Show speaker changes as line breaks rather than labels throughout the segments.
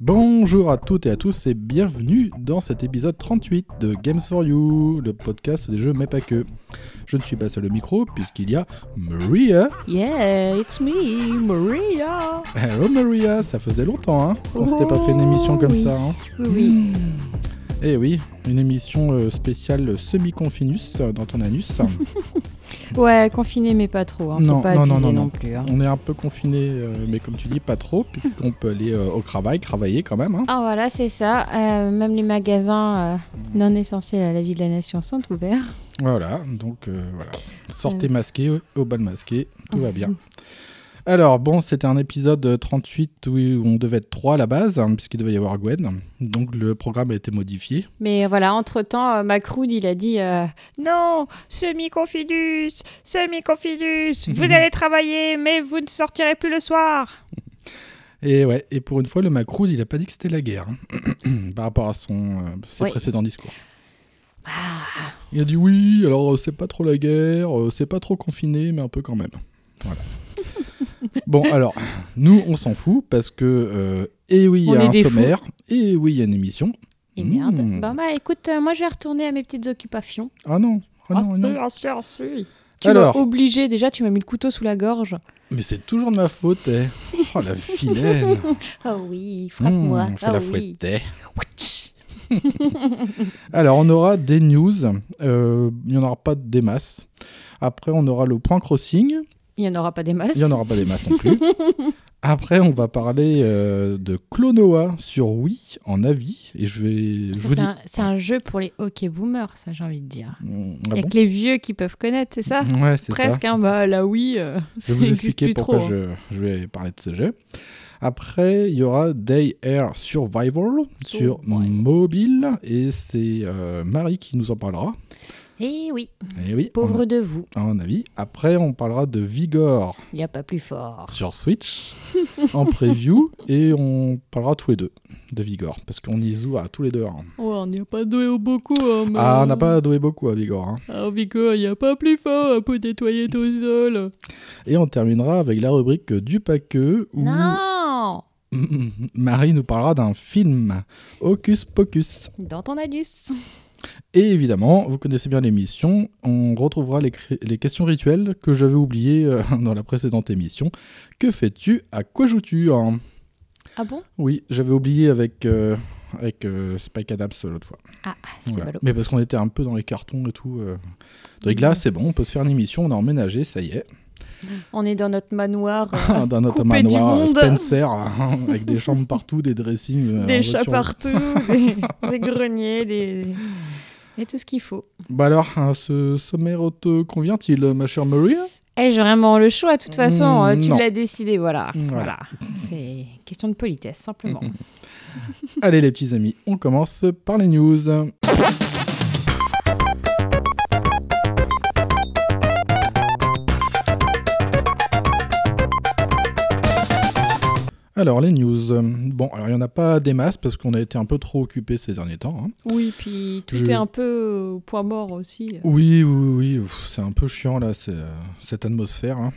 Bonjour à toutes et à tous et bienvenue dans cet épisode 38 de Games for You, le podcast des jeux mais pas que. Je ne suis pas seul au micro puisqu'il y a Maria.
Yeah, it's me, Maria.
Hello Eh, oh, Maria, ça faisait longtemps hein. On s'était pas fait une émission comme
Oh, oui.
ça hein.
Oui,
Eh oui, une émission euh, spéciale semi-confinus euh, dans ton anus.
Ouais, confiné mais pas trop. Hein. Faut
Non,
pas
non, non, non,
abuser
non.
plus. hein.
On est un peu confiné euh, mais comme tu dis pas trop puisqu'on peut aller euh, au travail, travailler quand même hein.
Ah voilà, c'est ça. Euh, même les magasins euh, non essentiels à la vie de la nation sont ouverts.
Voilà, donc euh, voilà. Sortez masqué, euh, au bal masqué, tout va bien. Alors bon, c'était un épisode 38 où on devait être trois à la base, hein, puisqu'il devait y avoir Gwen. Donc le programme a été modifié.
Mais voilà, entre-temps, euh, Macroud, il a dit euh, Non, semi-confidus, semi-confidus, vous allez travailler, mais vous ne sortirez plus le soir.
Et ouais, et pour une fois, le Macroud, il a pas dit que c'était la guerre, hein, par rapport à son, euh, ses
Oui.
précédents discours.
Ah,
Il a dit oui, alors euh, c'est pas trop la guerre, euh, c'est pas trop confiné, mais un peu quand même. Voilà. bon, alors, nous, on s'en fout, parce que, euh, eh oui, il
On
y a
est
un
des fous.
sommaire, et oui, il y a une émission,
Et merde.
Mmh.
Bon, bah écoute, euh, moi je vais retourner à mes petites occupations.
Ah non, ah non,
Oh,
ah non.
Tu
Alors.
m'as obligé, déjà, tu m'as mis le couteau sous la gorge.
Mais c'est toujours de ma faute, eh. Oh la vilaine.
Oh oui,
Mmh,
frappe-moi.
on fait
Ah
la
oui.
fouette, eh. Alors, on aura des news. euh, Il n'y en aura pas des masses. Après, on aura le point crossing.
Il n'y en aura pas des masses.
Il n'y en aura pas des masses non plus. Après, on va parler euh, de Clonoa sur Wii en avis. Et je vais. je
Ça,
vous
C'est
dis.
un, c'est un jeu pour les hockey boomers, ça j'ai envie de dire.
Mm, ah
Avec les vieux qui peuvent connaître, c'est ça
bon ouais, c'est ça.
Presque, hein, bah là oui, euh,
Je
ça
vais vous
n'existe
expliquer
plus
pourquoi
trop. hein.
je, je vais parler de ce jeu. Après, il y aura Day Air Survival sur
ouais.
mobile et c'est euh, Marie qui nous en parlera.
Eh oui,
Et oui,
pauvre de vous,
on a- à mon avis. Après, on parlera de Vigor
il n'y a pas plus fort.
sur Switch en preview et on parlera tous les deux de Vigor parce qu'on y joue à tous les deux. hein.
Ouais, Oh, on n'y a pas doué au beaucoup. Hein,
Ah, on n'a pas doué beaucoup à Vigor. hein.
Ah, Vico, il n'y a pas plus fort pour nettoyer tout seul.
Et on terminera avec la rubrique du paqueux où
Non
Marie nous parlera d'un film, Hocus Pocus.
Dans ton anus.
Et évidemment, vous connaissez bien l'émission, on retrouvera les, cré- les questions rituelles que j'avais oubliées euh, dans la précédente émission. Que fais-tu À quoi joues-tu hein
Ah bon
Oui, j'avais oublié avec, euh, avec euh, Spike Adams euh, l'autre fois.
Ah, ah, c'est
Voilà.
ballot.
Mais parce qu'on était un peu dans les cartons et tout. euh. Donc là, c'est bon, on peut se faire une émission, on a emménagé, ça y est.
On est dans notre manoir, euh,
dans notre
Coupé du
manoir euh,
monde.
Spencer, hein, avec des chambres partout, des dressings. euh, en
des chats
voiture.
partout, des, des greniers, des... Et tout ce qu'il faut.
Bah alors, hein, ce sommaire te convient-il, ma chère Maria
Eh, j'ai vraiment le choix, de toute façon,
Mm,
euh, tu
non. Mm,
l'as décidé, voilà.
Voilà. Mm,
voilà. C'est question de politesse, simplement.
Allez les petits amis, on commence par les news. Alors, les news. Euh, Bon, alors il n'y en a pas des masses parce qu'on a été un peu trop occupés ces derniers temps. hein.
Oui, puis tout
Je-
est un peu au point mort aussi.
Oui, oui, oui, pff, c'est un peu chiant là, c'est, euh, cette atmosphère. hein.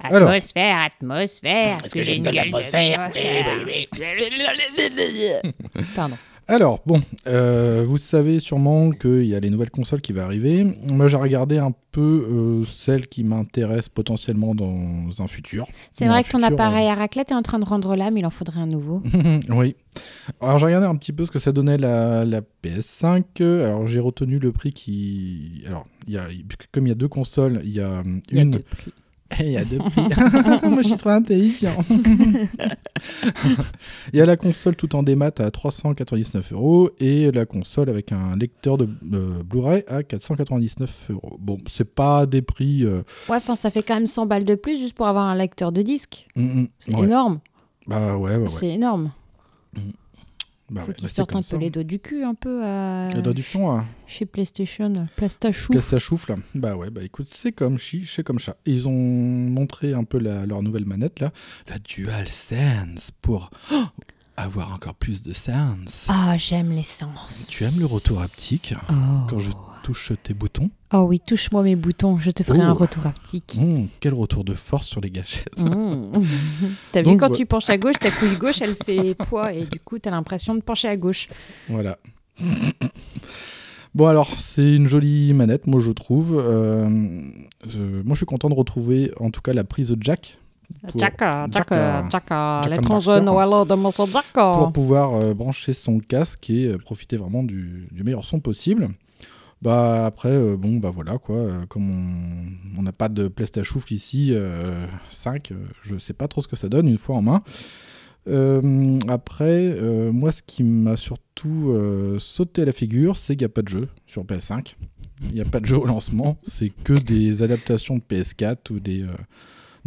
Alors.
Atmosphère, atmosphère. Est-ce que j'ai une gueule d'atmosphère
Eh, bah,
Pardon.
Alors, bon, euh, vous savez sûrement qu'il y a les nouvelles consoles qui vont arriver. Moi, j'ai regardé un peu euh, celles qui m'intéressent potentiellement dans un futur.
C'est
Mais
vrai
un
que ton
futur,
appareil à raclette est en train de rendre l'âme, il en faudrait un nouveau.
oui. Alors j'ai regardé un petit peu ce que ça donnait la, la PS5. Euh, Alors j'ai retenu le prix qui... Alors, il y a- comme il y a deux consoles, il y a hum,
Il y a
une...
deux prix.
Et Eh, Il y a deux prix. Moi je suis trop intelligent. il y a la console tout en démat à 399 euros et la console avec un lecteur de euh, Blu-ray à 499 euros. Bon, c'est pas des prix... euh,
Ouais, enfin, ça fait quand même 100 balles de plus juste pour avoir un lecteur de disque.
hum, hum,
C'est
ouais.
énorme,
Bah ouais, ouais, ouais.
c'est énorme.
Bah,
Faut
ouais,
qu'ils
bah, c'est
sortent
comme
un
ça.
peu les doigts du cul, un peu à...
Le doigt du fond, hein.
chez PlayStation, Plastachou.
Que ça chouffe là. Bah ouais, bah écoute, c'est comme chi, c'est comme chat. Ils ont montré un peu la- leur nouvelle manette là, la DualSense pour oh, avoir encore plus de sens.
Ah, j'aime les sens.
Tu aimes le retour haptique
Oh.
quand je touche tes boutons
Oh oui, touche-moi mes boutons, je te ferai
Oh.
un retour haptique.
Mmh, Quel retour de force sur les gâchettes.
Mmh. T'as vu
Donc, bah-
quand
ouais.
tu penches à gauche, ta couille gauche, elle fait poids et du coup, t'as l'impression de pencher à gauche.
Voilà. Bon alors, c'est une jolie manette, moi je trouve. Euh, euh, moi je suis content de retrouver en tout cas la prise jack Pour-
Tchaka,
Tchaka.
tchaka, tchaka.
Jack
Les
and
transjeunes,
Daxter.
voilà, de mon sang,
pour
Oh.
d'accord.
pouvoir euh, brancher son casque et euh, profiter vraiment du, du meilleur son possible. Bah après euh, bon bah voilà quoi euh, comme on- on n'a pas de PlayStation ici euh, 5 euh, je sais pas trop ce que ça donne une fois en main. Euh, après euh, moi ce qui m'a surtout euh, sauté à la figure c'est qu'il n'y a pas de jeu sur PS5. Il n'y a pas de jeu au lancement, c'est que des adaptations de PS4 ou des euh,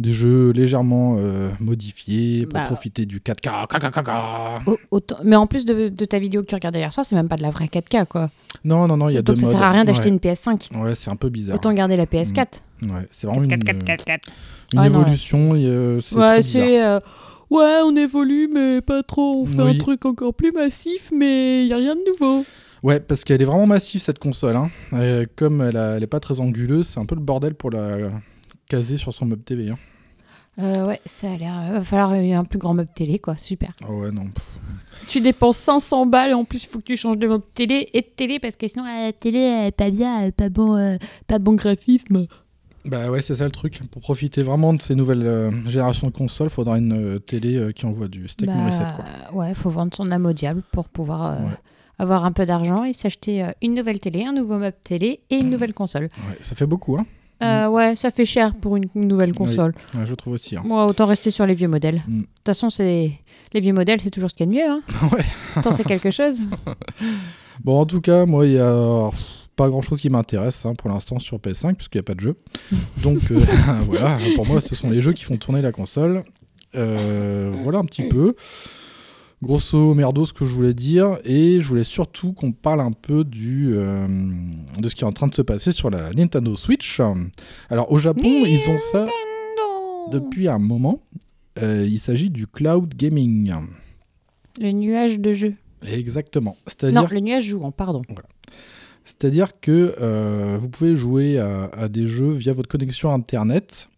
des jeux légèrement euh, modifiés pour
Bah.
profiter du 4K. cacacaca.
Au- Oh, autant- Mais en plus de, de ta vidéo que tu regardais hier soir, c'est même pas de la vraie 4K quoi.
Non, non, non, il y a
Donc
deux
ça
modes.
sert à rien d'acheter
ouais.
une PS5.
Ouais, c'est un peu bizarre.
Autant garder la PS4.
Ouais, c'est vraiment une, euh,
4
une
Ah non,
évolution. et, euh, c'est très
Ouais,
bizarre.
c'est. euh, Ouais, on évolue, mais pas trop. On fait
Oui.
un truc encore plus massif, mais il n'y a rien de nouveau.
Ouais, parce qu'elle est vraiment massive cette console. hein. Euh, comme elle, a- elle est pas très anguleuse, c'est un peu le bordel pour la caser sur son meuble TV. hein.
Euh, ouais, ça a l'air. Va falloir euh, un plus grand meuble télé quoi, super.
Ah ouais, non. pff.
Tu dépenses 500 balles, en plus, il faut que tu changes de mode télé.
Et de télé parce que sinon la télé elle est pas bien, elle est pas bon, euh, pas bon graphisme.
Bah ouais, c'est ça le truc. Pour profiter vraiment de ces nouvelles euh, générations de consoles, faudra une euh, télé euh, qui envoie du steak
Bah,
Morissette, quoi.
ouais, faut vendre son âme au diable pour pouvoir euh,
Ouais.
avoir un peu d'argent et s'acheter euh, une nouvelle télé, un nouveau meuble télé et une nouvelle console.
Ouais, ça fait beaucoup, hein.
Euh, ouais, ça fait cher pour une nouvelle console.
Ouais, je trouve aussi. hein.
Moi, autant rester sur les vieux modèles.
Mm.
De toute façon, c'est les vieux modèles, c'est toujours ce qu'il y a de mieux. Hein.
Ouais.
Tant c'est quelque chose.
Bon, en tout cas, moi, il y a pff, pas grand chose qui m'intéresse hein, pour l'instant sur PS5, puisqu'il n'y a pas de jeu. Donc, euh, voilà, pour moi, ce sont les jeux qui font tourner la console. Euh, voilà un petit peu. Grosso merdo, ce que je voulais dire. Et je voulais surtout qu'on parle un peu du, euh, de ce qui est en train de se passer sur la Nintendo Switch. Alors, au Japon, ils ont ça depuis un moment. Euh, il s'agit du cloud gaming.
Le nuage de jeu.
Exactement.
Non,
C'est-à-dire
le nuage jouant, pardon.
C'est-à-dire que euh, vous pouvez jouer à, à des jeux via votre connexion Internet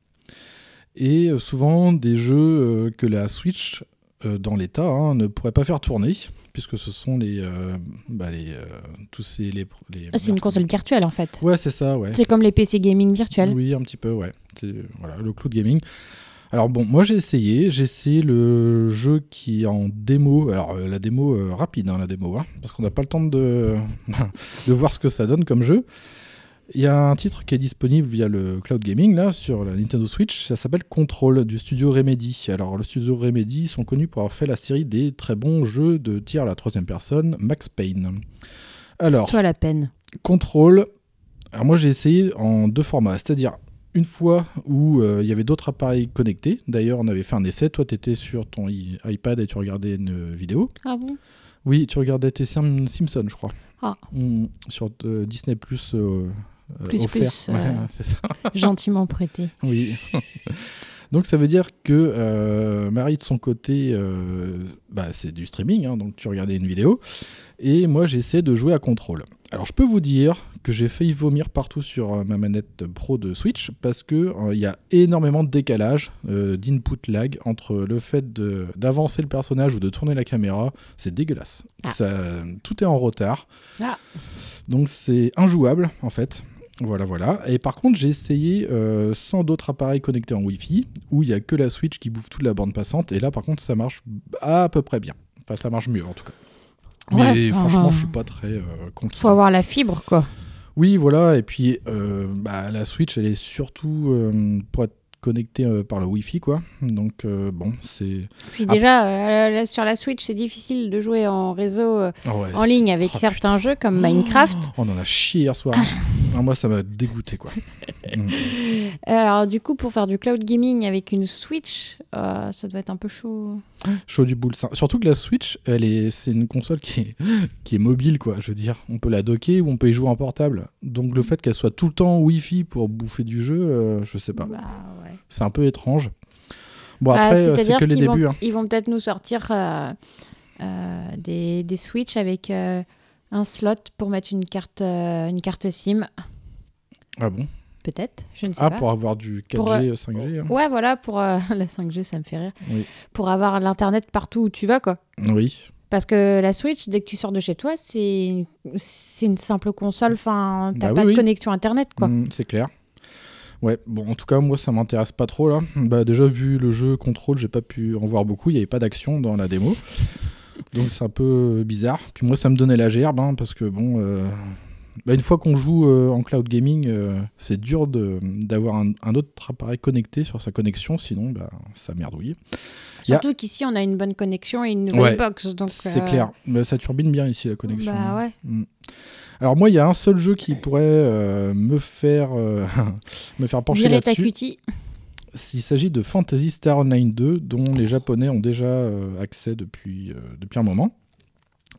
et euh, souvent des jeux euh, que la Switch, euh, dans l'état, hein, ne pourrait pas faire tourner puisque ce sont les, euh, bah, les euh, tous ces les, les-
Ah, c'est une console virtuelle en fait.
Ouais, c'est ça, ouais.
C'est comme les PC gaming virtuels.
Oui, un petit peu, ouais. C'est euh, voilà, le cloud gaming. Alors bon, moi j'ai essayé, j'ai essayé le jeu qui est en démo, alors euh, la démo euh, rapide, hein, la démo, hein, parce qu'on n'a pas le temps de, de voir ce que ça donne comme jeu. Il y a un titre qui est disponible via le cloud gaming, là, sur la Nintendo Switch, ça s'appelle Control, du studio Remedy. Alors le studio Remedy, ils sont connus pour avoir fait la série des très bons jeux de tir à la troisième personne, Max Payne. Alors,
C'est toi la peine.
contrôle. Alors moi j'ai essayé en deux formats, c'est-à-dire une fois où euh, il y avait d'autres appareils connectés. D'ailleurs on avait fait un essai. Toi t'étais sur ton i- iPad et tu regardais une vidéo.
Ah bon
Oui, tu regardais tes Sim- Simpsons, je crois.
Ah.
Mm, sur euh, Disney Plus. euh, euh,
Plus,
offert.
plus, euh.
Ouais, c'est ça.
Gentiment prêté.
Oui. Donc ça veut dire que euh, Marie de son côté, euh, bah, c'est du streaming, hein, donc tu regardais une vidéo, et moi j'essaie de jouer à contrôle. Alors je peux vous dire que j'ai failli vomir partout sur euh, ma manette pro de Switch parce que euh, il y a énormément de décalage, euh, d'input lag entre le fait de- d'avancer le personnage ou de tourner la caméra, c'est dégueulasse.
Ah.
Ça- tout est en retard.
Ah.
Donc c'est injouable en fait. Voilà, voilà. Et par contre, j'ai essayé euh, sans d'autres appareils connectés en Wi-Fi, où il n'y a que la Switch qui bouffe toute la bande passante. Et là, par contre, ça marche à peu près bien. Enfin, ça marche mieux en tout cas. Mais
Ouais, enfin,
franchement,
euh,
je suis pas très euh, conquis.
Faut avoir la fibre, quoi.
Oui, voilà. Et puis, euh, bah, la Switch, elle est surtout euh, pour être connectée euh, par le Wi-Fi, quoi. Donc, euh, bon, c'est.
Puis
Ah.
déjà, euh, là, sur la Switch, c'est difficile de jouer en réseau euh,
Ouais,
en ligne avec
Oh,
certains jeux comme Minecraft.
putain, Oh, On en a chié hier soir. Ah, moi, ça m'a dégoûté, quoi. Mm.
Euh, Alors du coup, pour faire du cloud gaming avec une Switch, euh, ça doit être un peu chaud.
Chaud du boule. ça. Surtout que la Switch, elle est, c'est une console qui est, qui est mobile, quoi. Je veux dire, on peut la docker ou on peut y jouer en portable. Donc
Mm.
le fait qu'elle soit tout le temps Wi-Fi pour bouffer du jeu, euh, je sais pas.
Bah, ouais.
C'est un peu étrange. Bon
Bah,
après, euh, c'est
c'est-à-dire
que les
qu'ils vont-
débuts. hein.
Ils vont peut-être nous sortir euh, euh, des, des Switch avec euh, un slot pour mettre une carte, euh, une carte SIM,
Ah bon
peut-être. Je ne sais
Ah
pas.
pour avoir du 4G,
Pour, euh,
5G. hein.
Ouais, voilà, pour euh, la 5G, ça me fait rire.
Oui.
Pour avoir l'internet partout où tu vas, quoi.
Oui.
Parce que la Switch, dès que tu sors de chez toi, c'est une, c'est une simple console. Enfin, t'as
Bah
pas
oui,
de
oui.
connexion internet, quoi.
Mm, c'est clair. Ouais, bon, en tout cas, moi, ça m'intéresse pas trop, là. Bah, déjà, vu le jeu Control, j'ai pas pu en voir beaucoup. Il n'y avait pas d'action dans la démo. Donc, c'est un peu euh, bizarre. Puis, moi, ça me donnait la gerbe, hein, parce que, bon. euh, bah, une fois qu'on joue euh, en cloud gaming, euh, c'est dur de- d'avoir un, un autre appareil connecté sur sa connexion, sinon, bah, ça merdouille. Y a-
Surtout qu'ici, on a une bonne connexion et une nouvelle
Ouais,
box. donc,
C'est
euh,
clair. Mais ça turbine bien ici, la connexion.
Bah ouais.
Alors, moi, il y a un seul jeu qui pourrait euh, me, faire, euh, me faire pencher
Virer ta
là-dessus.
cutie.
Il s'agit de Fantasy Star Online 2, dont les Japonais ont déjà euh, accès depuis, euh, depuis un moment.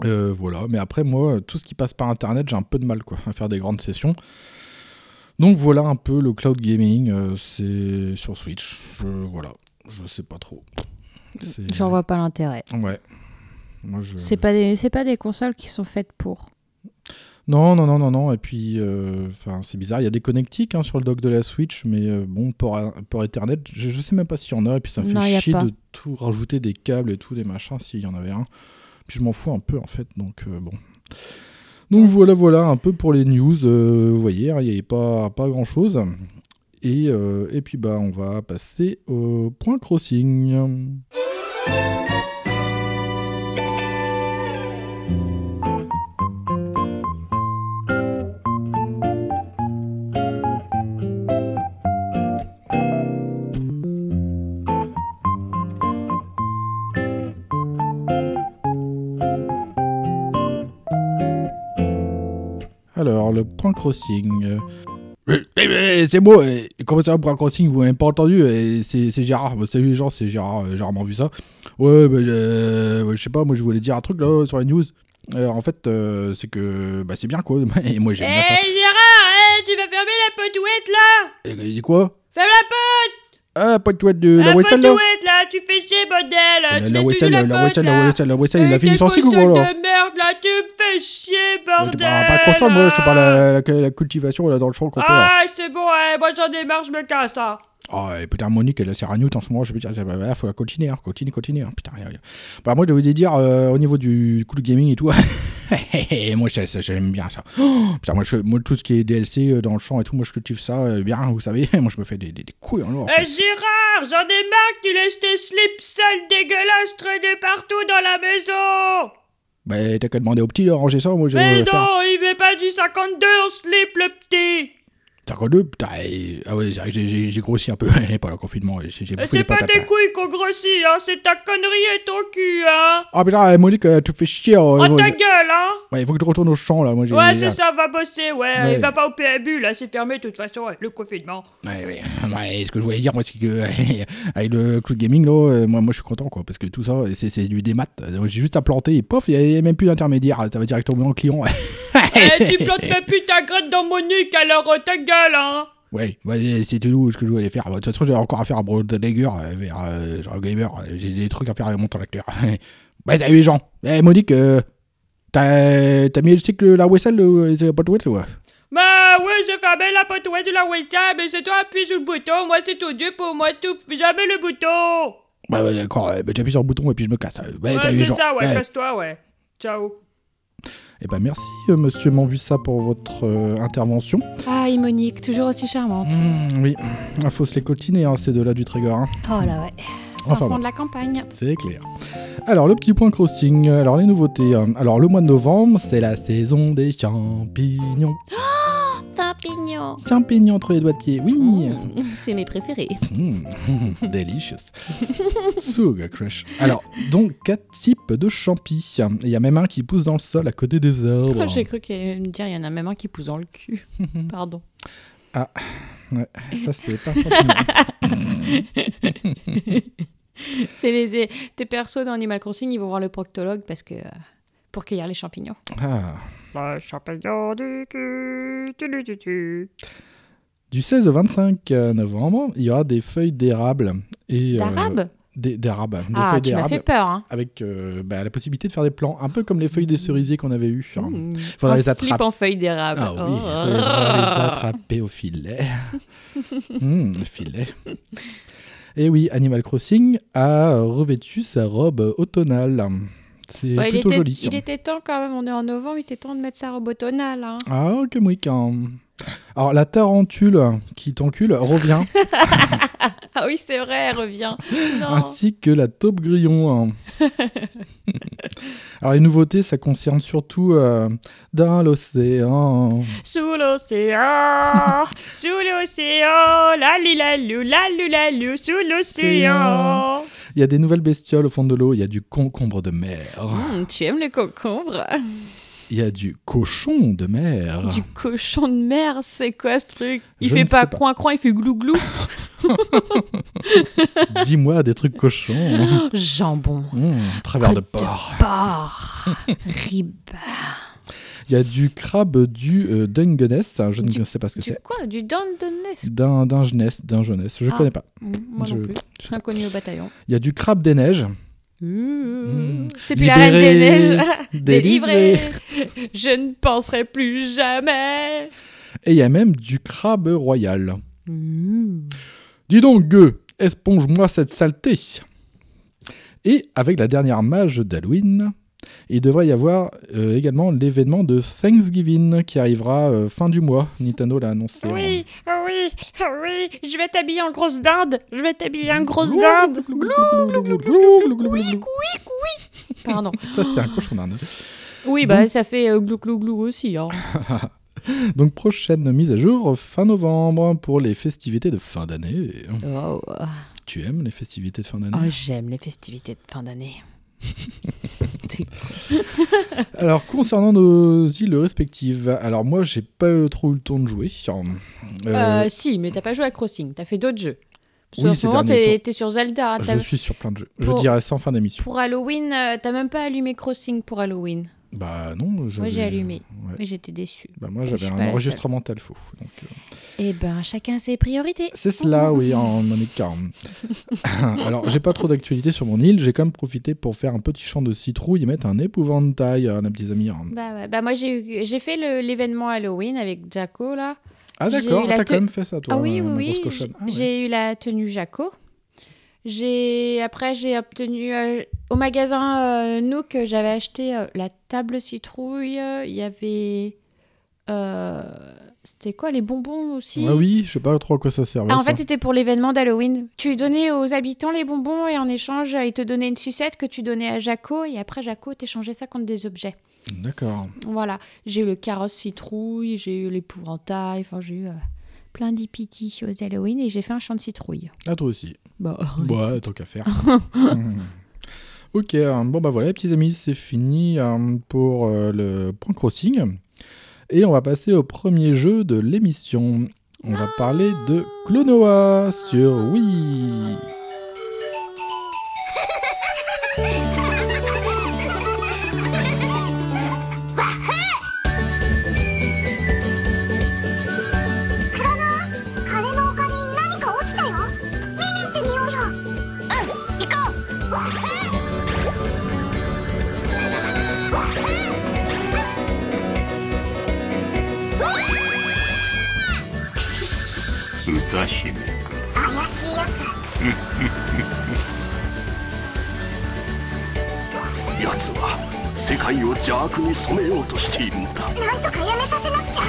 Euh, voilà, mais après, moi, tout ce qui passe par Internet, j'ai un peu de mal quoi, à faire des grandes sessions. Donc voilà un peu le cloud gaming, euh, c'est sur Switch. Je, voilà, je sais pas trop. C'est-
J'en vois pas l'intérêt.
Ouais. Moi, je...
C'est pas des c'est pas des consoles qui sont faites pour.
Non, non, non, non, non. Et puis, euh, enfin, c'est bizarre. Il y a des connectiques hein, sur le dock de la Switch, mais euh, bon, port, a- port Ethernet, je, je sais même pas s'il y en a. Et puis, ça me
Non, il y
fait
a
chier
pas.
de tout rajouter des câbles et tout, des machins, s'il y en avait un. Puis, je m'en fous un peu, en fait. Donc, euh, bon. Donc, voilà, voilà, un peu pour les news. euh, vous voyez, hein, il n'y avait pas, pas grand chose. Et, euh, et puis, bah, on va passer au point crossing. Alors, le point crossing. euh. Eh, eh, eh, C'est moi, eh, comment ça, point crossing, vous m'avez pas entendu eh, C'est c'est Gérard, Bah, salut les gens, c'est Gérard, euh, j'ai rarement vu ça. Ouais, bah, euh, ouais, je sais pas, moi je voulais dire un truc là sur la news. Alors, en fait, euh, c'est que bah, c'est bien quoi, et moi j'aime bien ça.
Eh, Gérard, tu vas fermer la potouette là
Eh, Il dit quoi
Ferme
la pote Ah, pote, toi, de la Wessel là Euh,
là, tu fais chier bordel
La Wessel, la Wessel, la Wessel, la Wessel,
Eh,
il a fini son cycle ou quoi là
merde là, tu me fais chier
Je te parle bah, pas de console, moi je te parle euh, la, la, la cultivation là dans le champ qu'on fait là.
Ah, c'est bon, eh, moi j'en ai marre, je me casse hein. là.
Oh, et putain, Monique, elle est à Newt en ce moment. Je me dis, ah, bah, bah, faut la continuer, hein, continuer, continuer. hein, putain, rien, rien. Bah, moi, je voulais dire, euh, au niveau du cool gaming et tout, moi, ça, ça, j'aime bien ça. Oh, putain, moi, je- moi, tout ce qui est DLC euh, dans le champ et tout, moi, je cultive ça euh, bien, vous savez. moi, je me fais des, des, des couilles en or.
Eh, Gérard, j'en ai marre que tu laisses tes slips sales dégueulasses traîner partout dans la maison
Bah, t'as qu'à demander au petit de ranger ça, moi, je vais faire.
il veut pas du 52 en slip le petit
T'as quoi deux Putain, et- ah ouais, c'est vrai que j'ai- j'ai j'ai grossi un peu pendant le confinement. et J'ai j'ai
Et
bouffé
Eh, C'est
des
pas
patates.
tes couilles qu'on grossit, hein, c'est ta connerie et ton cul, hein
Ah, putain, eh, Monique, euh, tu fais chier. euh,
Oh
moi,
ta
je-
gueule, hein
ouais, il faut que je retourne au champ, là. Moi, j'ai- là.
Ouais, c'est ça, va bosser, ouais,
Ouais.
et va pas au PMU, là, c'est fermé de toute façon, ouais, le confinement.
Ouais, ouais, ouais, Bah, ce que je voulais dire, moi, c'est que avec le cloud gaming, là, euh, moi, moi, je suis content, quoi, parce que tout ça, c'est c'est du démat. Donc, J'ai juste à planter et pof, il n'y a même plus d'intermédiaire. Ça va directement au client.
Eh, tu plantes ma pute ta gratte dans mon nuque, alors oh, ta gueule, hein
Ouais, ouais, c'est tout ce que je voulais faire. Bah, De toute façon, j'ai encore affaire à Brodelegger euh, vers euh, genre Gamer. Euh, J'ai des trucs à faire avec mon temps lecteur. ouais, salut les gens. Eh, Monique, euh, t'as t'as mis le cycle la Wessel ou c'est pas de Wessel ouais
Bah oui, j'ai fermé la porte ouais, de la Western, mais c'est toi appuie sur le bouton, moi c'est tout dur pour moi, tout jamais le bouton
Bah, ouais, d'accord, euh, bah, j'appuie sur le bouton et puis je me casse. Euh, Ouais,
Ouais,
salut les
c'est
gens.
ça, ouais,
Ouais.
casse-toi, ouais. Ciao.
Eh ben merci, euh, monsieur Manvussa, pour votre euh, intervention.
Ah, et Monique, toujours aussi charmante.
Mm, oui, il faut se les coltiner, hein, ces deux-là du trigger. hein.
Oh là ouais. Au
Enfin,
fond
bon.
de la campagne.
C'est clair. Alors, le petit point crossing, alors les nouveautés. hein. Alors, le mois de novembre, c'est la saison des champignons.
Tampignon.
Champignons entre les doigts de pied, oui
C'est mes préférés.
Mm, Delicious. Sugar Crush. Alors, donc, quatre types de champis. Il y a même un qui pousse dans le sol à côté des arbres.
J'ai cru qu'il allait me dire, il y en a même un qui pousse dans le cul. Pardon.
Ouais, ça, c'est pas champignon.
C'est les, tes persos dans Animal Crossing, ils vont voir le proctologue parce que. euh, pour cueillir les champignons.
Ah.
Les champignons du cul. Tu, tu, tu, tu.
Du 16 au 25 novembre, il y aura des feuilles d'érable. et euh,
D'arabe
des- D'érable. Des
Ah,
feuilles
tu m'as
d'érable.
fait peur, hein.
avec euh, bah, la possibilité de faire des plans, un peu comme les feuilles des cerisiers qu'on avait eues. hein.
Mmh.
Faudra
Un
les
slip
attraper.
en feuille d'érable.
Ah oui,
Oh.
faudra les attraper au filet. Hmm, le filet. Et oui, Animal Crossing a revêtu sa robe automnale. C'est
Ouais, il,
plutôt
était,
joli.
il était temps quand même, on est en novembre, il était temps de mettre sa robe automnale. Hein.
Ah, que mouique. hein. Alors, la tarentule qui t'encule revient,
Ah oui, c'est vrai, elle revient. Non.
ainsi que la taupe grillon. hein. Alors, les nouveautés, ça concerne surtout euh, dans l'océan.
Sous l'océan, sous l'océan, la li la lou, la lou la lou, sous l'océan.
Il y a des nouvelles bestioles au fond de l'eau, il y a du concombre de mer,
Hum, tu aimes le concombre
Ah.
il y a du cochon de mer.
Du cochon de mer, c'est quoi ce truc
Il
Je
fait
ne
pas
sais pas.
croin-croin, il fait glou-glou.
Dis-moi des trucs cochons.
Jambon.
Mmh, travers de porc.
Porc. Rib.
Il y a du crabe du euh, Dungeness, je ne
Du-
sais pas ce que
Du
c'est.
quoi Du Dungeness
D'un d'un jeunesse, d'un jeunesse, je
Ah.
connais pas.
Mmh, Moi
Je-
non plus, je suis inconnue au bataillon.
Il y a du crabe des neiges. Mmh.
C'est plus la reine des
Libéré,
neiges.
délivré.
Je ne penserai plus jamais.
Et il y a même du crabe royal. Mmh. Dis donc, gueux, esponge-moi cette saleté. Et avec la dernière mage d'Halloween, il devrait y avoir euh, également l'événement de Thanksgiving qui arrivera euh, fin du mois. Nintendo l'a annoncé. hein.
Oui, ah oui, ah oui, je vais t'habiller en grosse dinde. Je vais t'habiller en grosse
Glou,
dinde.
glou, glou, glou, glou, glou, glou, glou, glou, glou.
Pardon.
Ça, c'est un hein. cochon d'Inde.
Oui, bah ça fait euh, glou glou glou aussi. Hein.
Donc, prochaine mise à jour fin novembre pour les festivités de fin d'année.
Oh,
Tu aimes les festivités de fin d'année
oh, j'aime les festivités de fin d'année.
Alors, concernant nos îles respectives, alors moi, j'ai pas euh, trop eu le temps de jouer. Euh,
Euh, si, mais t'as pas joué à Crossing, t'as fait d'autres jeux. Parce
Oui,
qu'en
ces
ce moment,
derniers
t'es t'es sur Zelda. hein,
je
t'as-
suis sur plein de jeux. Je
Pour-
dirais ça en fin d'émission.
Pour Halloween, euh, t'as même pas allumé Crossing pour Halloween.
Bah non,
Moi, j'ai
j'avais-
allumé.
ouais.
Mais j'étais déçue.
Bah moi,
Je
j'avais
suis
un
pas la
enregistrement tel faux. Donc, euh,
Eh ben, chacun ses priorités.
C'est cela,
Oh.
oui, en Monique. Alors, j'ai pas trop d'actualité sur mon île. J'ai quand même profité pour faire un petit champ de citrouille et mettre un épouvantail, euh, nos petits amis. hein.
Bah ouais, bah moi j'ai eu- j'ai fait le- l'événement Halloween avec Jaco là.
Ah
J'ai
d'accord,
eu
ah,
la
t'as
te-
quand même fait ça, toi,
ah oui,
ma
oui,
grosse
oui.
cochonne. Ah,
j'ai-
ouais.
J'ai eu la tenue Jaco. J'ai après j'ai obtenu euh, au magasin euh, Nook euh, j'avais acheté euh, la table citrouille. euh, Il y avait euh, c'était quoi les bonbons aussi.
Ah oui, je sais pas trop à quoi ça servait.
Ah, en
ça.
fait, c'était pour l'événement d'Halloween. Tu donnais aux habitants les bonbons et en échange, ils te donnaient une sucette que tu donnais à Jaco et après Jaco t'échangeait ça contre des objets.
D'accord.
Voilà, j'ai eu le carrosse citrouille, j'ai eu l'épouvantail, enfin j'ai eu euh, plein d'épiti aux Halloween et j'ai fait un champ de citrouille.
Ah toi aussi.
Bah,
Ouais, tant qu'à faire. Hmm. ok, euh, bon bah voilà, les petits amis, c'est fini euh, pour euh, le point crossing. Et on va passer au premier jeu de l'émission. On va parler de Clonoa sur Wii.
歌姫か怪しいやつ奴は世界を邪悪に染めようとしているのだ
なんとかやめさせなくちゃ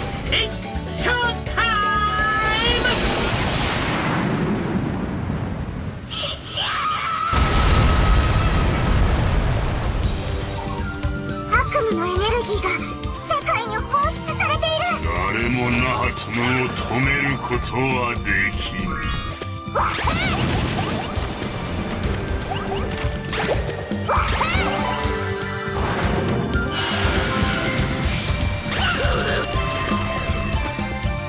悪夢のエネルギーが世界に放出されている
誰もナハツムを止めることはできぬ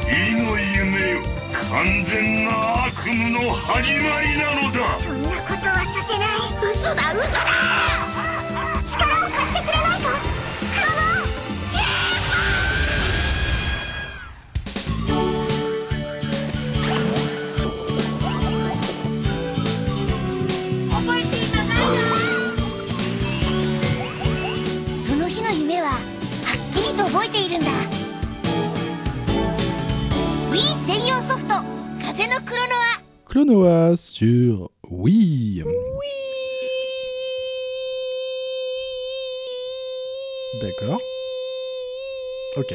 意の夢よ完全な悪夢の始まりなのだ
そんなことはさせない嘘だ嘘だ力を貸してくれないかクロノその日の夢ははっきりと覚えているんだ Wii 専用ソフト「風のクロノア」
Clonoa sur oui. D'accord. Ok.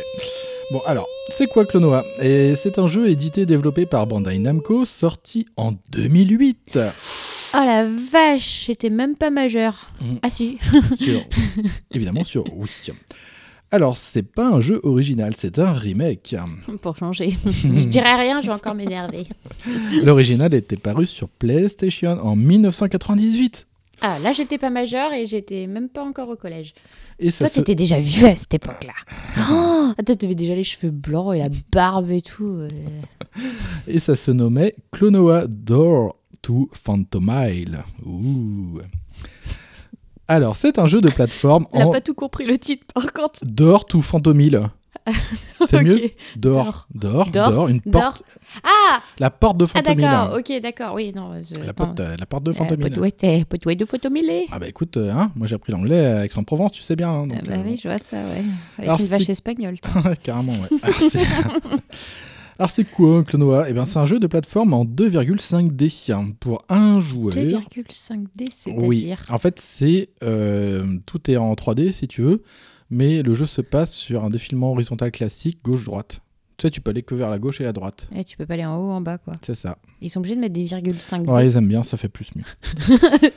Bon alors, c'est quoi Clonoa Et c'est un jeu édité et développé par Bandai Namco, sorti en 2008
Oh la vache, j'étais même pas majeur.
Mhm.
Ah si.
sur, évidemment sur Wii. Alors, c'est pas un jeu original, c'est un remake.
Pour changer.
Mm.
je dirais rien, je vais encore m'énerver.
L'original était paru sur PlayStation en 1998.
Ah là, j'étais pas majeur et j'étais même pas encore au collège.
Et ça
Toi,
se-
t'étais déjà vieux à cette époque-là.
Oh, attends, t'avais déjà les cheveux blancs et la barbe et tout. euh.
et ça se nommait Clonoa Door to Phantomile. Ouh. Alors, c'est un jeu de plateforme
Elle a
en
pas tout compris le titre, par contre.
Door to Phantomile. C'est
Ok.
mieux Door, Door,
Door,
Door, une
Door.
porte,
Ah,
la porte de
ah
Phantomile. hein.
d'accord, ok, d'accord, oui, non. je-
La
attends.
porte, euh, la porte de
Euh,
Phantomile.
potouette, potouette de photomilé.
Ah bah écoute, euh, hein, moi j'ai appris l'anglais à Aix-en-Provence, tu sais bien. hein, donc,
bah
euh,
oui, je vois ça, ouais. Avec
Alors,
une vache
c'est-
espagnole.
Ouais, Carrément, ouais. Alors, c'est- Alors, c'est quoi Clonoa Eh bien, c'est un jeu de plateforme en 2,5D hein, pour un joueur.
2,5D, c'est-à-dire.
Oui. En fait, c'est euh, tout est en 3D si tu veux, mais le jeu se passe sur un défilement horizontal classique gauche-droite. Tu sais, tu peux aller que vers la gauche et la droite.
Eh, tu peux pas aller en haut, en bas, quoi.
C'est ça.
Ils sont obligés de mettre des virgules 5D.
Ouais, ils aiment bien, ça fait plus mieux.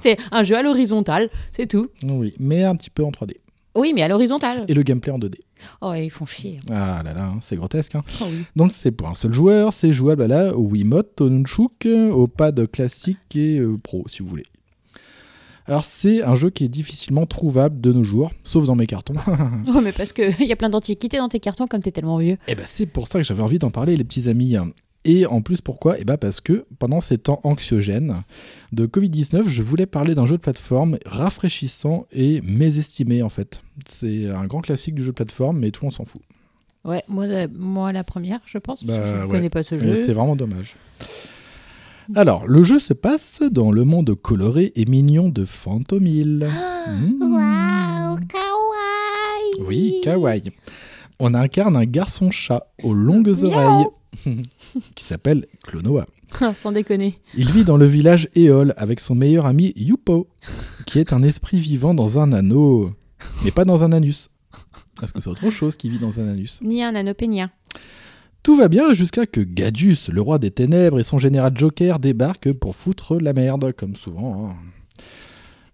c'est un jeu à l'horizontale, c'est tout.
Oui, mais un petit peu en 3D.
Oui, mais à l'horizontale.
Et le gameplay en 2D.
Oh, ils font chier.
Ah là là, hein, c'est grotesque. hein.
Oh oui.
Donc c'est pour un seul joueur, c'est jouable à la Wiimote, au Nunchuk, euh, au pad classique et euh, pro si vous voulez. Alors c'est un jeu qui est difficilement trouvable de nos jours, sauf dans mes cartons. Mm.
Oh, mais parce qu'il y a plein d'antiquités dans tes cartons, comme t'es tellement vieux.
et ben c'est pour ça que j'avais envie d'en parler les petits amis. Et en plus pourquoi Et ben parce que pendant ces temps anxiogènes de Covid-19, je voulais parler d'un jeu de plateforme rafraîchissant et mésestimé en fait. C'est un grand classique du jeu de plateforme mais tout le monde s'en fout.
Ouais, moi la, moi, la première, je pense. parce que
Bah,
je
ouais.
connais pas ce
Et C'est
jeu.
vraiment dommage. Alors, le jeu se passe dans le monde coloré et mignon de Phantom Hill. Mmh.
Waouh, kawaii
Oui, kawaii. On incarne un garçon-chat aux longues oreilles qui s'appelle Clonoa.
Sans déconner.
Il vit dans le village Éole avec son meilleur ami Yupo, qui est un esprit vivant dans un anneau, mais pas dans un anus. Parce que c'est autre chose qui vit dans un anus.
Ni un anopénien.
Tout va bien jusqu'à que Gadius, le roi des ténèbres, et son général Joker débarquent pour foutre la merde, comme souvent. hein.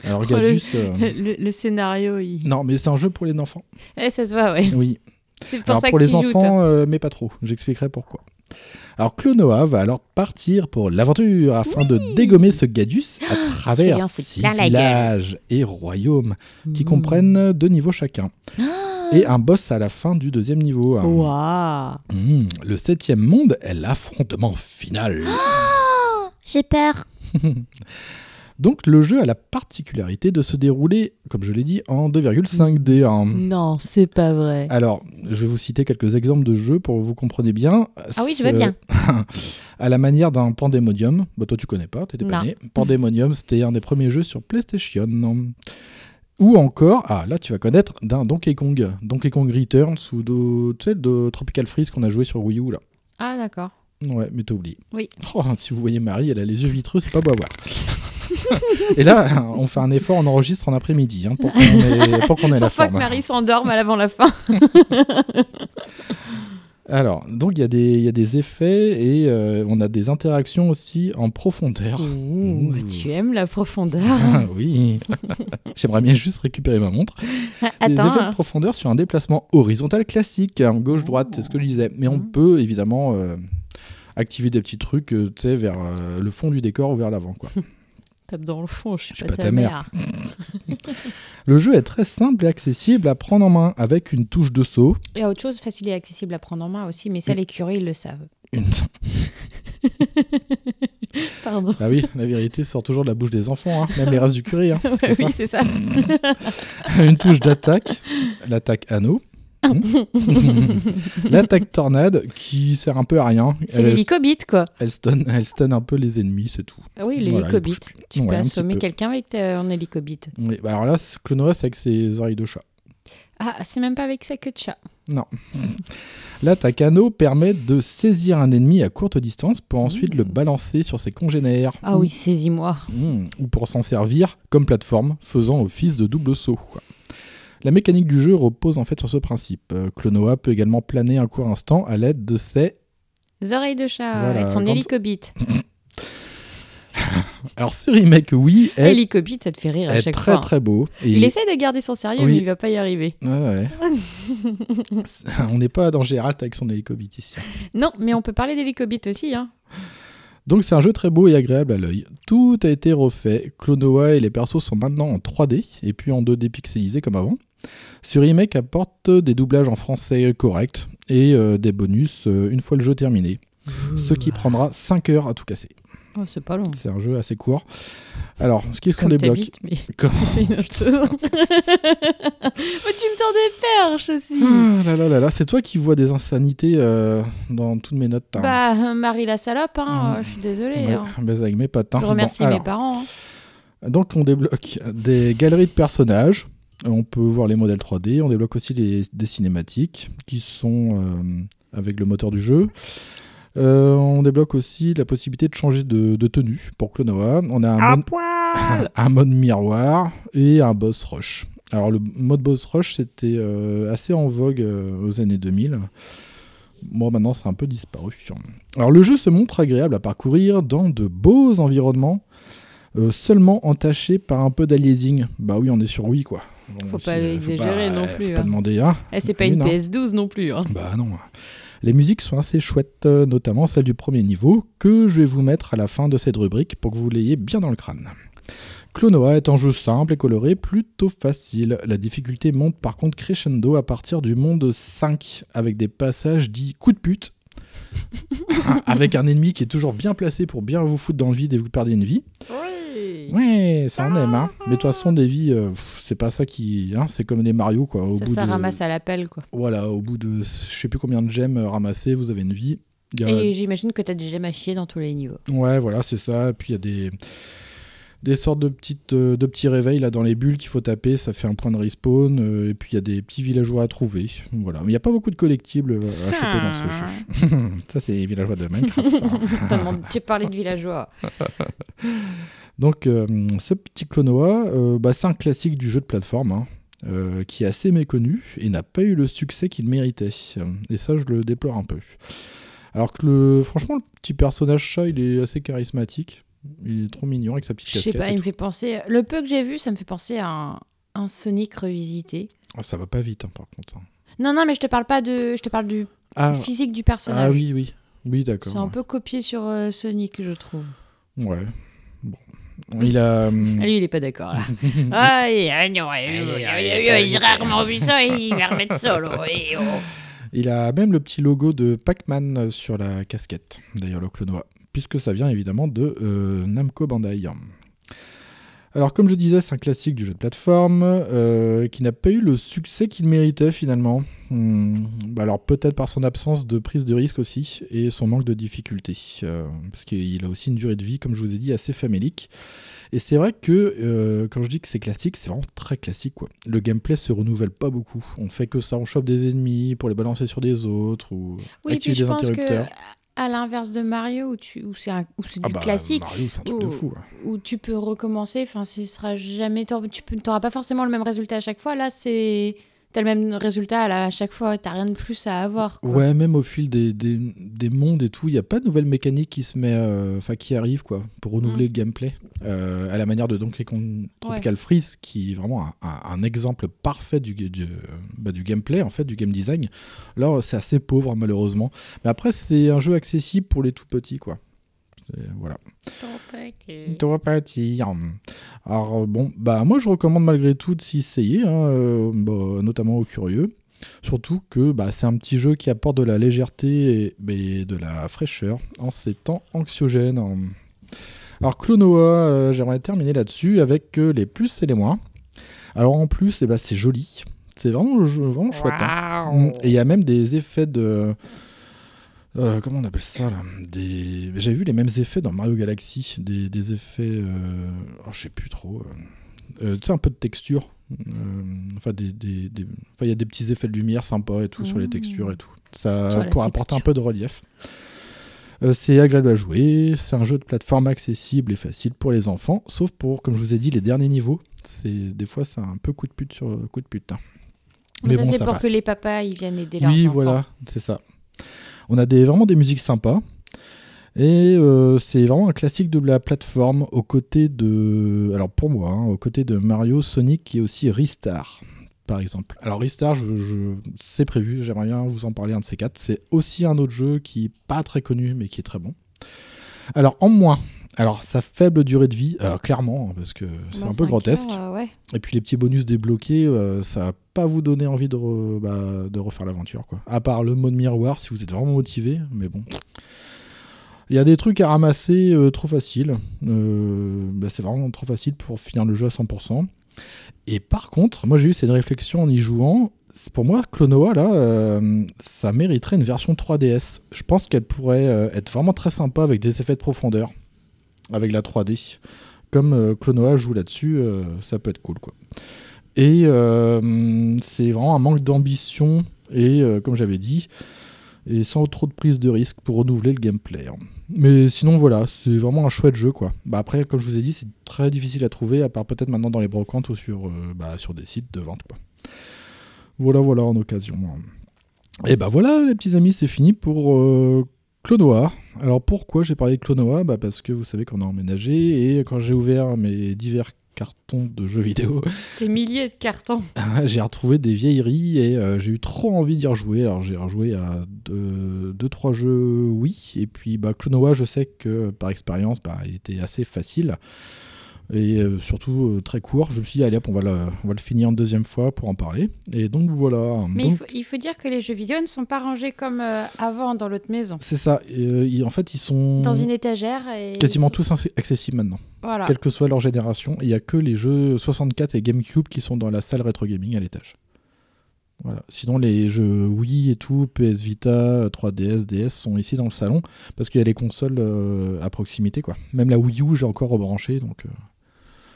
Alors
Oh, le-
Gadius... euh,
Le, le scénario, il.
Non, mais c'est un jeu pour les enfants.
Eh, ça se voit, ouais.
Oui.
C'est pour
Alors
ça
pour
que
les
tu joues, toi.
enfants, euh, mais pas trop. J'expliquerai pourquoi. Alors Clonoa va alors partir pour l'aventure afin de dégommer ce Gadius
Ah,
à
je lui en
travers
fous
six
plein la gueule.
villages et royaumes qui
Mmh.
comprennent deux niveaux chacun.
Ah.
Et un boss à la fin du deuxième niveau. hein.
Waouh
Mmh, le septième
Oh,
monde est l'affrontement final.
J'ai peur.
Donc le jeu a la particularité de se dérouler, comme je l'ai dit, en 2,5D. hein.
Non, c'est pas vrai.
Alors, je vais vous citer quelques exemples de jeux pour que vous compreniez bien.
Ah oui,
Ce-
je veux bien.
à la manière d'un Pandemonium. Bah, toi, tu connais pas, t'étais pas
Non.
né. Pandemonium, c'était un des premiers jeux sur PlayStation. Ou encore, ah là, tu vas connaître, d'un Donkey Kong. Donkey Kong Returns ou de, tu sais, de Tropical Freeze qu'on a joué sur Wii U, là.
Ah, d'accord.
Ouais, mais t'as oublié.
Oui.
Oh, si vous voyez Marie, elle a les yeux vitreux, c'est pas beau à voir. Et là, on fait un effort, on enregistre en après-midi hein, pour qu'on ait, pour qu'on ait la
Faut pas que
forme.
Marie s'endorme à l'avant la fin.
Alors, donc il y, a des- il y a des effets et euh, on a des interactions aussi en profondeur.
Ouh,
Ouh.
tu aimes la profondeur.
Ah oui, j'aimerais bien juste récupérer ma montre. des effets
Attends. hein. Oh.
de profondeur sur un déplacement horizontal classique, hein, gauche-droite, c'est ce que je disais. Mais on
Mmh.
peut évidemment euh, activer des petits trucs, euh, tu sais, vers euh, le fond du décor ou vers l'avant, quoi.
Tape dans le fond, je suis
suis pas ta mère. Le jeu est très simple et accessible à prendre en main avec une touche de saut,
Il y a autre chose facile et accessible à prendre en main aussi, mais ça, les curés, ils le savent.
une-
Pardon.
Ah oui, la vérité sort toujours de la bouche des enfants, hein, même les races du curé. hein, c'est ça.
oui, c'est ça.
Une touche d'attaque, l'attaque anneau. Hmm. l'attaque tornade qui sert un peu à rien.
C'est
Elle,
l'hélicobite, quoi.
elle, stun, elle stun un peu les ennemis, c'est tout.
Ah
Voilà,
Oui,
il
l'hélicobite.
bouge plus.
tu
Ouais,
peux
un petit
assommer
peu.
quelqu'un avec ta- en hélicobite.
Oui, bah alors là, c'est- Clonoa, c'est avec ses oreilles de chat.
Ah, c'est même pas avec sa queue de chat.
L'attaque anneau permet de saisir un ennemi à courte distance pour ensuite le balancer sur ses congénères.
Mmh. Ah oui, saisis-moi.
Hmm, ou pour s'en servir comme plateforme, faisant office de double saut. quoi. La mécanique du jeu repose en fait sur ce principe. Euh, Clonoa peut également planer un court instant à l'aide de ses...
Les oreilles de chat
Voilà,
et de son
quand-
hélicobite.
Alors ce remake, oui, est,
Hélicobite, ça te fait rire à
est Eh,
chaque
très
fois. hein.
très beau. Et-
Il essaie de garder son sérieux,
Oui.
mais il va pas y arriver.
Ouais, ouais. C'est- On n'est pas dans Gérald avec son hélicobite ici.
Non, mais on peut parler d'hélicobite aussi. Hein.
Donc c'est un jeu très beau et agréable à l'œil. Tout a été refait. Clonoa et les persos sont maintenant en 3D et puis en 2D pixelisé comme avant. Ce remake apporte des doublages en français corrects et euh, des bonus euh, une fois le jeu terminé. Ce qui prendra 5 heures à tout casser.
Oh, c'est pas long.
C'est un jeu assez court. Alors, ce qui est-ce qu'on
Comme ta
débloque
bite, mais
Comme-
ça, c'est une autre chose. Oh, tu me tends des perches aussi.
Ah là là là là, c'est toi qui vois des insanités euh, dans toutes mes notes. hein.
Bah, euh, Marie la salope, hein,
Mm.
euh, je suis désolée.
Ouais,
hein.
mais avec mes potes. hein.
Je
Bon,
remercie
alors.
mes parents. hein.
Donc on débloque des galeries de personnages. Euh, On peut voir les modèles 3D. On débloque aussi les, des cinématiques qui sont euh, avec le moteur du jeu. Euh, on débloque aussi la possibilité de changer de, de tenue pour Clonoa. On a un,
Ah,
mode, un mode miroir et un boss rush. Alors le mode boss rush c'était euh, assez en vogue euh, aux années 2000. Moi maintenant c'est un peu disparu. Alors le jeu se montre agréable à parcourir dans de beaux environnements euh, seulement entaché par un peu d'aliasing. Bah oui, on est sur Wii, quoi. Bon,
Faut
si,
pas
euh,
exagérer non
Faut
plus,
pas
hein.
demander, hein.
Eh, c'est pas
Oui,
une
non.
PS12 non plus. hein.
Bah non. Les musiques sont assez chouettes, euh, notamment celle du premier niveau, que je vais vous mettre à la fin de cette rubrique pour que vous l'ayez bien dans le crâne. Clonoa est un jeu simple et coloré, plutôt facile. La difficulté monte par contre crescendo à partir du monde 5, avec des passages dits coup de pute, avec un ennemi qui est toujours bien placé pour bien vous foutre dans le vide et vous perdez une vie. Ouais, ça on aime, hein. Mais de toute façon, des vies, euh, pff, c'est pas ça qui. hein, c'est comme les Mario, quoi. Au
Ça,
bout
ça
de,
ramasse à l'appel, quoi.
Voilà, au bout de je sais plus combien de gemmes euh, ramassées, vous avez une vie. Il y a-
Et j'imagine que t'as déjà ma chier dans tous les niveaux.
Ouais, voilà, c'est ça. Et puis il y a des. Des sortes de, petites, euh, de petits réveils là dans les bulles qu'il faut taper, ça fait un point de respawn, euh, et puis il y a des petits villageois à trouver. Voilà. Mais il n'y a pas beaucoup de collectibles euh, à choper dans ce jeu. ça, c'est les villageois de Minecraft. hein. ça.
T'as demandé- Tu parlais de villageois.
Donc, euh, ce petit Clonoa, euh, bah, c'est un classique du jeu de plateforme, hein, euh, qui est assez méconnu et n'a pas eu le succès qu'il méritait. Et ça, je le déplore un peu. Alors que, le, franchement, le petit personnage chat, il est assez charismatique. Il est trop mignon avec sa petite
Je
casquette.
sais pas,
et
il me
tout.
fait penser. Le peu que j'ai vu, ça me fait penser à un, un Sonic revisité.
Ah, ça va pas vite, hein, par contre. hein.
Non, non, mais je te parle pas de. Je te parle du
Ah,
physique du
ah
personnage.
oui, oui. Oui, d'accord. Ah,
C'est un peu copié sur euh, Sonic, je trouve.
Ouais. Bon. Il a. hum,
Ah, lui, il est pas d'accord, là. ah, il- ah, non, ah, oui, oui, oui, oui, oui, j'ai rarement vu ça, il va remettre solo. oui, oh.
Il a même le petit logo de Pac-Man sur la casquette, d'ailleurs le clonois, puisque ça vient évidemment de euh, Namco Bandai. Alors, comme je disais, c'est un classique du jeu de plateforme euh, qui n'a pas eu le succès qu'il méritait finalement. Hmm, bah alors, peut-être par son absence de prise de risque aussi et son manque de difficulté. euh, parce qu'il a aussi une durée de vie, comme je vous ai dit, assez famélique. Et c'est vrai que euh, quand je dis que c'est classique, c'est vraiment très classique. Quoi. Le gameplay se renouvelle pas beaucoup. On fait que ça, on chope des ennemis pour les balancer sur des autres ou
Oui,
activer
puis je
des
pense que
interrupteurs.
à l'inverse de Mario, où, tu- où c'est un- où c'est
Ah
du
bah,
classique,
Mario, c'est un truc de
Ouh.
fou. hein.
où tu peux recommencer, enfin, ce sera jamais, t'auras- tu n'auras pas forcément le même résultat à chaque fois. Là, c'est t'as le même résultat à, la- à chaque fois, t'as rien de plus à avoir. quoi.
Ouais, même au fil des, des- des mondes et tout, il n'y a pas de nouvelle mécanique qui se met, euh, enfin qui arrive quoi, pour renouveler le gameplay. Euh, à la manière de Donkey Kong Tropical Freeze, qui est vraiment un, un- un exemple parfait du, du, bah, du gameplay en fait, du game design. Là, c'est assez pauvre hein, malheureusement. Mais après, c'est un jeu accessible pour les tout petits quoi. C'est- Voilà. Tout petit. hein. Alors euh, bon, bah moi je recommande malgré tout de s'y essayer, hein, euh, bah, notamment aux curieux. Surtout que bah, c'est un petit jeu qui apporte de la légèreté et, mais de la fraîcheur en ces temps anxiogènes. hein. Alors Clonoa, euh, j'aimerais terminer là-dessus avec euh, les plus et les moins. Alors en plus, eh bah, c'est joli. C'est vraiment, le jeu- vraiment chouette. hein. Mm. Et il y a même des effets de... euh, comment on appelle ça là des... J'avais vu les mêmes effets dans Mario Galaxy. Des, des effets... euh, oh, je sais plus trop. euh, euh, tu sais, un peu de texture. euh, Enfin, des, des- des- enfin, il y a des petits effets de lumière sympas et tout sur les
Mm.
textures et tout.
C'est toi,
Ça,
la
pour apporter un
texture.
peu de relief. Euh, c'est agréable à jouer, c'est un jeu de plateforme accessible et facile pour les enfants, sauf pour, comme je vous ai dit, les derniers niveaux. C'est Des fois, c'est un peu coup de pute sur coup de pute. hein.
Mais ça, c'est pour
passe.
que les papas ils viennent aider leurs
Oui,
enfants.
voilà, c'est ça. On a des, vraiment des musiques sympas. Et euh, c'est vraiment un classique de la plateforme aux côtés de. Alors pour moi, hein, aux côtés de Mario, Sonic et aussi Ristar, par exemple. Alors Ristar, je, je- c'est prévu, j'aimerais bien vous en parler un de ces quatre. C'est aussi un autre jeu qui est pas très connu mais qui est très bon. Alors en moins, alors sa faible durée de vie, euh, clairement, hein, parce que c'est
Bah,
un peu
heures,
grotesque.
euh, ouais.
Et puis les petits bonus débloqués, euh, ça va pas vous donner envie de, re- bah, de refaire l'aventure, quoi. À part le mode miroir, si vous êtes vraiment motivé, mais bon. Il y a des trucs à ramasser euh, trop faciles. Euh, bah, c'est vraiment trop facile pour finir le jeu à 100%. Et par contre, moi j'ai eu cette réflexion en y jouant. C'est- Pour moi, Clonoa, là, euh, ça mériterait une version 3DS. Je pense qu'elle pourrait euh, être vraiment très sympa avec des effets de profondeur, avec la 3D. Comme euh, Clonoa joue là-dessus, euh, ça peut être cool, quoi. Et euh, c'est vraiment un manque d'ambition et, euh, comme j'avais dit, et sans trop de prise de risque pour renouveler le gameplay. hein. Mais sinon, voilà, c'est vraiment un chouette jeu, quoi. Bah après, comme je vous ai dit, c'est très difficile à trouver, à part peut-être maintenant dans les brocantes ou sur, euh, bah, sur des sites de vente, quoi. Voilà, voilà, en occasion. hein. Et bah voilà, les petits amis, c'est fini pour euh, Clonoa. Alors pourquoi j'ai parlé de Clonoa bah Parce que vous savez qu'on a emménagé, et quand j'ai ouvert mes divers cartons de jeux vidéo,
Des milliers de cartons.
ah, j'ai retrouvé des vieilleries et euh, j'ai eu trop envie d'y rejouer. Alors j'ai rejoué à 2 deux, trois jeux, oui. Et puis bah, Clonoa, je sais que par expérience, bah, il était assez facile et euh, surtout euh, très court. Je me suis dit, allez hop, on va, le, on va le finir une deuxième fois pour en parler. Et donc voilà.
Mais
Donc,
il, faut, il faut dire que les jeux vidéo ne sont pas rangés comme euh, avant dans l'autre maison.
C'est ça. Et, euh, ils- en fait, ils sont
Dans une étagère. Et
quasiment
ils-
tous ac- accessibles maintenant,
Voilà.
quelle que soit leur génération. Il n'y a que les jeux 64 et GameCube qui sont dans la salle rétro gaming à l'étage. Voilà. Sinon, les jeux Wii et tout, PS Vita, 3DS, DS sont ici dans le salon parce qu'il y a les consoles euh, à proximité. quoi. Même la Wii U, j'ai encore rebranché. Donc, euh,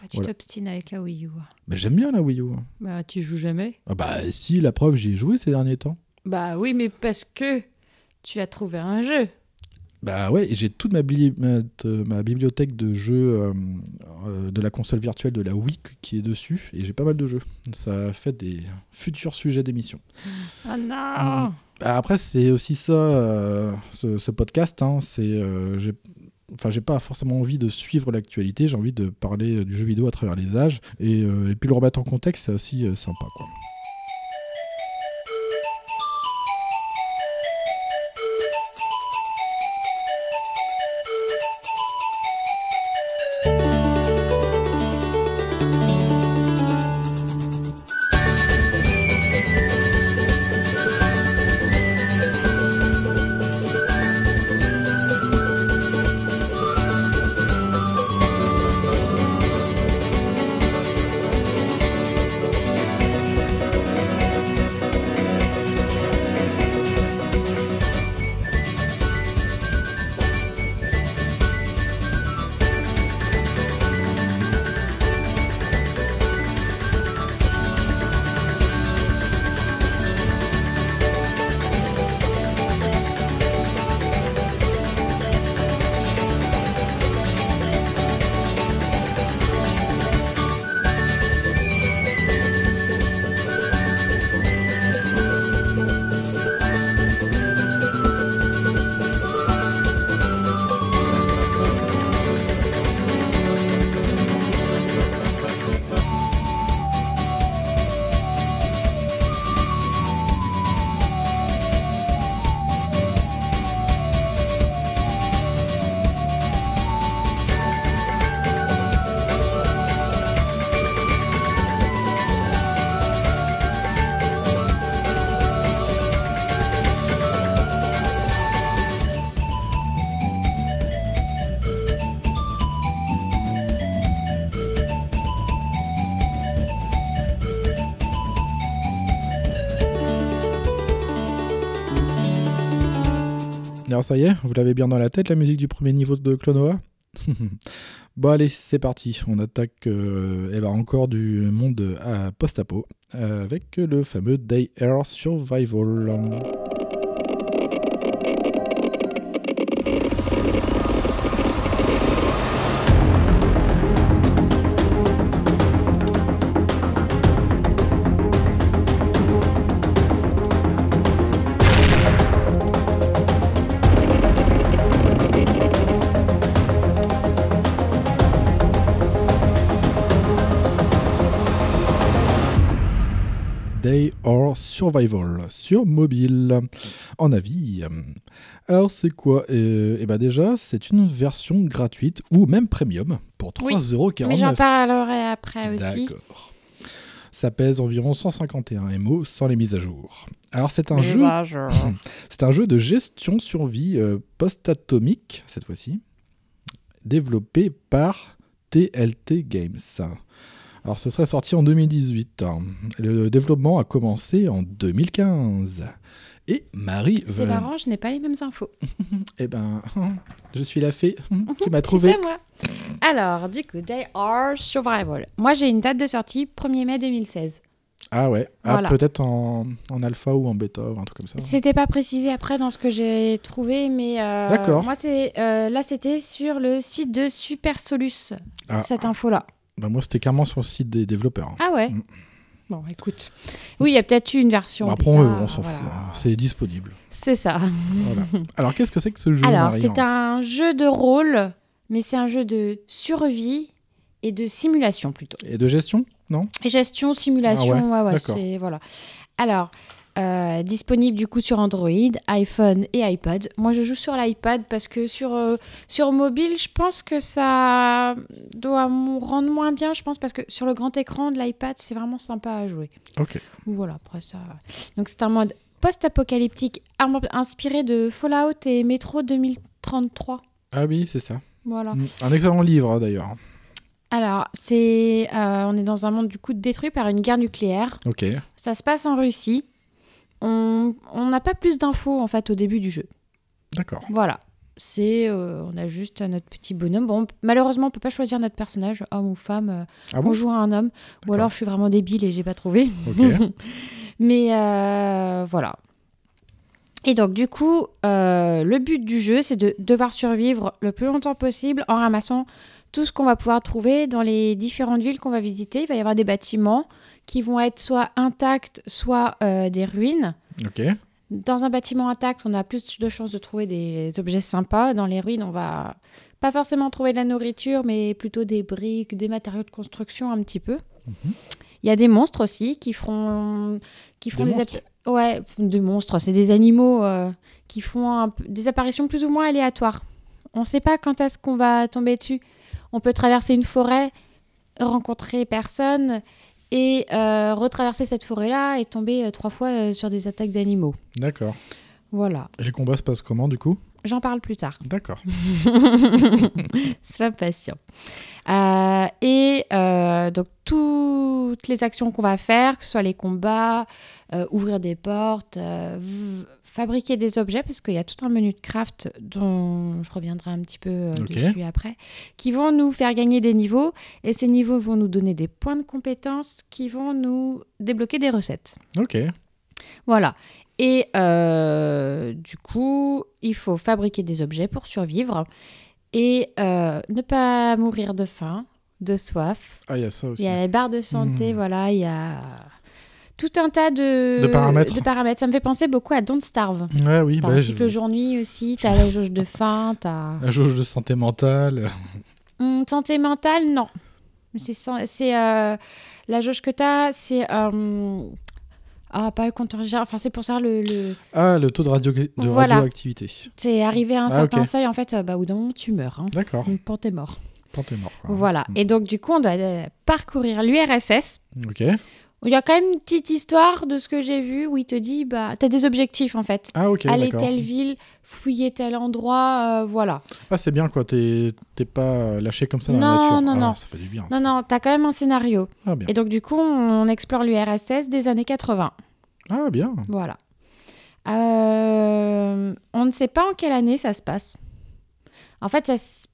Ah, tu
voilà.
t'obstines avec la Wii U. hein.
Mais j'aime bien la Wii U. hein.
Bah, tu joues jamais
Ah bah si, la preuve, j'y ai joué ces derniers temps.
Bah oui, mais parce que tu as trouvé un jeu.
Bah ouais, et j'ai toute ma, bili- ma- t- ma bibliothèque de jeux euh, euh, de la console virtuelle de la Wii qui est dessus et j'ai pas mal de jeux. Ça fait des futurs sujets d'émission.
Oh non
Bah, Après, c'est aussi ça, euh, ce, ce podcast. hein, c'est, euh, j'ai- enfin, j'ai pas forcément envie de suivre l'actualité. J'ai envie de parler euh, du jeu vidéo à travers les âges et, euh, et puis le remettre en contexte, c'est aussi euh, sympa, quoi. Alors ça y est, vous l'avez bien dans la tête la musique du premier niveau de Clonoa Bon allez, c'est parti, on attaque euh, eh ben, encore du monde à post-apo euh, avec le fameux Day Air Survival. Day or Survival sur mobile en avis. Alors c'est quoi Euh, Eh ben déjà, c'est une version gratuite ou même premium pour
Oui,
3,49€.
Mais j'en parlerai après aussi.
D'accord. Ça pèse environ 151 MO sans les mises à jour. Alors c'est un
Mais
jeu,
ça, je-
c'est un jeu de gestion survie euh, post-atomique cette fois-ci, développé par TLT Games. Alors ce serait sorti en 2018. hein. Le développement a commencé en 2015. Et Marie
C'est
Van-
marrant, je n'ai pas les mêmes infos.
Eh ben, hein, je suis la fée hein,
Mhm.
qui m'a trouvé.
C'est pas moi. Alors, du coup, They Are Survival. Moi, j'ai une date de sortie 1er mai 2016.
Ah ouais, Ah,
Voilà.
peut-être en, en alpha ou en bêta ou un truc comme ça.
C'était pas précisé après dans ce que j'ai trouvé, mais euh,
D'accord.
moi, c'est euh, là, c'était sur le site de Super Solus,
Ah.
cette info-là.
Bah, moi, c'était carrément sur le site des développeurs.
Ah ouais
Mm.
Bon, écoute. Oui, il y a peut-être eu une version.
Bon, après,
bêta,
on, on s'en
voilà.
fout. hein. C'est disponible.
C'est ça.
Voilà. Alors, qu'est-ce que c'est que ce jeu
Alors,
Marie,
c'est
hein
un jeu de rôle, mais c'est un jeu de survie et de simulation plutôt.
Et de gestion Non
Gestion, simulation,
Ah ouais,
ouais, ouais,
d'accord.
c'est voilà. Alors, euh, disponible du coup sur Android, iPhone et iPad. Moi, je joue sur l'iPad parce que sur euh, sur mobile, je pense que ça doit me rendre moins bien, je pense, parce que sur le grand écran de l'iPad, c'est vraiment sympa à jouer.
Ok.
Voilà, après ça. Donc, c'est un mode post-apocalyptique arm- inspiré de Fallout et Metro 2033.
Ah oui, c'est ça.
Voilà.
Mm. Un excellent livre, hein, d'ailleurs.
Alors, c'est, euh, on est dans un monde du coup détruit par une guerre nucléaire.
Ok.
Ça se passe en Russie. On on n'a pas plus d'infos en fait au début du jeu.
D'accord.
Voilà. C'est, euh, on a juste notre petit bonhomme. Bon, on- malheureusement, on peut pas choisir notre personnage, homme ou femme. euh,
Ah bon
on joue à un homme. Ou
D'accord.
alors, je suis vraiment débile et j'ai pas trouvé.
Ok.
Mais euh, voilà. Et donc, du coup, euh, le but du jeu, c'est de devoir survivre le plus longtemps possible en ramassant tout ce qu'on va pouvoir trouver dans les différentes villes qu'on va visiter. Il va y avoir des bâtiments qui vont être soit intacts, soit euh, des ruines.
Ok.
Dans un bâtiment intact, on a plus de chances de trouver des objets sympas. Dans les ruines, on va pas forcément trouver de la nourriture, mais plutôt des briques, des matériaux de construction un petit peu.
Mhm.
Il y a des monstres aussi qui feront, qui feront
Des
des,
monstres
app- ouais, des monstres. C'est des animaux euh, qui font un p- des apparitions plus ou moins aléatoires. On ne sait pas quand est-ce qu'on va tomber dessus. On peut traverser une forêt, rencontrer personne et euh, retraverser cette forêt-là et tomber euh, trois fois euh, sur des attaques d'animaux.
D'accord.
Voilà,
Et les combats se passent comment, du coup
j'en parle plus tard.
D'accord.
Sois patient. Euh, et euh, donc toutes les actions qu'on va faire, que ce soit les combats, euh, ouvrir des portes, euh, v- fabriquer des objets, parce qu'il y a tout un menu de craft dont je reviendrai un petit peu euh,
Ok.
dessus après, qui vont nous faire gagner des niveaux. Et ces niveaux vont nous donner des points de compétences qui vont nous débloquer des recettes.
Ok.
Voilà. Et euh, du coup, il faut fabriquer des objets pour survivre et euh, ne pas mourir de faim, de soif.
Ah, il y a ça
Il
aussi.
y a les barres de santé,
Mm.
voilà, il y a tout un tas de,
De paramètres.
de paramètres. Ça me fait penser beaucoup à Don't Starve.
Ouais, oui.
T'as
bah,
un
je-
cycle jour-nuit aussi, t'as la jauge de faim, t'as...
La jauge de santé mentale.
Hum, santé mentale, non. Mais C'est sans- c'est, euh, la jauge que t'as, c'est... euh, ah, pas le contingent, enfin c'est pour ça le- le...
Ah, le taux de, radio... de
Voilà.
radioactivité.
C'est arrivé à un
Ah,
certain
ok.
seuil, en fait, euh, bah, au bout d'un moment, tu meurs. Hein.
D'accord.
Donc, Quand t'es mort.
Quand t'es mort. quoi. Mm.
Voilà. Et donc, du coup, on doit euh, parcourir l'URSS.
Ok.
Il y a quand même une petite histoire de ce que j'ai vu où il te dit bah, t'as des objectifs, en fait.
Ah, ok.
Aller
D'accord.
telle ville, fouiller tel endroit, euh, voilà.
Ah, c'est bien, quoi. T'es t'es pas lâché comme ça dans la
Non,
nature.
non,
Ah,
non.
Ça fait du bien.
Non, non, t'as quand même un scénario.
Ah, bien.
Et donc, du coup, on explore l'URSS des années 80.
Ah, bien.
Voilà. Euh, on ne sait pas en quelle année ça se passe. En fait, ça, s-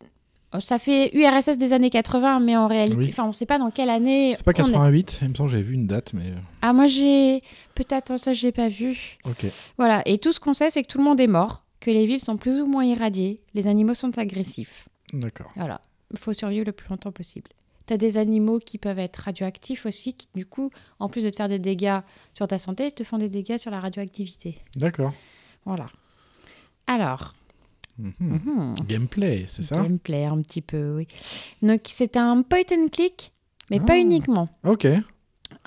ça fait URSS des années 80, mais en réalité,
Oui.
enfin, on ne sait pas dans quelle année.
C'est pas
on est.
88, il me semble, j'avais vu une date, mais. euh,
Ah, moi, j'ai. Peut-être, ça, j'ai pas vu.
Ok.
Voilà, et tout ce qu'on sait, c'est que tout le monde est mort, que les villes sont plus ou moins irradiées, les animaux sont agressifs.
D'accord.
Voilà, il faut survivre le plus longtemps possible. T'as des animaux qui peuvent être radioactifs aussi, qui du coup, en plus de te faire des dégâts sur ta santé, te font des dégâts sur la radioactivité.
D'accord.
Voilà. Alors,
Mhm.
hmm,
Gameplay, c'est ça
gameplay un petit peu, oui. Donc c'est un point and click, mais pas
Ah.
uniquement.
Ok.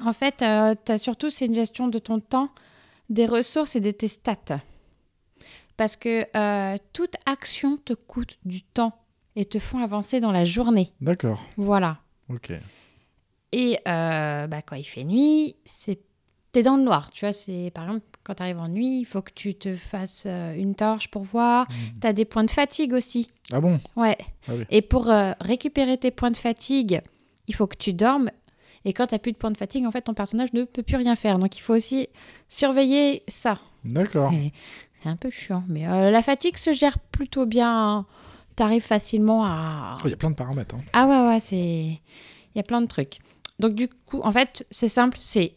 En fait, euh, t'as surtout, c'est une gestion de ton temps, des ressources et de tes stats. Parce que euh, toute action te coûte du temps et te font avancer dans la journée.
D'accord.
Voilà.
Ok.
Et euh, bah, quand il fait nuit, c'est t'es dans le noir, tu vois. C'est par exemple quand t'arrives en nuit, il faut que tu te fasses euh, une torche pour voir.
Mmh.
T'as des points de fatigue aussi,
Ah bon
ouais.
Ah oui.
Et pour euh, récupérer tes points de fatigue, il faut que tu dormes. Et quand t'as plus de points de fatigue, en fait, ton personnage ne peut plus rien faire. Donc il faut aussi surveiller ça.
D'accord. Oh,
C'est- C'est un peu chiant, mais euh, la fatigue se gère plutôt bien. T'arrives facilement à
Oh, Il y a plein de paramètres. hein.
ah ouais, ouais, c'est. Il y a plein de trucs. Donc, du coup, en fait, c'est simple c'est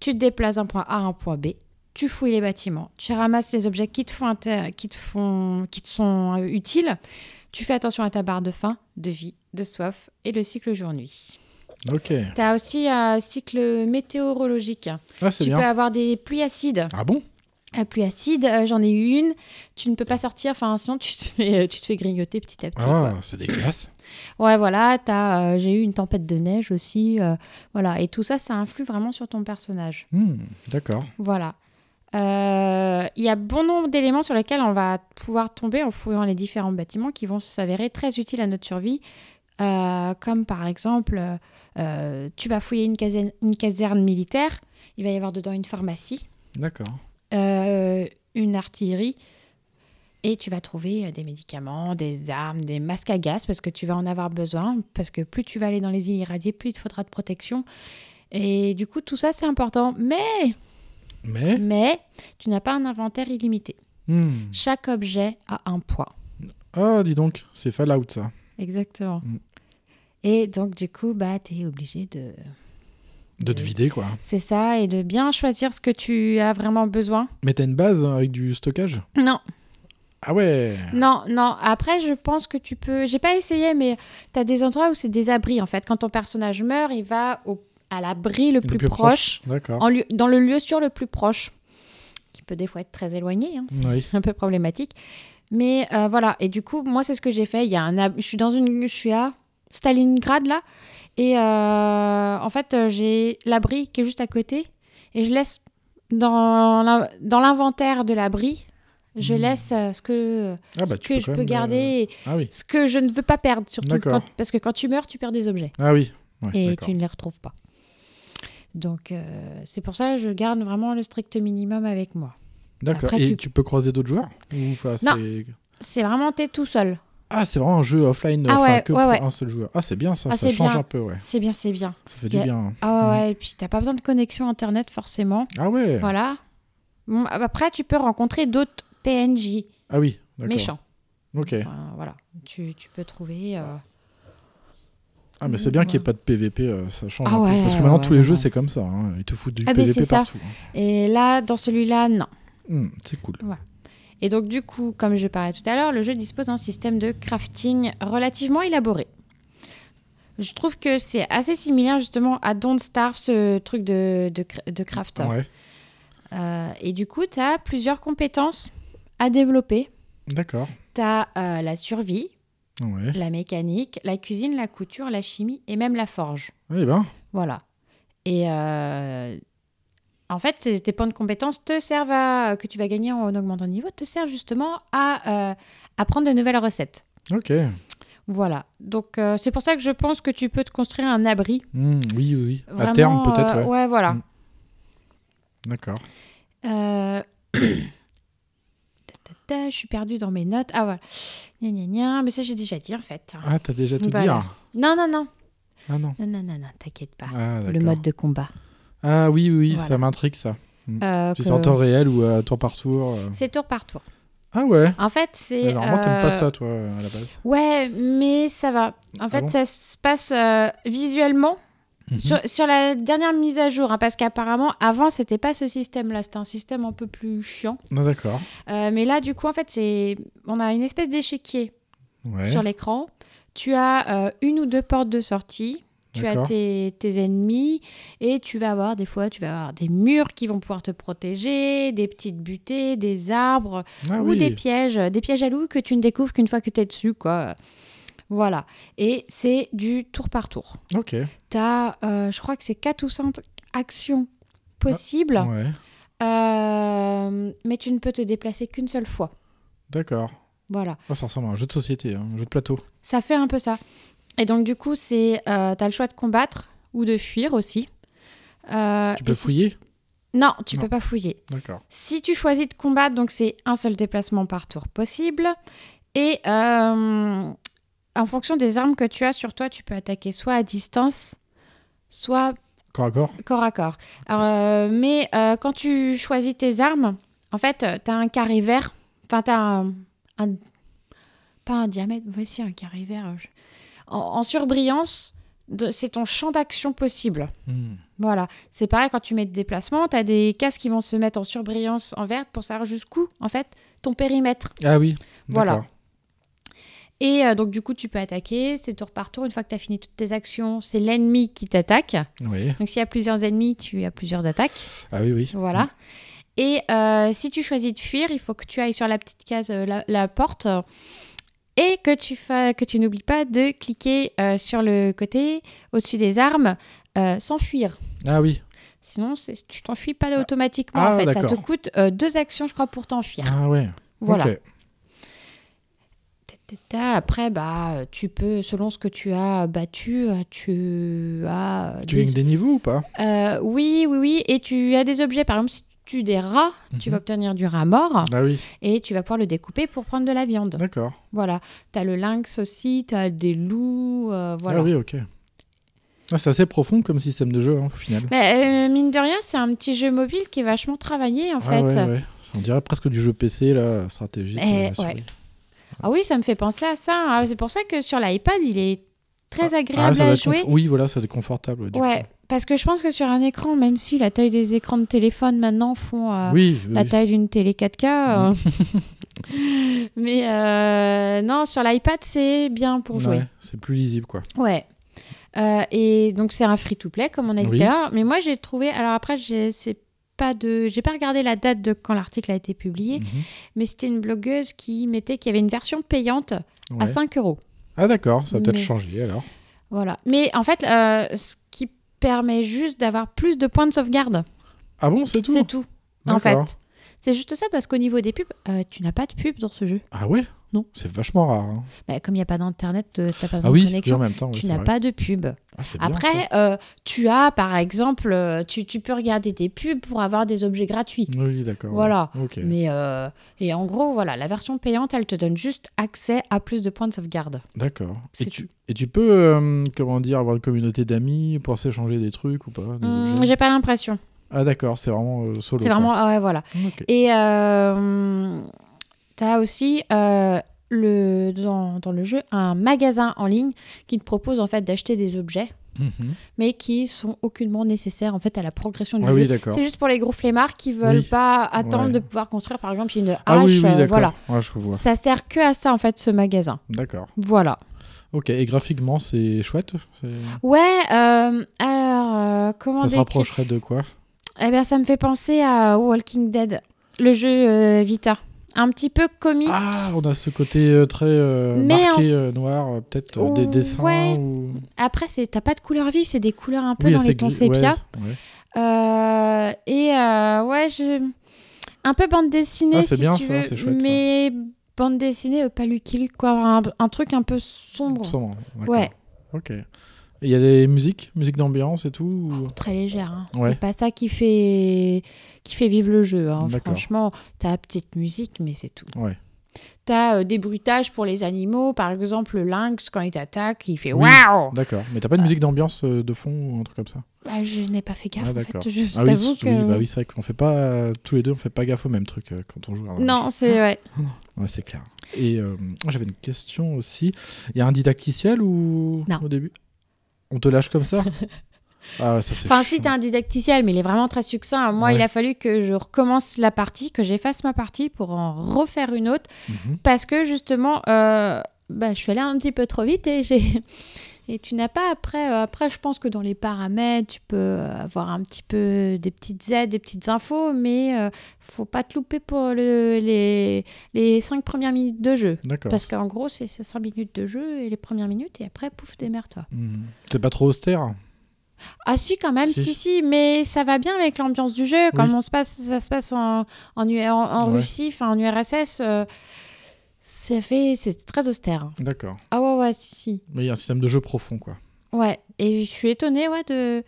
tu te déplaces d'un point A à un point B, tu fouilles les bâtiments, tu ramasses les objets qui te, font inter- qui te, font... Qui te sont euh, utiles, tu fais attention à ta barre de faim, de vie, de soif et le cycle jour-nuit.
Ok.
Tu as aussi un cycle météorologique.
Ah, c'est
Tu
bien.
peux avoir des pluies acides.
Ah bon
La pluie acide, euh, j'en ai eu une. Tu ne peux pas sortir, enfin, sinon tu te fais, euh, tu te fais grignoter petit à petit. quoi.
Ah, c'est dégueulasse.
Ouais, voilà, t'as, euh, j'ai eu une tempête de neige aussi. euh, voilà, et tout ça, ça influe vraiment sur ton personnage.
Hmm, D'accord.
Voilà. Euh, Il y a bon nombre d'éléments sur lesquels on va pouvoir tomber en fouillant les différents bâtiments qui vont s'avérer très utiles à notre survie. Euh, comme par exemple, euh, tu vas fouiller une caserne, une caserne militaire, il va y avoir dedans une pharmacie,
D'accord.
euh, une artillerie, et tu vas trouver euh, des médicaments, des armes, des masques à gaz, parce que tu vas en avoir besoin, parce que plus tu vas aller dans les îles irradiées, plus il te faudra de protection. Et du coup, tout ça, c'est important. Mais,
Mais.
mais, tu n'as pas un inventaire illimité.
Hmm.
Chaque objet a un poids.
Ah, dis donc, c'est Fallout ça.
Exactement.
Mm.
Et donc, du coup, bah, tu es obligé de...
De te
Oui.
vider quoi.
C'est ça, et de bien choisir ce que tu as vraiment besoin.
Mais t'as une base hein, avec du stockage
Non,
Ah ouais
Non, non. Après, je pense que tu peux. J'ai pas essayé, mais t'as des endroits où c'est des abris en fait. Quand ton personnage meurt, il va au... à l'abri le plus, proche,
D'accord.
en lieu- dans le lieu sûr le plus proche, qui peut des fois être très éloigné. hein, c'est
Oui.
un peu problématique. Mais euh, voilà. Et du coup, moi, c'est ce que j'ai fait. Il y a un. ab- Je suis dans une. Je suis à Stalingrad là, et euh, en fait, euh, j'ai l'abri qui est juste à côté, et je laisse dans l'in- dans l'inventaire de l'abri. Je
Hmm.
laisse euh, ce que
Ah bah
ce
tu
que
peux
je
quand
peux
même, euh,
garder, et
Ah oui.
ce que je ne veux pas perdre, surtout
D'accord.
quand- parce que quand tu meurs, tu perds des objets
Ah oui. Ouais,
et
d'accord.
tu ne les retrouves pas. Donc euh, c'est pour ça que je garde vraiment le strict minimum avec moi.
D'accord.
après,
Et tu...
tu-
peux croiser d'autres joueurs Ou, enfin,
Non.
c'est-
C'est vraiment t'es tout seul.
Ah, c'est vraiment un jeu offline,
Ah
enfin,
ouais,
que
ouais,
pour
ouais.
un seul joueur. Ah, c'est bien ça,
Ah,
ça
c'est
change
bien.
un peu, ouais.
C'est bien, c'est bien.
Ça fait du
Y a-
bien. hein.
Ah
Mhm.
ouais, et puis t'as pas besoin de connexion internet forcément.
Ah ouais
Voilà. Bon, Après, tu peux rencontrer d'autres PNJ
Ah oui, d'accord.
méchants.
Ok.
Enfin, voilà, tu, tu peux trouver. euh,
Ah, mais c'est bien qu'il n'y ait pas de PVP, euh, ça change
Ah
un peu.
ouais,
Parce que maintenant,
ouais,
tous les
ouais,
jeux,
ouais.
c'est comme ça. hein. Ils te foutent du
Ah, mais
PVP
c'est ça.
partout. hein.
Et là, dans celui-là, non.
Hmm, c'est cool.
Et donc du coup, comme je parlais tout à l'heure, le jeu dispose d'un système de crafting relativement élaboré. Je trouve que c'est assez similaire justement à Don't Starve, ce truc de, de, cra- de craft.
Ouais.
Euh, et du coup, tu as plusieurs compétences à développer.
D'accord.
Tu as la survie,
Ouais.
la mécanique, la cuisine, la couture, la chimie et même la forge.
Eh ben,
Voilà. Et euh, en fait, ces- tes points de compétences te servent à, que tu vas gagner en augmentant de niveau, te servent justement à euh, apprendre de nouvelles recettes.
ok.
Voilà. Donc, euh, c'est pour ça que je pense que tu peux te construire un abri.
Hmm, oui, oui, oui. à
Vraiment,
terme, peut-être,
euh,
ouais.
voilà.
Mm. D'accord.
Euh, ta, ta, ta, je suis perdue dans mes notes. Ah, voilà. Gna, gna, gna. Mais ça, j'ai déjà dit, en fait.
Ah, t'as déjà tout
Voilà.
dit
Non, non, non.
Ah non.
Non, non, non, non, t'inquiète pas.
Ah,
Le
d'accord.
mode de combat.
Ah oui, oui, oui, ça
Voilà.
m'intrigue, ça. Mm.
euh,
C'est
que-
en temps réel ou à tour par tour euh.
C'est tour par tour.
Ah ouais
En fait, c'est.
Mais Normalement, t'aimes pas
euh,
ça, toi, à la base.
Ouais, mais ça va. En fait,
Ah bon Mhm.
ça se passe euh, visuellement sur, sur la dernière mise à jour, hein, parce qu'apparemment, avant, c'était pas ce système-là. C'était un système un peu plus chiant.
Non, Ah, d'accord.
Euh, mais là, du coup, en fait, c'est on a une espèce d'échiquier
Ouais.
sur l'écran. Tu as euh, une ou deux portes de sortie. Tu as
D'accord.
tes, tes ennemis et tu vas avoir des fois, tu vas avoir des murs qui vont pouvoir te protéger, des petites butées, des arbres
Ah
ou
oui.
des pièges, euh, des pièges à loups que tu ne découvres qu'une fois que tu es dessus, quoi. Voilà. Et c'est du tour par tour.
Ok.
T'as, euh, je crois que c'est 4 ou 5 actions possibles,
Ouais. Ah,
euh, mais tu ne peux te déplacer qu'une seule fois.
D'accord.
Voilà.
Ah, ça ressemble à un jeu de société, hein, un jeu de plateau.
Ça fait un peu ça. Et donc, du coup, c'est euh, t'as le choix de combattre ou de fuir aussi. Euh,
Tu peux
et si-
fouiller
Non, tu
Non.
peux pas fouiller.
D'accord.
Si tu choisis de combattre, donc c'est un seul déplacement par tour possible. Et euh, en fonction des armes que tu as sur toi, tu peux attaquer soit à distance, soit
Corps à corps
corps à corps. Alors, euh, mais euh, quand tu choisis tes armes, en fait, tu as un carré vert. Enfin, tu as un, un- Pas un diamètre, voici un carré vert. euh, je- En, en surbrillance, de- c'est ton champ d'action possible.
Hmm.
Voilà, c'est pareil quand tu mets de déplacement, tu as des cases qui vont se mettre en surbrillance en verte pour savoir jusqu'où, en fait, ton périmètre.
Ah oui.
Voilà.
D'accord.
Et euh, donc, du coup, tu peux attaquer, c'est tour par tour. Une fois que tu as fini toutes tes actions, c'est l'ennemi qui t'attaque.
Oui.
Donc, s'il y a plusieurs ennemis, tu as plusieurs attaques.
Ah oui, oui.
Voilà. Et euh, si tu choisis de fuir, il faut que tu ailles sur la petite case, euh, la, la porte, euh, et que tu, fa- que tu n'oublies pas de cliquer euh, sur le côté au-dessus des armes, euh, s'enfuir.
Ah oui.
Sinon, c'est- tu t'enfuis pas automatiquement.
Ah,
en fait, ça
d'accord.
te coûte euh, deux actions, je crois, pour t'enfuir.
Ah ouais.
Voilà.
Ok.
Ta, ta, ta. Après, bah, euh, tu peux, selon ce que tu as battu, euh, tu as euh,
Tu
des-
gagnes des niveaux ou pas
Euh, oui, oui, oui, et tu as des objets. Par exemple, si tu tues des rats, tu
Mhm.
vas obtenir du rat mort
Ah oui.
et tu vas pouvoir le découper pour prendre de la viande.
D'accord. Ah
Voilà. T'as le lynx aussi, t'as des loups, euh, voilà.
Ah oui, ok. Ah, c'est assez profond comme système de jeu, hein, au final.
Mais euh, mine de rien, c'est un petit jeu mobile qui est vachement travaillé en
ah
fait. euh,
ouais, ouais. On dirait presque du jeu PC, là, stratégique.
Eh,
euh, la souris.
ouais. Ah oui, ça me fait penser à ça. hein. C'est pour ça que sur l'iPad, il est très
Ah,
agréable
ça doit
à
être
jouer.
confort- Oui, voilà, ça doit être confortable. ouais, du
Ouais, parce que je pense que sur un écran, même si la taille des écrans de téléphone maintenant font
coup.
euh,
Oui, oui,
la
oui.
taille d'une télé 4K. euh, Mais euh, non, sur l'iPad, c'est bien pour jouer.
Ouais, c'est plus lisible, quoi.
Ouais. Euh, et donc c'est un free-to-play comme on a dit
Oui.
tout à l'heure. Mais moi j'ai trouvé. Alors après j'ai c'est pas de j'ai pas regardé la date de quand l'article a été publié.
Mhm.
Mais c'était une blogueuse qui mettait qu'il y avait une version payante
Ouais.
à 5 euros.
Ah d'accord, ça va peut-être
Mais-
changer alors.
Voilà. Mais en fait, euh, ce qui permet juste d'avoir plus de points de sauvegarde.
Ah bon, c'est tout
C'est tout. En
D'accord.
fait. C'est juste ça parce qu'au niveau des pubs, euh, tu n'as pas de pub dans ce jeu.
Ah ouais
Non.
C'est vachement rare. hein.
Bah, comme il n'y a pas d'internet, euh, t'as pas besoin
Ah oui,
de
oui, en
connexion.
même temps. oui,
tu
c'est
n'as
vrai.
pas de pub.
Ah, c'est bien, ça.
Après, euh, tu as par exemple, euh, tu, tu peux regarder des pubs pour avoir des objets gratuits.
Oui, d'accord. ouais.
Voilà.
Ok.
Mais euh, et en gros, voilà, la version payante, elle te donne juste accès à plus de points de sauvegarde.
D'accord. Et
C'est
tu, et tu peux, euh, comment dire, avoir une communauté d'amis pour s'échanger des trucs ou pas des
Hmm,
objets
J'ai pas l'impression.
Ah d'accord, c'est vraiment euh, solo.
C'est
quoi.
vraiment, ah ouais, voilà.
Ok.
Et euh, tu as aussi euh, le, dans, dans le jeu un magasin en ligne qui te propose en fait d'acheter des objets,
Mhm.
mais qui sont aucunement nécessaires en fait à la progression du
Ah
jeu.
oui, d'accord.
C'est juste pour les gros flemmards qui veulent
Oui.
pas attendre
Ouais.
de pouvoir construire par exemple une hache.
Ah oui, oui,
euh,
d'accord.
voilà.
Ouais, je vois.
Ça sert que à ça en fait ce magasin.
D'accord.
Voilà.
Ok, et graphiquement, c'est chouette c'est-
Ouais, euh, alors euh, comment
Ça se
décrire
rapprocherait de quoi
Eh bien ça me fait penser à Walking Dead, le jeu euh, Vita. Un petit peu comique.
Ah, on a ce côté euh, très euh,
Mais en
marqué
s-
euh, noir, euh, peut-être euh, des
Ouais.
dessins ou...
Après, c'est- t'as pas de couleur vive, c'est des couleurs un peu
Oui,
dans les
assez
tons
gris, ouais,
sépia.
ouais.
Euh, et euh, ouais, je... un peu bande dessinée.
Ah, c'est
si
bien,
tu
ça,
veux,
c'est chouette,
Mais bande dessinée, euh, pas Lucky Luke, quoi. Un, un truc un peu sombre.
Sombre, d'accord.
ouais,
Ok. Et Il y a des musiques, musique d'ambiance et tout ou-
très légère. hein.
Ouais.
C'est pas ça qui fait, qui fait vivre le jeu. hein.
D'accord.
Franchement, t'as la petite musique, mais c'est tout.
Ouais.
T'as euh, des bruitages pour les animaux, par exemple le lynx quand il t'attaque, il fait
Oui.
waouh.
D'accord. Mais t'as pas de musique d'ambiance euh, de fond ou un truc comme ça
Bah, je n'ai pas fait gaffe
Ah,
en
d'accord.
fait. Je je
Ah oui,
t'avoue
c-
que
oui, bah oui, c'est vrai qu'on fait pas euh, tous les deux, on fait pas gaffe au même truc euh, quand on joue. à un jeu.
non, c'est ouais.
Ouais, c'est clair. Et euh, moi, j'avais une question aussi. Il y a un didacticiel ou
Non.
au début On te lâche comme ça Ah, ouais, ça c'est. chiant.
Enfin, si t'as un didacticiel, mais il est vraiment très succinct. Moi,
Ouais.
il a fallu que je recommence la partie, que j'efface ma partie pour en refaire une autre,
Mhm.
parce que justement, euh, bah, je suis allée un petit peu trop vite et j'ai. Et tu n'as pas après. euh, après, je pense que dans les paramètres, tu peux euh, avoir un petit peu des petites aides, des petites infos, mais euh, faut pas te louper pour le, les, les cinq premières minutes de jeu.
D'accord.
Parce qu'en gros, c'est c'est cinq minutes de jeu et les premières minutes, et après, pouf, démerde-toi.
Mhm. C'est pas trop austère
Ah si, quand même,
Si.
si, si, mais ça va bien avec l'ambiance du jeu. Comme on se passe, ça se passe en, en, U- en- en
Ouais.
Russie, enfin en URSS, euh, ça fait, c'est très austère.
D'accord.
Ah ouais, ouais, si, si.
Mais il y a un système de jeu profond, quoi.
Ouais, et je suis étonnée, ouais, de,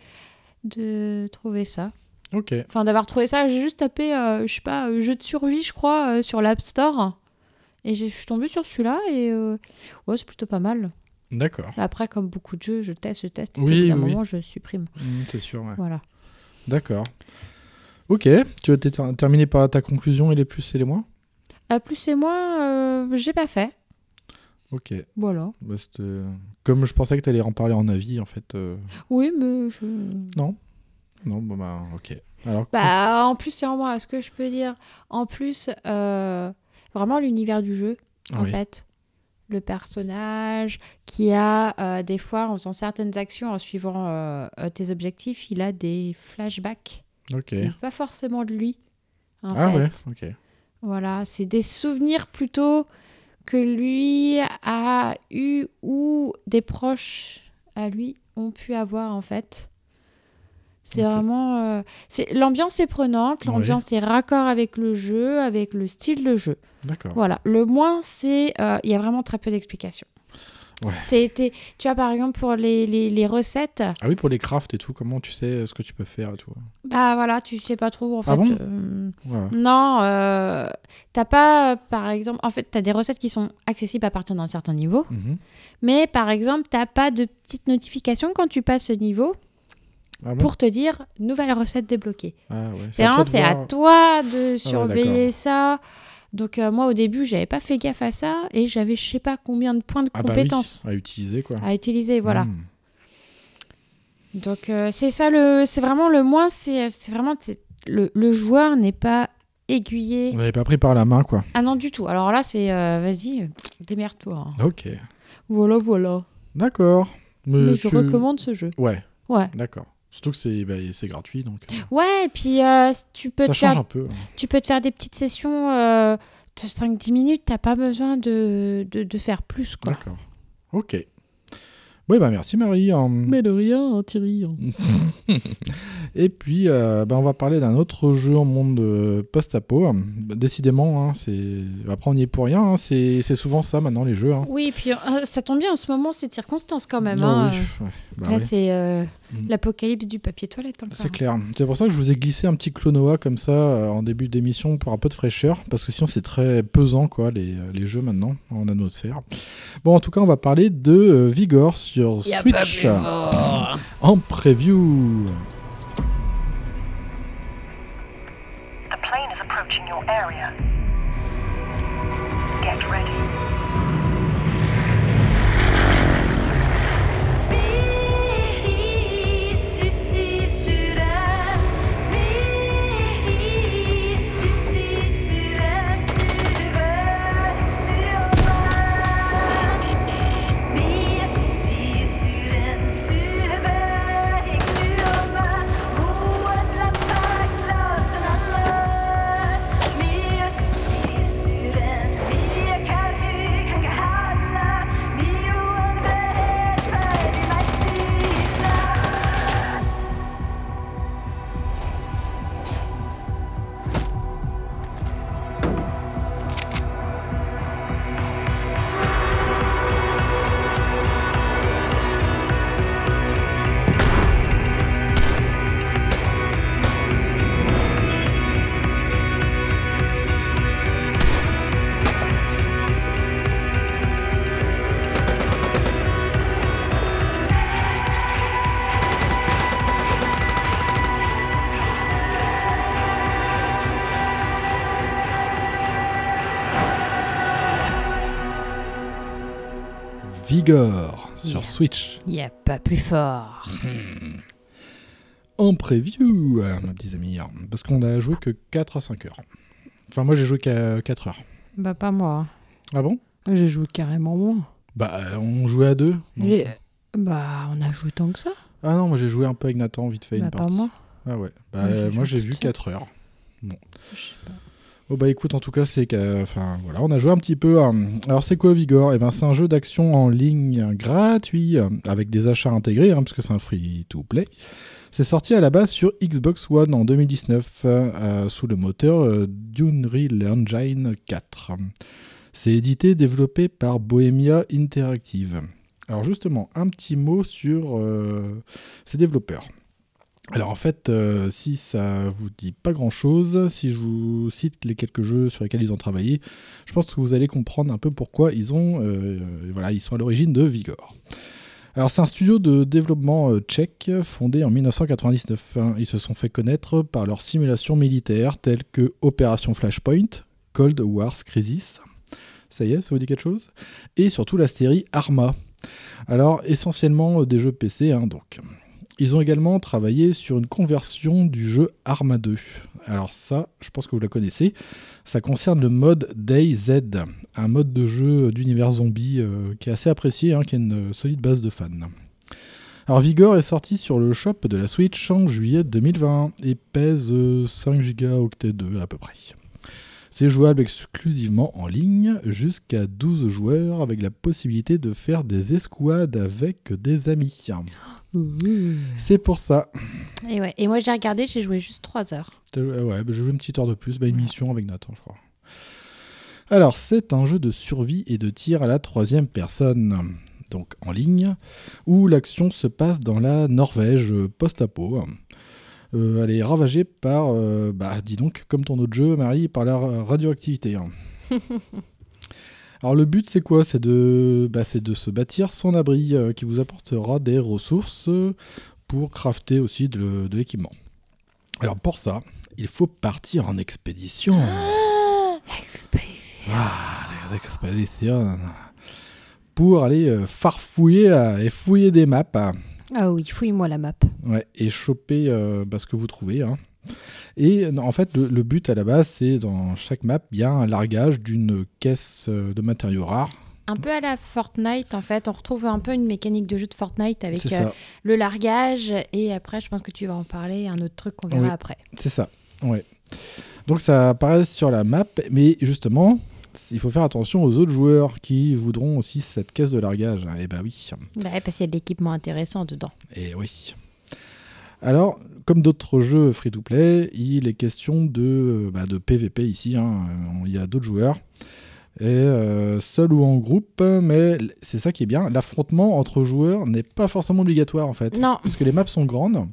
de trouver ça.
Ok.
Enfin, d'avoir trouvé ça, j'ai juste tapé, euh, je sais pas, euh, jeu de survie, je crois, euh, sur l'App Store. Et j'ai- je suis tombée sur celui-là, et euh, ouais, c'est plutôt pas mal.
D'accord.
Après, comme beaucoup de jeux, je teste, je teste, et
Oui,
puis au bout d'un
oui, oui.
moment, je supprime.
Mhm, c'est sûr, ouais.
Voilà.
D'accord. Ok. Tu veux ter- terminer par ta conclusion et les plus et les moins
À plus et moins, euh, j'ai pas fait.
Ok.
Voilà.
Bah, c'était- Comme je pensais que t'allais en parler en avis, en fait. euh,
Oui, mais je...
Non, bon, bah, ok. Alors,
Bah, en plus, c'est en moi. Ce que je peux dire, en plus, euh, vraiment l'univers du jeu, en
Ah Oui.
fait. Le personnage qui a, euh, des fois, en faisant certaines actions, en suivant euh, euh, tes objectifs, il a des flashbacks.
ok.
Mais Pas forcément de lui, en
Ah
fait.
ouais, ok.
Voilà, c'est des souvenirs plutôt que lui a eu ou des proches à lui ont pu avoir en fait. C'est
Ok.
vraiment euh, c'est l'ambiance est prenante,
Ouais.
l'ambiance est raccord avec le jeu, avec le style de jeu.
D'accord.
Voilà, le moins c'est euh, il y a vraiment très peu d'explications.
Ouais.
T'es- t'es- tu vois par exemple pour les, les- les recettes,
Ah oui, pour les crafts et tout, comment tu sais euh, ce que tu peux faire et tout.
bah voilà, tu sais pas trop en fait.
Ah bon
euh,
Ouais.
Non, euh, t'as pas, euh, par exemple, en fait, t'as des recettes qui sont accessibles à partir d'un certain niveau,
Mhm.
mais par exemple, t'as pas de petite notification quand tu passes ce niveau
Ah bon
pour te dire nouvelle recette débloquée.
Ah ouais.
C'est vraiment,
de
c'est à
voir. Ah
toi de surveiller
d'accord.
ça. Donc euh, moi, au début, j'avais pas fait gaffe à ça et j'avais je sais pas combien de points de
Ah bah oui,
compétences
à utiliser, quoi.
à utiliser, Ah voilà.
Hmm.
Donc euh, c'est ça le, c'est vraiment le moins, c'est c'est vraiment c'est- le, le joueur n'est pas aiguillé.
On n'avait pas pris par la main, quoi.
Ah non, du tout. Alors là, c'est euh, vas-y, euh, démerde-toi. hein.
Ok.
Voilà, voilà.
D'accord.
Mais je
Euh, tu-
recommande ce jeu.
Ouais,
Ouais.
d'accord. Surtout que c'est bah, c'est gratuit, donc euh,
Ouais, et puis euh, tu, peux
ça
te
change
faire,
un peu. hein.
tu peux te faire des petites sessions euh, de 5-10 minutes. T'as pas besoin de, de, de faire plus, quoi.
D'accord. Ok. Oui, bah merci Marie. Hum,
Mais de rien, hein, Thierry.
Et puis, euh, bah, on va parler d'un autre jeu en monde euh, post-apo. Hum, bah, décidément, hein, c'est... après on n'y est pour rien. hein, C'est... c'est souvent ça maintenant les jeux. hein.
Oui, et puis euh, ça tombe bien en ce moment, c'est de circonstance quand même.
Oh
hein.
oui, ouais, bah
Là,
oui.
c'est euh,
Mm.
l'apocalypse du papier toilette. encore.
C'est clair. C'est pour ça que je vous ai glissé un petit Clonoa comme ça euh, en début d'émission pour un peu de fraîcheur, parce que sinon c'est très pesant quoi les, euh, les jeux maintenant en nanosphère. Bon, en tout cas, on va parler de euh, Vigor sur Switch en preview.
A plane is approaching your area. Get ready.
Yeah.
Vigor sur
Yeah.
Switch.
Y a pas plus fort.
En preview, euh, mes petits amis, hein, parce qu'on a joué que 4 à 5 heures. Enfin, moi j'ai joué qu'à 4 heures.
Bah pas moi.
Ah bon
J'ai joué carrément moins.
Bah, on jouait à deux. donc.
Les- Bah on a joué tant que ça.
Ah non, moi j'ai joué un peu avec Nathan, vite fait
Bah
une
pas
partie.
moi.
Ah ouais. Bah,
Moi, j'ai
moi
joué
j'ai
toute
vu
seule.
4 heures. Bon.
Je sais pas.
Oh bah écoute, en tout cas, c'est qu'à- enfin voilà, on a joué un petit peu. hein. Alors c'est quoi Vigor Eh ben c'est un jeu d'action en ligne euh, gratuit euh, avec des achats intégrés, hein, parce que c'est un free to play. C'est sorti à la base sur Xbox One en 2019 euh, euh, sous le moteur euh, d'Unreal Engine 4. C'est édité et développé par Bohemia Interactive. Alors justement, un petit mot sur euh, ses développeurs. Alors en fait, euh, si ça vous dit pas grand-chose, si je vous cite les quelques jeux sur lesquels ils ont travaillé, je pense que vous allez comprendre un peu pourquoi ils ont, euh, voilà, ils sont à l'origine de Vigor. Alors c'est un studio de développement euh, tchèque fondé en 1999. hein. Ils se sont fait connaître par leurs simulations militaires telles que Opération Flashpoint, Cold War Crisis. Ça y est, ça vous dit quelque chose Et surtout la série Arma. Alors essentiellement euh, des jeux PC, hein, donc. Ils ont également travaillé sur une conversion du jeu Arma 2. Alors ça, je pense que vous la connaissez. Ça concerne le mode DayZ, un mode de jeu d'univers zombie euh, qui est assez apprécié, hein, qui a une euh, solide base de fans. Alors Vigor est sorti sur le shop de la Switch en juillet 2020 et pèse euh, 5 gigaoctets 2 à peu près. C'est jouable exclusivement en ligne jusqu'à 12 joueurs avec la possibilité de faire des escouades avec des amis. C'est pour ça
Et, ouais. et moi, j'ai regardé, j'ai joué juste 3 heures.
T'as joué- ah Ouais, bah, j'ai joué une petite heure de plus, bah, une mission avec Nathan, je crois. Alors, c'est un jeu de survie et de tir à la troisième personne, donc en ligne, où l'action se passe dans la Norvège euh, post-apo. Euh, elle est ravagée par, euh, bah, dis donc, comme ton autre jeu, Marie, par la ra- radioactivité. hein. Alors le but c'est quoi C'est de, bah, c'est de se bâtir son abri euh, qui vous apportera des ressources euh, pour crafter aussi de- de l'équipement. Alors pour ça, il faut partir en expédition. Ah, les expéditions. Pour aller euh, farfouiller euh, et fouiller des maps. hein.
Ah oui, fouille-moi la map.
Ouais, et choper euh, bah, ce que vous trouvez. hein. Et euh, en fait, le, le but à la base, c'est dans chaque map, il y a un largage d'une caisse euh, de matériaux rares.
Un peu à la Fortnite, en fait. On retrouve un peu une mécanique de jeu de Fortnite avec
C'est
euh,
ça.
le largage. Et après, je pense que tu vas en parler, un autre truc qu'on verra
Oui.
après.
C'est ça, ouais. Donc ça apparaît sur la map, mais justement, il faut faire attention aux autres joueurs qui voudront aussi cette caisse de largage. Et bah oui.
Bah ouais, parce qu'il y a de l'équipement intéressant dedans.
Et Eh oui. Alors, comme d'autres jeux free-to-play, il est question de, euh, bah, de PVP ici. hein. Euh, Il y a d'autres joueurs. Et euh, seul ou en groupe, mais l- c'est ça qui est bien. L'affrontement entre joueurs n'est pas forcément obligatoire en fait.
Non,
Parce que les maps sont grandes.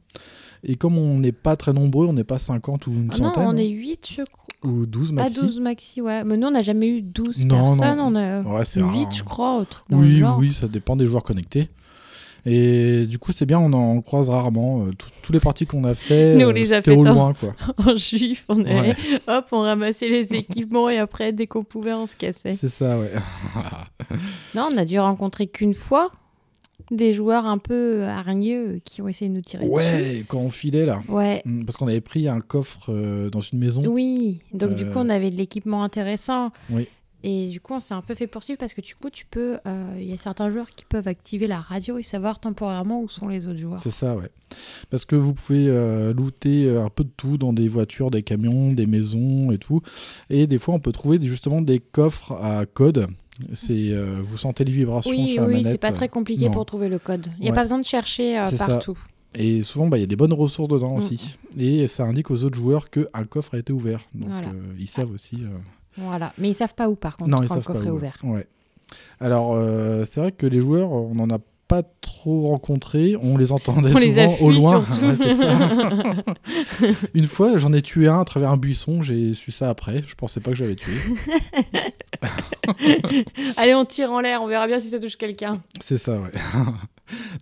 Et comme on n'est pas très nombreux, on n'est pas 50 ou une
Ah non
centaine.
on est 8, je crois.
Ou 12
À
maxi.
12 maxi, ouais. Mais nous, on n'a jamais eu 12
Non, non.
personnes. On a
Ouais, c'est rare,
8, je
hein.
crois, au truc. dans le
Oui,
genre.
oui, ça dépend des joueurs connectés. Et du coup, c'est bien, on en croise rarement. Euh, tout- Tous les parties qu'on a fait,
Nous, on
euh,
les a
c'était
fait Eh,
au
dans-
loin, quoi.
en juif, on
Ouais.
allait, hop, on ramassait les équipements et après, dès qu'on pouvait, on se cassait.
C'est ça, ouais.
Non, on a dû rencontrer qu'une fois des joueurs un peu hargneux qui ont essayé de nous tirer dessus.
ouais, quand on filait là.
Ouais.
Mm, Parce qu'on avait pris un coffre euh, dans une maison.
Oui, donc du coup,
Euh.
on avait de l'équipement intéressant.
Oui.
Et du coup, on s'est un peu fait poursuivre parce que du coup, tu peux. euh, Il y a certains joueurs qui peuvent activer la radio et savoir temporairement où sont les autres joueurs.
C'est ça, ouais. Parce que vous pouvez euh, looter euh, un peu de tout dans des voitures, des camions, des maisons et tout. Et des fois, on peut trouver des- justement des coffres à code. C'est euh, vous sentez les vibrations
Oui,
sur la
oui,
manette. euh,
c'est pas très compliqué
non.
pour trouver le code. Il n'y a
Ouais.
pas besoin de chercher euh,
C'est ça.
partout.
Et souvent, bah, il y a des bonnes ressources dedans
Mm.
aussi. Et ça indique aux autres joueurs que un coffre a été ouvert. Donc
Voilà.
euh, ils savent aussi. euh,
Voilà. Mais ils savent pas où, par contre,
Non, ils
quand le
savent pas
coffre est
où.
ouvert.
Ouais. Alors, euh, c'est vrai que les joueurs, on n'en a pas trop rencontrés. On les entendait souvent
On les a
au
fuis,
loin.
surtout.
Ouais, c'est ça. Une fois, j'en ai tué un à travers un buisson. J'ai su ça après. Je pensais pas que j'avais tué.
Allez, on tire en l'air, on verra bien si ça touche quelqu'un.
C'est ça, ouais.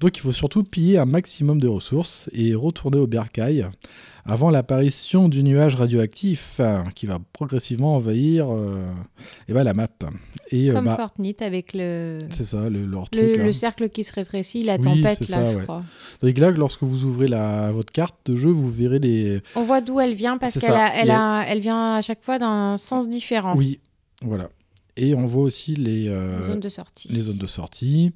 Donc il faut surtout piller un maximum de ressources et retourner au bercail avant l'apparition du nuage radioactif euh, qui va progressivement envahir euh, eh ben, la map. Et, euh,
Comme
bah,
Fortnite avec le...
c'est ça, le, leur
Le,
truc. là.
le cercle qui se rétrécit, la
Oui,
tempête,
c'est
là,
ça,
je
ouais.
crois.
Donc là, lorsque vous ouvrez la, votre carte de jeu, vous verrez les.
On voit d'où elle vient parce
C'est
qu'elle
ça,
a- elle
il y
a- elle vient à chaque fois d'un sens différent,
Oui, voilà. Et on voit aussi les, euh,
Ah. les zones de sortie.
les zones de sortie,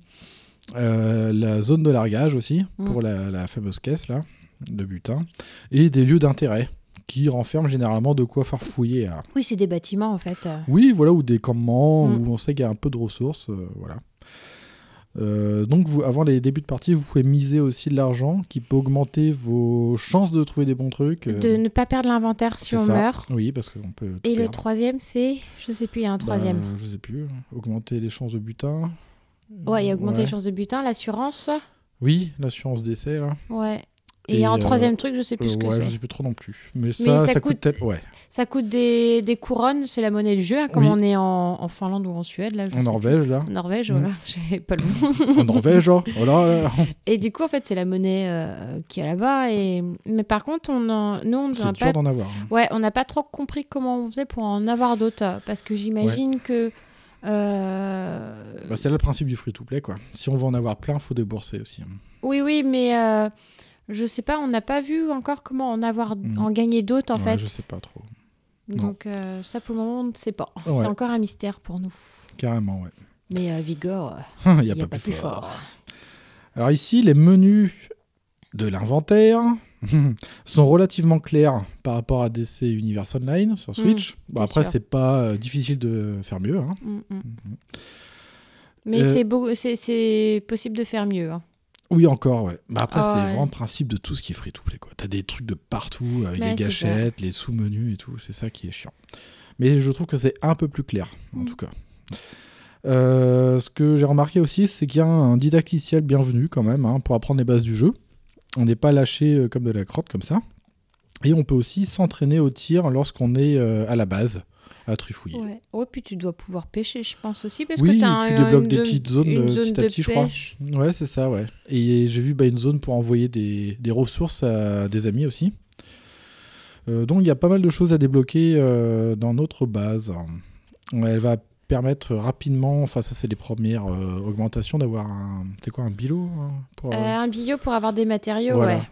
euh, la zone de largage aussi,
Mm.
pour la, la fameuse caisse là, de butin, et des lieux d'intérêt qui renferment généralement de quoi farfouiller. à-
Oui, c'est des bâtiments en fait. euh.
Oui, voilà, ou des campements,
Mm.
où on sait qu'il y a un peu de ressources, euh, voilà. Euh, donc vous, avant les débuts de partie, vous pouvez miser aussi de l'argent qui peut augmenter vos chances de trouver des bons trucs. euh,
De ne pas perdre l'inventaire si
c'est
on
ça.
meurt.
Oui, parce qu'on peut. tout
Et le
perdre.
troisième, c'est. Je sais plus, il y a un
Bah,
troisième.
Je sais plus. Augmenter les chances de butin.
ouais, il y a augmenté
Ben, ouais.
les chances de butin, l'assurance.
Oui, l'assurance décès là.
Ouais. Et il
Et,
y a un
euh,
troisième truc, je sais plus
Euh,
ce que
ouais, je
c'est.
sais plus trop non plus. Mais ça,
ça
ça, coûte.
coûte-
tel- Ouais,
Ça coûte des, des couronnes, c'est la monnaie du jeu, hein, comme
Oui.
on est en, en Finlande ou en Suède, là. je
en
sais
Norvège là.
plus. En Norvège,
Mm.
voilà, j'ai pas le nom.
en Norvège, genre. Oh là, là.
Et du coup, en fait, c'est la monnaie euh, qui est là-bas. Et... Mais par contre, on en... nous, on
c'est
n'a
dur
pas...
d'en avoir. hein.
Ouais, on n'a pas trop compris comment on faisait pour en avoir d'autres. euh, Parce que j'imagine que. euh,
Bah, c'est là le principe du free to play quoi. Si on veut en avoir plein, faut débourser aussi. hein.
Oui, oui, mais euh, je sais pas, on n'a pas vu encore comment en avoir,
Mm.
en gagner d'autres en
Ouais,
fait.
Je sais pas trop. non.
Donc euh, ça, pour le moment, on ne sait pas.
Ouais.
C'est encore un mystère pour nous.
Carrément, ouais.
Mais euh, Vigor, euh,
Il
il
n'y a,
n'y a, pas, plus fort.
Alors ici, les menus de l'inventaire sont relativement clairs par rapport à DC Universe Online sur Switch. bon,
c'est
après,
Hmm, sûr.
c'est pas euh, difficile de faire mieux. hein.
Mm, mm. Mais
Euh,
c'est beau, c'est- c'est possible de faire mieux. hein.
Oui, encore, ouais. Bah après,
Ah
c'est
ouais.
vraiment le principe de tout ce qui est free-to-play, quoi. T'as des trucs de partout, avec
Ouais,
les
c'est
gâchettes, les sous-menus et tout, c'est ça qui est chiant. Mais je trouve que c'est un peu plus clair,
Mm.
en tout cas. Euh, ce que j'ai remarqué aussi, c'est qu'il y a un didacticiel bienvenu, quand même, hein, pour apprendre les bases du jeu. On n'est pas lâché euh, comme de la crotte, comme ça. Et on peut aussi s'entraîner au tir lorsqu'on est euh, à la base, à trifouiller.
Ouais. Ouais, puis tu dois pouvoir pêcher, je pense aussi, parce
Oui,
que t'as
et tu
un-
débloques
une
des
zone-
petites zones,
une
euh,
zone
petit à
de
petit, je crois.
pêche.
Ouais, c'est ça, ouais. Et j'ai vu bah, une zone pour envoyer des, des ressources à des amis aussi. Euh, donc il y a pas mal de choses à débloquer euh, dans notre base. Ouais, elle va permettre rapidement, enfin ça c'est les premières euh, augmentations, d'avoir un, c'est quoi, un bilo hein, pour, euh,
Euh, un billot pour avoir des matériaux,
Voilà.
ouais.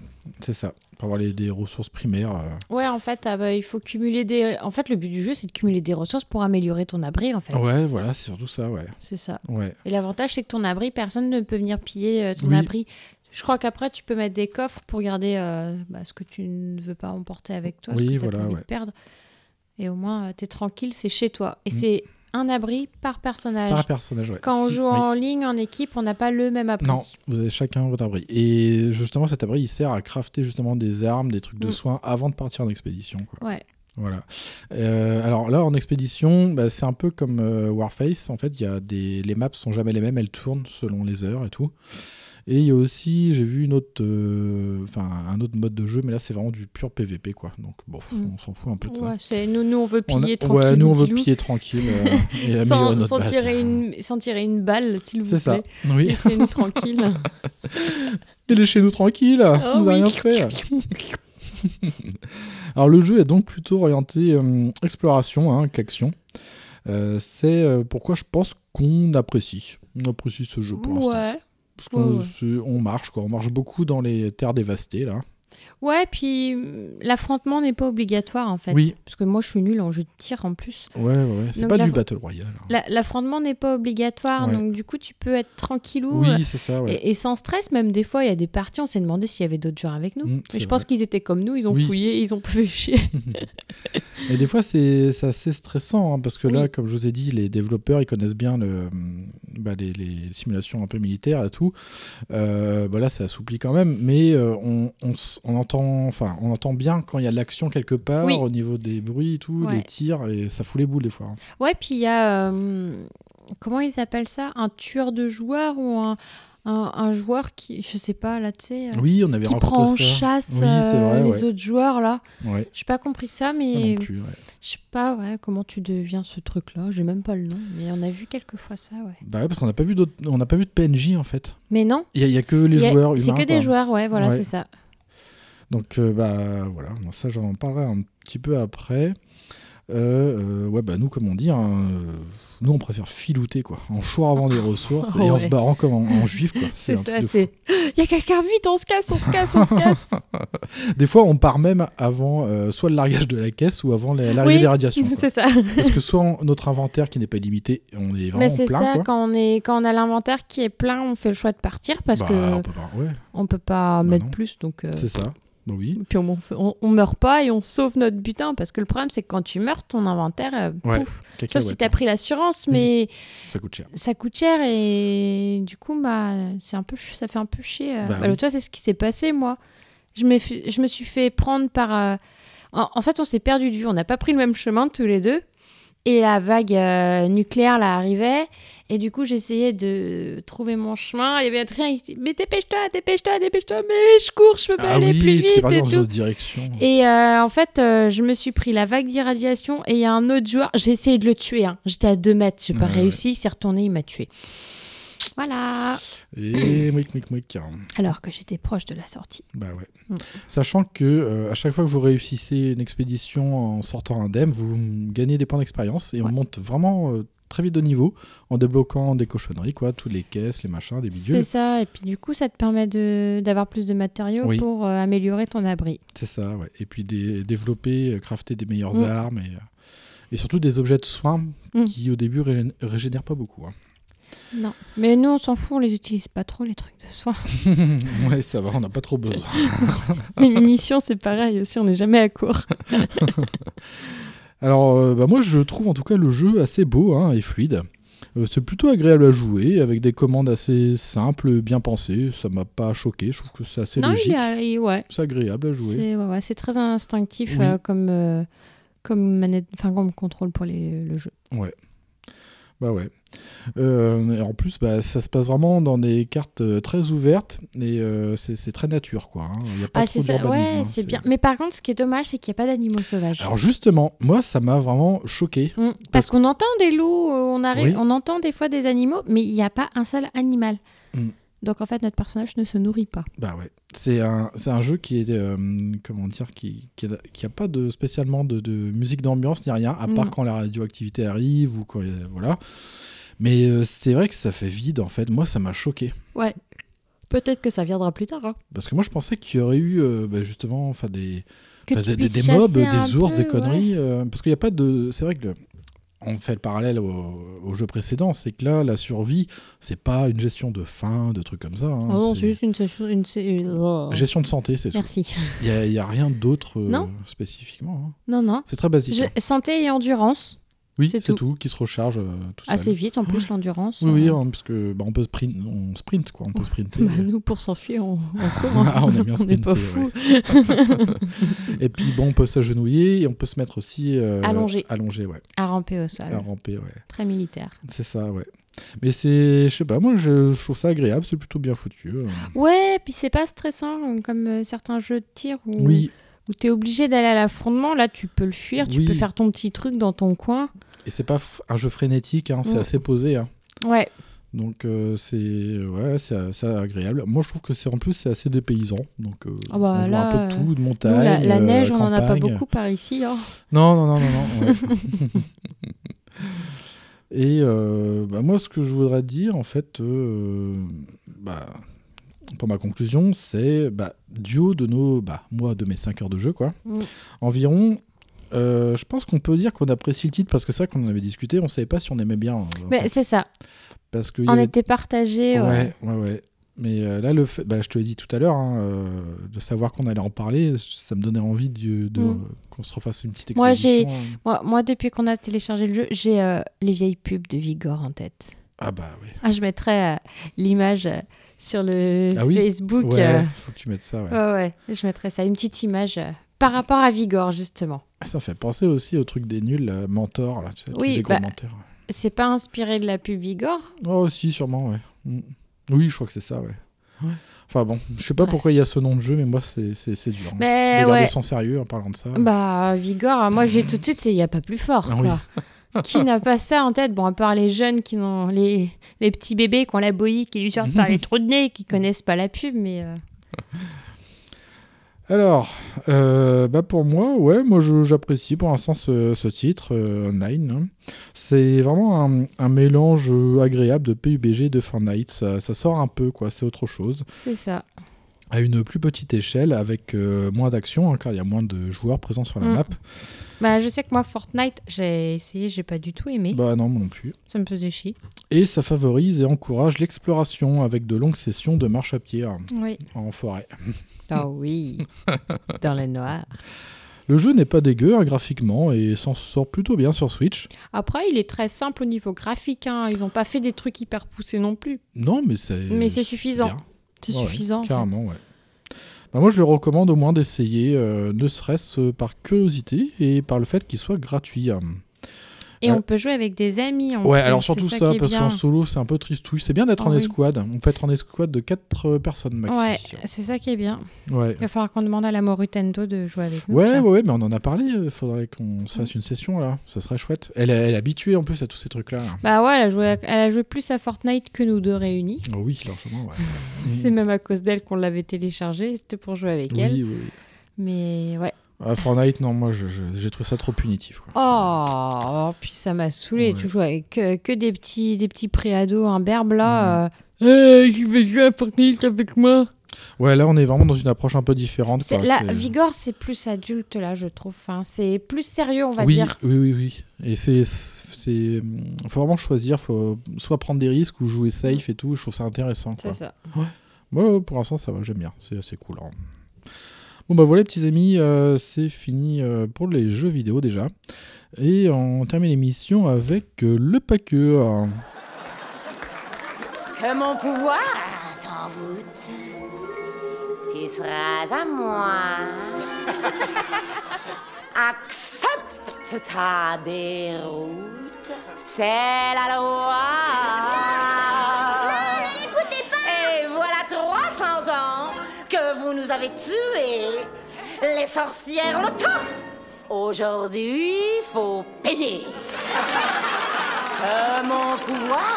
C'est ça, pour avoir les, des ressources primaires. euh.
Ouais, en fait, ah bah, il faut cumuler des. En fait, le but du jeu, c'est de cumuler des ressources pour améliorer ton abri, en fait.
Ouais, voilà, c'est surtout ça, ouais.
C'est ça.
ouais.
Et l'avantage, c'est que ton abri, personne ne peut venir piller euh, ton
Oui.
abri. Je crois qu'après, tu peux mettre des coffres pour garder euh, bah, ce que tu ne veux pas emporter avec toi,
Oui,
ce que t'as
voilà,
pas envie
ouais.
de perdre. Et au moins, tu es tranquille, c'est chez toi. Et c'est un abri par personnage.
Mm. Par personnage, ouais.
Quand on
Si-
joue
oui.
en ligne, en équipe, on n'a pas le même abri.
Non, vous avez chacun votre abri. Et justement, cet abri, il sert à crafter justement des armes, des trucs de
Mm.
soins avant de partir en expédition. Quoi.
Ouais.
Voilà. Euh, alors là, en expédition, bah, c'est un peu comme euh, Warface. En fait, il y a des... les maps sont jamais les mêmes, elles tournent selon les heures et tout. Et il y a aussi, j'ai vu une autre, euh, enfin un autre mode de jeu, mais là c'est vraiment du pur PVP quoi. Donc bon, pff,
Mm.
on s'en fout un peu de ça.
Ouais, c'est- nous, nous, on veut
On a-
piller tranquille.
ouais, nous on veut
tranquillou,
piller tranquille euh, et améliorer
Sans,
notre
sans
base.
tirer une, sans tirer une balle, s'il vous
C'est ça.
plaît.
Oui.
Laissez-nous tranquille.
Il est chez nous tranquille, on vous a rien fait. Alors le jeu est donc plutôt orienté euh, exploration hein, qu'action. Euh, c'est euh, pourquoi je pense qu'on apprécie. On apprécie ce jeu pour l'instant.
Ouais. euh,
Parce qu'on
ouais, ouais.
se- on marche, quoi. On marche beaucoup dans les terres dévastées, là.
Ouais, puis euh, l'affrontement n'est pas obligatoire en fait.
Oui.
Parce que moi je suis nulle en jeu de tir en plus.
Ouais, ouais, ouais. C'est
Donc
pas
la
du
fr-
Battle Royale. hein.
La- L'affrontement n'est pas obligatoire,
Ouais.
donc du coup tu peux être tranquillou. euh,
Oui, c'est ça, ouais.
Et, et sans stress, même des fois, il y a des parties, on s'est demandé s'il y avait d'autres gens avec nous.
Mm,
Mais
c'est
je pense
vrai.
qu'ils étaient comme nous, ils ont
Oui.
fouillé, ils ont pêché.
Et des fois, c'est c'est assez stressant, hein, parce que là,
Oui.
comme je vous ai dit, les développeurs, ils connaissent bien le, bah, les, les simulations un peu militaires et tout. Euh, bah là, ça assouplit quand même, mais euh, on, on, s- on entend, enfin, on entend bien quand il y a de l'action quelque part,
Oui.
au niveau des bruits et tout,
Ouais.
des tirs, et ça fout les boules des fois. hein.
Ouais, puis il y a. euh, comment ils appellent ça Un tueur de joueurs ou un, un, un joueur qui, je sais pas, là, tu sais, euh,
Oui, on avait
qui
rencontré
prend en
ça.
chasse
oui, c'est vrai,
euh, les
ouais.
autres joueurs, là.
Ouais,
J'ai pas compris ça,
moi
mais
non plus, ouais.
je sais pas ouais, comment tu deviens ce truc-là. J'ai même pas le nom, mais on a vu quelques fois ça, ouais.
Bah ouais, parce qu'on n'a pas vu d'autres, on n'a pas vu de PNJ en fait.
Mais non,
Il y, a- il y a que les
il y a-
joueurs humains.
c'est que des
quoi.
joueurs, ouais, voilà,
Ouais.
c'est ça.
Donc euh, bah voilà, Bon, ça j'en parlerai un petit peu après. Euh, euh, ouais bah nous comment dire, hein, euh, nous on préfère filouter quoi, en choix avant des ressources et en
Ouais.
se barrant comme en, en juif quoi.
C'est
un
ça,
truc de
c'est. Il y a quelqu'un, Oh, vite, on se casse, on se casse, on se casse.
fou. Des fois on part même avant euh, soit le largage de la caisse ou avant la- l'arrivée
Oui,
des radiations. quoi.
c'est ça.
Parce que soit on- notre inventaire qui n'est pas illimité, on est
Mais
vraiment
c'est
plein
ça,
quoi.
quand on, est, quand on a l'inventaire qui est plein, on fait le choix de partir parce
Bah,
que euh,
on peut pas- ouais,
on peut pas mettre
non.
plus, donc. euh,
c'est ça. Bah oui.
Puis on, on, on meurt pas et on sauve notre butin parce que le problème c'est que quand tu meurs ton inventaire euh,
Ouais,
pouf sauf
cacahuète, hein.
si t'as pris l'assurance
Mhm.
mais
ça coûte cher.
ça coûte cher et du coup bah c'est un peu ch- ça fait un peu chier euh.
Bah
Bah,
oui.
toi c'est ce qui s'est passé moi je me je me suis fait prendre par euh, en, en fait on s'est perdu de vue on n'a pas pris le même chemin tous les deux et la vague euh, nucléaire là arrivait et du coup j'essayais de trouver mon chemin il y avait rien qui- mais dépêche-toi dépêche-toi dépêche-toi mais je cours je peux pas
Ah
aller
oui,
plus
t'es
vite
parti
et
dans une
tout
autre direction.
et euh, en fait, euh, je me suis pris la vague d'irradiation et il y a un autre joueur. J'ai essayé de le tuer. hein. J'étais à 2 mètres, j'ai pas
Ouais,
réussi. Il s'est retourné, il m'a tué. Voilà.
Et mouic, mouic, mouic.
Alors que j'étais proche de la sortie.
Bah ouais.
Mm.
Sachant que euh, à chaque fois que vous réussissez une expédition en sortant indemne, vous gagnez des points d'expérience et on
Ouais.
monte vraiment euh, très vite de niveau en débloquant des cochonneries, quoi, toutes les caisses, les machins, des
C'est
bidules.
ça. Et puis du coup, ça te permet de- d'avoir plus de matériaux
Oui.
pour euh, améliorer ton abri.
C'est ça, ouais. Et puis des, développer, euh, crafter des meilleures
Mm.
armes et, euh, et surtout des objets de soins
Mm.
qui au début régén- régénèrent pas beaucoup. hein.
Non. Mais nous, on s'en fout. On les utilise pas trop, les trucs de soins.
ouais, ça va, on n'a pas trop besoin.
les munitions, c'est pareil aussi. On n'est jamais à court.
Alors, euh, bah, moi, je trouve en tout cas le jeu assez beau hein, et fluide. Euh, c'est plutôt agréable à jouer, avec des commandes assez simples, bien pensées. Ça m'a pas choqué, je trouve que c'est assez
non,
logique.
il y a. il- ouais.
C'est agréable à jouer.
C'est ouais, ouais, c'est très instinctif
Oui.
euh, comme. euh, comme manette, enfin comme contrôle pour les, le jeu.
Bah ouais. Euh, et en plus, bah, ça se passe vraiment dans des cartes euh, très ouvertes, et euh, c'est c'est très nature, quoi. hein. Il y a pas
Ah,
trop
c'est ça.
d'urbanisme,
Ouais,
hein.
c'est bien. Mais par contre, ce qui est dommage, c'est qu'il n'y a pas d'animaux sauvages.
Alors justement, moi, ça m'a vraiment choqué.
Mm. Parce qu'on entend des loups, on,
Oui.
arrive, on entend des fois des animaux, mais il n'y a pas un seul animal.
Mm.
Donc en fait, notre personnage ne se nourrit pas.
Bah ouais. C'est un, c'est un jeu qui est. euh, comment dire Qui n'a qui a- qui a pas de, spécialement de, de musique d'ambiance ni rien, à part
Non.
quand la radioactivité arrive ou quand. il y a- Voilà. Mais euh, c'est vrai que ça fait vide en fait. Moi, ça m'a choqué.
Ouais. Peut-être que ça viendra plus tard. hein.
Parce que moi, je pensais qu'il y aurait eu euh, bah, justement enfin, des,
Que
enfin,
tu
Bah, des, des-
puisses
des mobs,
chasser un
des ours, des
peu,
conneries. euh, parce qu'il n'y a pas de. C'est vrai que. le- on fait le parallèle au, au jeu précédent, c'est que là, la survie, c'est pas une gestion de faim, de trucs comme ça. hein.
Oh non,
C'est
c'est juste une. sé- une sé- une-
gestion de santé, c'est tout.
Merci.
Il n'y a, rien d'autre euh,
Non.
spécifiquement. hein.
Non, non.
C'est très basique.
Je-
hein.
Santé et endurance.
Oui,
c'est
c'est
tout.
tout. qui se recharge euh, tout seul.
Assez vite, en plus, l'endurance.
Oui, oui,
euh,
hein, parce que bah, on peut sprint, on sprint quoi, on peut sprinter.
bah, nous, pour s'enfuir, on, on court. hein.
Ah, on aime bien
on n'est pas
sprinter,
fous.
et puis bon, on peut s'agenouiller et on peut se mettre aussi euh,
Allongé.
allongé, ouais,
À ramper au sol.
à ramper, ouais.
Très militaire.
C'est ça, ouais. Mais c'est, je sais pas, moi je, je trouve ça agréable, c'est plutôt bien foutu. euh.
Ouais, puis c'est pas stressant euh, comme euh, certains jeux de tir où,
Oui,
où t'es obligé d'aller à l'affrontement. Là, tu peux le fuir, tu
Oui.
peux faire ton petit truc dans ton coin.
et c'est pas f- un jeu frénétique, hein, c'est
Mm.
assez posé. hein.
Ouais,
Donc euh, c'est ouais, c'est c'est agréable. Moi je trouve que c'est en plus c'est assez dépaysant. Donc euh, on
Ah bah
voit
là,
un peu de tout, de
Nous,
montagne,
la, la
euh,
neige, on en a pas
campagne.
beaucoup par ici. hein.
Non non non non non. ouais. Et euh, bah, moi ce que je voudrais dire en fait euh, bah pour ma conclusion, c'est bah, duo de nos bah moi de mes 5 heures de jeu quoi.
Mm.
Environ euh, je pense qu'on peut dire qu'on apprécie le titre parce que ça qu'on en avait discuté, on savait pas si on aimait bien. euh, en
Mais
fait,
c'est ça,
parce que il y
on
avait
était partagés. Ouais.
Ouais, ouais, ouais. Mais euh, là, le fait, bah, je te l'ai dit tout à l'heure, hein, euh, de savoir qu'on allait en parler, ça me donnait envie de, de-
Mm.
qu'on se refasse une petite hein.
Moi, j'ai-
expédition.
Moi, moi, depuis qu'on a téléchargé le jeu, j'ai euh, les vieilles pubs de Vigor en tête.
Ah bah oui.
Ah, je mettrai euh, l'image euh, sur le
Ah oui
Facebook.
Ouais,
euh,
faut que tu mettes ça. Ouais.
ouais, ouais, je mettrai ça, une petite image euh, par rapport à Vigor, justement.
Ça fait penser aussi au truc des nuls, euh, mentor là, tu sais, le truc
Oui,
des gros
bah-
menteurs.
C'est pas inspiré de la pub Vigor
Oh si, sûrement, ouais. Mm. Oui, je crois que c'est ça, ouais.
Ouais.
Enfin bon, je sais pas pourquoi il y a ce nom de jeu, mais moi, c'est c'est- c'est dur. hein.
Mais
de garder
ouais.
son sérieux en parlant de ça.
Bah, Vigor, moi j'ai tout de suite, c'est il n'y a pas plus fort.
Ah
quoi. qui n'a pas ça en tête Bon, à part les jeunes qui n'ont. Les, les petits bébés qui ont la bouillie, qui lui
Mhm.
sortent par les trous de nez, qui connaissent pas la pub, mais. euh,
Alors, euh, bah pour moi, ouais, moi je- j'apprécie pour l'instant ce, ce titre euh, online. hein. C'est vraiment un, un mélange euh, agréable de PUBG et de Fortnite. Ça, ça sort un peu, quoi, c'est autre chose.
c'est ça.
À une plus petite échelle, avec euh, moins d'action, hein, car il y a moins de joueurs présents sur la
Mm.
map.
Bah, je sais que moi, Fortnite, j'ai essayé, j'ai pas du tout aimé.
Bah non, moi non plus.
Ça me faisait chier.
Et ça favorise et encourage l'exploration avec de longues sessions de marche à pied hein,
Oui.
en forêt.
Ah oui, dans le noir.
Le jeu n'est pas dégueu hein, graphiquement et s'en sort plutôt bien sur Switch.
Après, il est très simple au niveau graphique. hein. Ils n'ont pas fait des trucs hyper poussés non plus.
Non, mais c'est.
Mais c'est suffisant.
bien.
C'est
Ouais, ouais,
suffisant. en fait.
carrément, ouais. Bah, moi, je le recommande au moins d'essayer, euh, ne serait-ce par curiosité et par le fait qu'il soit gratuit. hein.
Et
Euh,
on peut jouer avec des amis. en
Ouais,
plus,
alors
c'est
surtout ça,
qui est
parce
bien.
qu'en solo, c'est un peu tristouille. C'est bien d'être
Ah
en
oui.
escouade. On peut être en escouade de 4 personnes
Ouais,
maxi.
c'est ça qui est bien.
Ouais.
Il va falloir qu'on demande à la Morutendo de jouer avec nous.
Ouais,
tiens.
ouais, ouais, mais on en a parlé. Il faudrait qu'on se fasse une session là. Ça serait chouette. Elle, est- elle est habituée en plus à tous ces trucs-là.
Bah ouais, elle a, joué, elle a joué plus à Fortnite que nous deux réunis.
Oh oui, largement, ouais.
C'est même à cause d'elle qu'on l'avait téléchargé. C'était pour jouer avec elle.
Oui, oui, oui.
Mais ouais.
Ah, Fortnite, non, moi, je- je- j'ai trouvé ça trop punitif. Quoi.
Oh, puis ça m'a saoulé.
Ouais.
Tu joues avec que, que des petits, des petits préados imberbes
Mm.
là. euh, Eh, je vais jouer à Fortnite avec moi.
Ouais, là, on est vraiment dans une approche un peu différente.
C'est-
quoi.
la
Ah, C'est-
Vigor, c'est plus adulte là, je trouve. Enfin, c'est plus sérieux, on va
oui,
dire.
Oui, oui, oui. Et c'est. c'est- faut vraiment choisir. faut soit prendre des risques ou jouer safe et tout. Je trouve ça intéressant. quoi.
C'est ça.
Moi, pour l'instant, ça va, j'aime bien. C'est assez cool. hein. Bon, bah voilà, petits amis, euh, c'est fini euh, pour les jeux vidéo déjà. Et on termine l'émission avec euh, le paqueux. hein.
Que mon pouvoir t'envoûte. Tu seras à moi. Accepte ta déroute. C'est la loi. Et voilà 300 ans que vous nous avez tués. Les sorcières ont le temps. Aujourd'hui, faut payer. Que mon pouvoir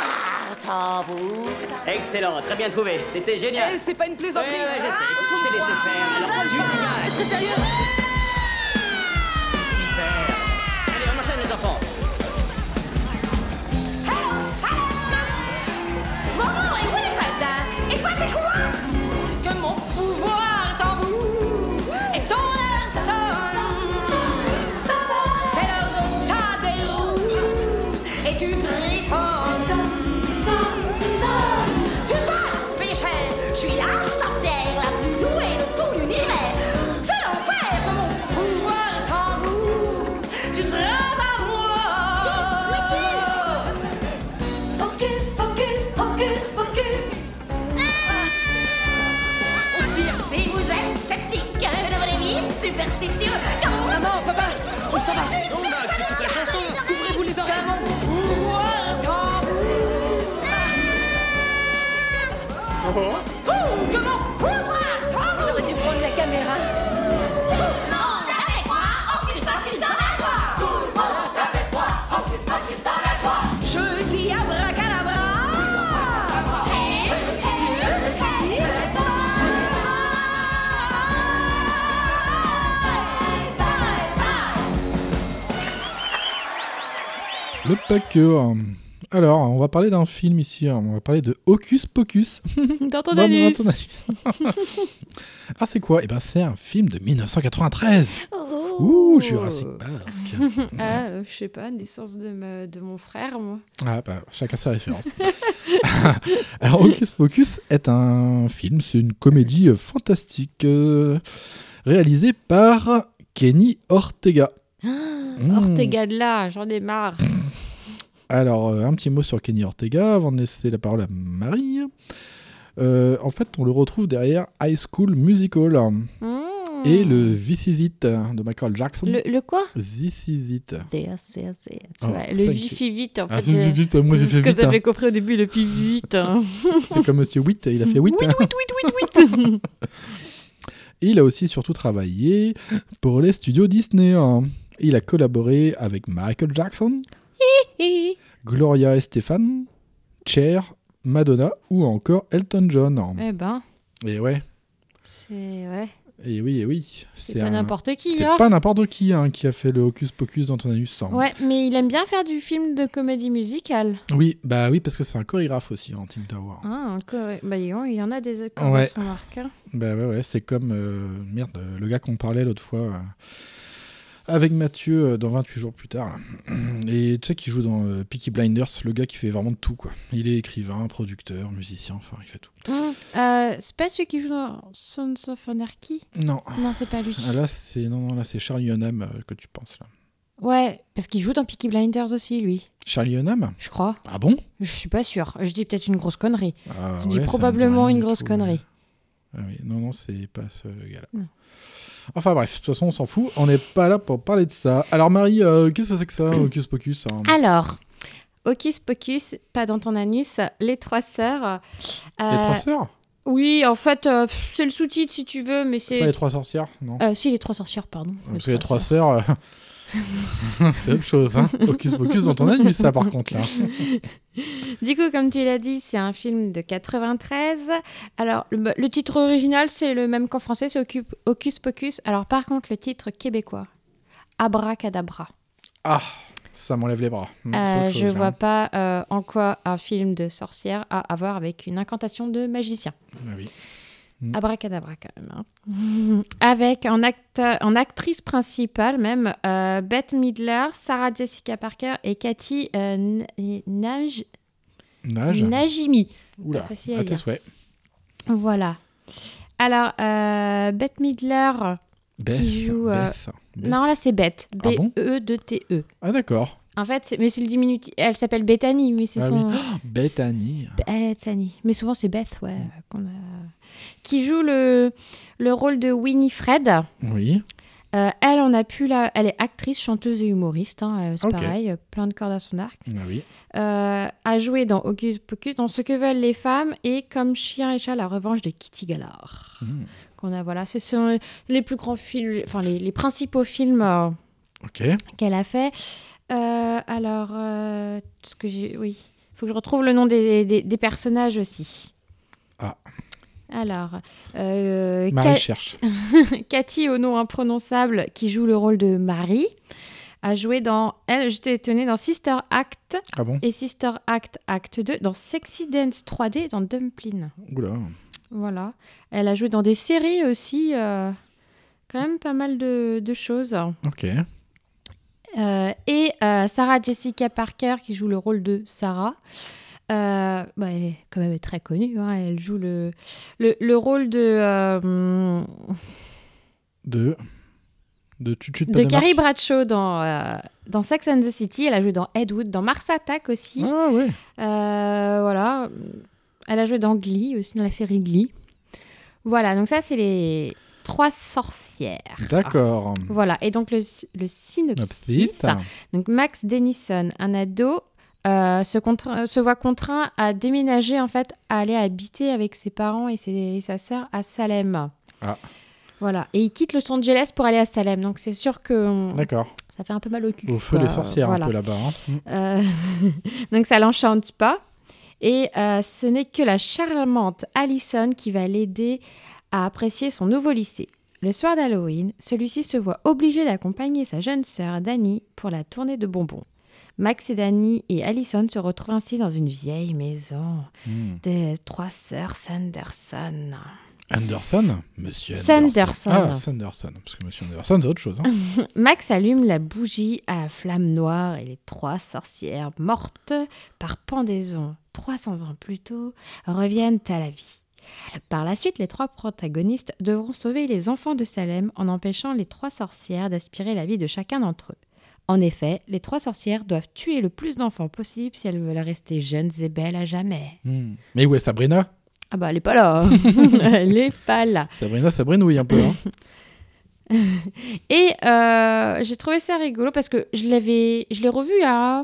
t'envoûte.
Excellent, très bien trouvé. C'était génial.
Eh, c'est pas une Ah,
Ouais, ouais, je sais. Je t'ai laissé faire. Alors, tu dégages. C'est sérieux C'est super. Allez, on enchaîne, les enfants.
Maman, et où les fêtes Et toi, c'est quoi Que mon pouvoir t'envoûte et ton heure sonne. C'est l'heure de ta déroute et tu frissonnes. Tu vas, pécher, je suis la sorcière la plus douée de tout l'univers. C'est l'enfer que mon pouvoir t'envoûte. Tu seras à moi. Focus, focus, focus, focus. Ah On se dit, si vous êtes sceptique, devenez vite superstitieux. Maman, papa, on s'en va.
Oh, Max, écoute la chanson. Couvrez-vous les oreilles.
Comment pouvoir t'en J'aurais dû prendre la caméra. Tout le monde avec moi, focus, focus dans la joie. Tout le monde avec moi, focus, focus dans la joie. Je dis abracadabra. Et je dis bye. Bye, bye.
Le paqueux. hein. Alors, on va parler d'un film ici. hein. On va parler de Hocus Pocus.
Dans ton
Dans mon
anus.
anus. ah, c'est quoi Eh ben, c'est un film de 1993.
Oh.
Ouh, Jurassic Park.
Ah, euh, je sais pas, naissance de, ma- de mon frère, moi.
Ah bah, chacun ses références. Alors, Hocus Pocus est un film, c'est une comédie euh, fantastique euh, réalisée par Kenny Ortega. Hmm.
Ah, Ortega de là, j'en ai marre.
Alors, euh, un petit mot sur Kenny Ortega avant de laisser la parole à Marie. Euh, en fait, on le retrouve derrière High School Musical.
Mmh.
et le This Is It de Michael Jackson.
Le, le quoi
This Is It.
DRCRC. Tu
Ah,
vois,
ça,
le
il fait-
Vifi vite, en
Ah,
fait. euh.
This Is It, moi j'ai fait
Quand
vite. hein.
t'avais compris au début, le Vifi vite. hein.
C'est comme Monsieur Witt, il a fait Witt.
Tweet, tweet, tweet, tweet.
Et il a aussi surtout travaillé pour les studios Disney. hein. Il a collaboré avec Michael Jackson,
Hi, hi.
Gloria Estefan, Cher, Madonna ou encore Elton John. hein.
eh ben,
Et ouais,
c'est ouais.
et oui, et oui.
C'est pas
un-
n'importe qui.
C'est
hein.
pas n'importe qui hein, qui a fait le Hocus Pocus d'Antoninus. hein.
Ouais, mais il aime bien faire du film de comédie musicale.
Oui, bah oui, parce que c'est un chorégraphe aussi, hein, Tim Tower.
Ah, encore... bah, dis donc, il y en a des accords
Ouais.
dans son arc. hein.
Bah ouais, ouais, c'est comme. euh, merde, euh, le gars qu'on parlait l'autre fois euh, avec Mathieu euh, dans 28 jours plus tard. Et tu sais, qui joue dans euh, Peaky Blinders, le gars qui fait vraiment de tout, quoi. Il est écrivain, producteur, musicien, enfin, il fait tout.
Hum, euh, c'est pas celui qui joue dans Sons of Anarchy
Non.
Non, c'est pas lui.
Ah, là, c'est non, non, là, c'est Charlie Hunnam euh, que tu penses, là.
Ouais, parce qu'il joue dans Peaky Blinders aussi, lui,
Charlie Hunnam
je crois.
Ah bon
Je suis pas sûre. Je dis peut-être une grosse connerie.
Ah
je
ouais, ça
dis
me dit
probablement
rien
une
du
grosse
tout, mais-
connerie.
Ah oui, non, non, c'est pas ce gars-là.
Non.
Enfin bref, de toute façon, on s'en fout. On n'est pas là pour parler de ça. Alors Marie, euh, qu'est-ce que c'est que ça, Hocus Pocus hein
Alors, Hocus Pocus, pas dans ton anus, les trois sœurs.
Les
euh,
trois sœurs
Oui, en fait, euh, pff, c'est le sous-titre si tu veux, mais
C'est
c'est.
pas les trois sorcières Non.
Euh, si, les trois sorcières, pardon.
Parce que les trois sœurs, euh, c'est autre chose. Hein. Hocus Pocus dont on a nu ça par contre là.
Du coup, comme tu l'as dit, c'est un film de 93. Alors, le, le titre original, c'est le même qu'en français, c'est Ocu- Hocus Pocus. Alors, par contre, le titre québécois, Abracadabra.
Ah, ça m'enlève les bras. Hmm, c'est
Euh,
autre
je
chose, là.
vois pas euh, en quoi un film de sorcière a à voir avec une incantation de magicien. Mm.
Ah oui.
Abracadabra quand même. hein. Avec en, acte- en actrice principale même euh, Bette Midler, Sarah Jessica Parker et Cathy euh, N- et Naj-
Nage.
Najimi.
Oula,
pas facile
à
à
tes
dire.
souhaits.
Voilà. Alors, euh, Bette Midler.
Beth.
joue, euh,
Beth, Beth.
Non, là, c'est Bette.
Ah bon
B-E-D-T-E.
Ah d'accord.
En fait, c'est- mais c'est le diminutif. Elle s'appelle Bethany, mais c'est
Ah Oh
son.
Bethany.
Bethany. Mais souvent, c'est Beth, ouais. qu'on a- Qui joue le, le rôle de Winifred.
Oui.
Euh, elle, on a pu la... elle est actrice, chanteuse et humoriste. hein, euh, c'est
Ok.
pareil, euh, plein de cordes à son arc.
Ah oui.
Euh, a joué dans Hocus Pocus, dans Ce que veulent les femmes et Comme chien et chat, la revanche de Kitty Gallard.
Hmm.
Qu'on a, voilà, ce sont les plus grands films, enfin les, les principaux films euh,
Ok.
qu'elle a fait. Euh, alors, euh, ce que j'ai, oui, faut que je retrouve le nom des, des- des personnages aussi.
Ah.
Alors, euh,
Marie
Ca-
cherche.
Cathy au nom imprononçable qui joue le rôle de Marie a joué dans elle je t'ai tenue dans Sister Act
Ah bon
et Sister Act Act 2 dans Sexy Dance 3D et dans Dumplin.
Oula.
Voilà. Elle a joué dans des séries aussi euh, quand même pas mal de, de choses.
Ok.
Euh, et euh, Sarah Jessica Parker qui joue le rôle de Sarah. Euh, bah, elle est quand même très connue. hein. Elle joue le, le, le rôle de, euh, hum,
De. De Tutu de
de
Panama.
Carrie Bradshaw dans, euh, dans Sex and the City. Elle a joué dans Ed Wood, dans Mars Attack aussi.
Ah ouais.
Euh, voilà. Elle a joué dans Glee aussi, dans la série Glee. Voilà, donc ça, c'est les trois sorcières.
D'accord.
Voilà, et donc le, le synopsis.
Hop,
Donc Max Dennison, un ado, euh, se, contraint- se voit contraint à déménager, en fait, à aller habiter avec ses parents et, ses- et sa sœur à Salem.
Ah.
Voilà, et il quitte Los Angeles pour aller à Salem. Donc c'est sûr que on-
D'accord.
ça fait un peu mal au cul.
Au feu
quoi.
des sorcières
Bah, Voilà.
un peu là-bas. hein.
Euh, donc ça l'enchante pas. Et euh, ce n'est que la charmante Allison qui va l'aider à apprécier son nouveau lycée. Le soir d'Halloween, celui-ci se voit obligé d'accompagner sa jeune sœur Dani pour la tournée de bonbons. Max et Dani et Allison se retrouvent ainsi dans une vieille maison
Hmm.
des trois sœurs Sanderson.
Anderson Monsieur
Sanderson.
Ah, Sanderson. Parce que Monsieur Anderson, c'est autre chose. hein.
Max allume la bougie à la flamme noire et les trois sorcières mortes par pendaison 300 ans plus tôt reviennent à la vie. Par la suite, les trois protagonistes devront sauver les enfants de Salem en empêchant les trois sorcières d'aspirer la vie de chacun d'entre eux. En effet, les trois sorcières doivent tuer le plus d'enfants possible si elles veulent rester jeunes et belles à jamais.
Hmm. Mais où est Sabrina
Ah bah elle est pas là, hein. elle est pas là.
Sabrina, Sabrinouille un peu. hein.
Et euh, j'ai trouvé ça rigolo parce que je l'avais, je l'ai revu il y a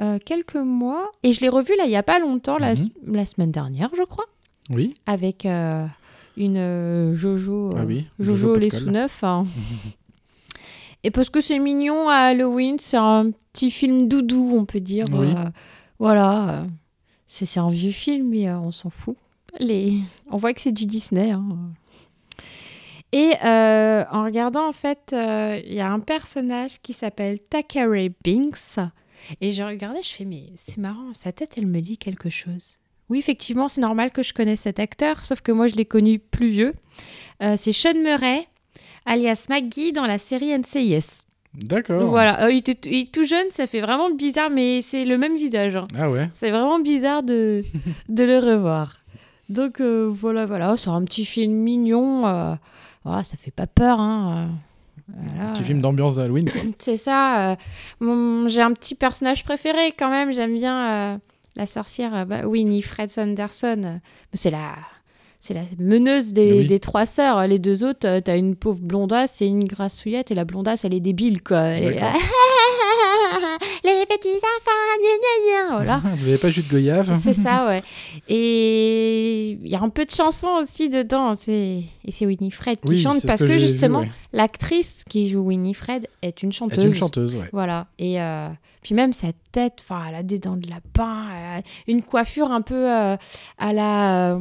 euh, quelques mois et je l'ai revu là il y a pas longtemps, la,
Mhm.
la semaine dernière, je crois,
Oui.
avec euh, une euh, Jojo, euh,
Ah oui, Jojo
Jojo, les
Popcorn.
sous neufs. hein. et parce que c'est mignon à Halloween, c'est un petit film doudou, on peut dire.
Oui.
euh, voilà, euh, c'est c'est un vieux film, mais euh, on s'en fout. Les... On voit que c'est du Disney. hein. Et euh, en regardant, en fait, euh, il y a un personnage qui s'appelle Takare Binks. Et je regardais, je fais, mais c'est marrant, sa tête, elle me dit quelque chose. Oui, effectivement, c'est normal que je connaisse cet acteur, sauf que moi, je l'ai connu plus vieux. Euh, c'est Sean Murray, alias Maggie, dans la série NCIS.
D'accord.
Voilà, Euh, il, était- il est tout jeune, ça fait vraiment bizarre, mais c'est le même visage. hein.
Ah ouais.
C'est vraiment bizarre de, de le revoir. Donc euh, voilà, voilà, c'est un petit film mignon. euh, voilà, ça fait pas peur. Hein. euh, voilà.
Petit film d'ambiance d'Halloween. quoi.
C'est ça. euh, mon- J'ai un petit personnage préféré quand même. J'aime bien euh, la sorcière euh, bah, Winnie Fred Sanderson. Euh, C'est la, c'est la meneuse des,
Oui.
des trois sœurs. Les deux autres, euh, t'as une pauvre blondasse et une grassouillette. Et la blondasse, elle est débile, quoi. Elle est-
D'accord.
Les petits enfants, gna gna gna, voilà.
Vous avez pas jus de goyave
C'est ça, ouais. Et il y a un peu de chansons aussi dedans. C'est... Et c'est Winifred qui
Oui, c'est
chante
ce
parce
que
que,
j'ai vu,
justement,
ouais.
l'actrice qui joue Winifred est une chanteuse.
C'est une chanteuse, ouais.
Voilà. Et euh, puis même sa tête, enfin, elle a des dents de lapin, euh, une coiffure un peu euh, à la euh,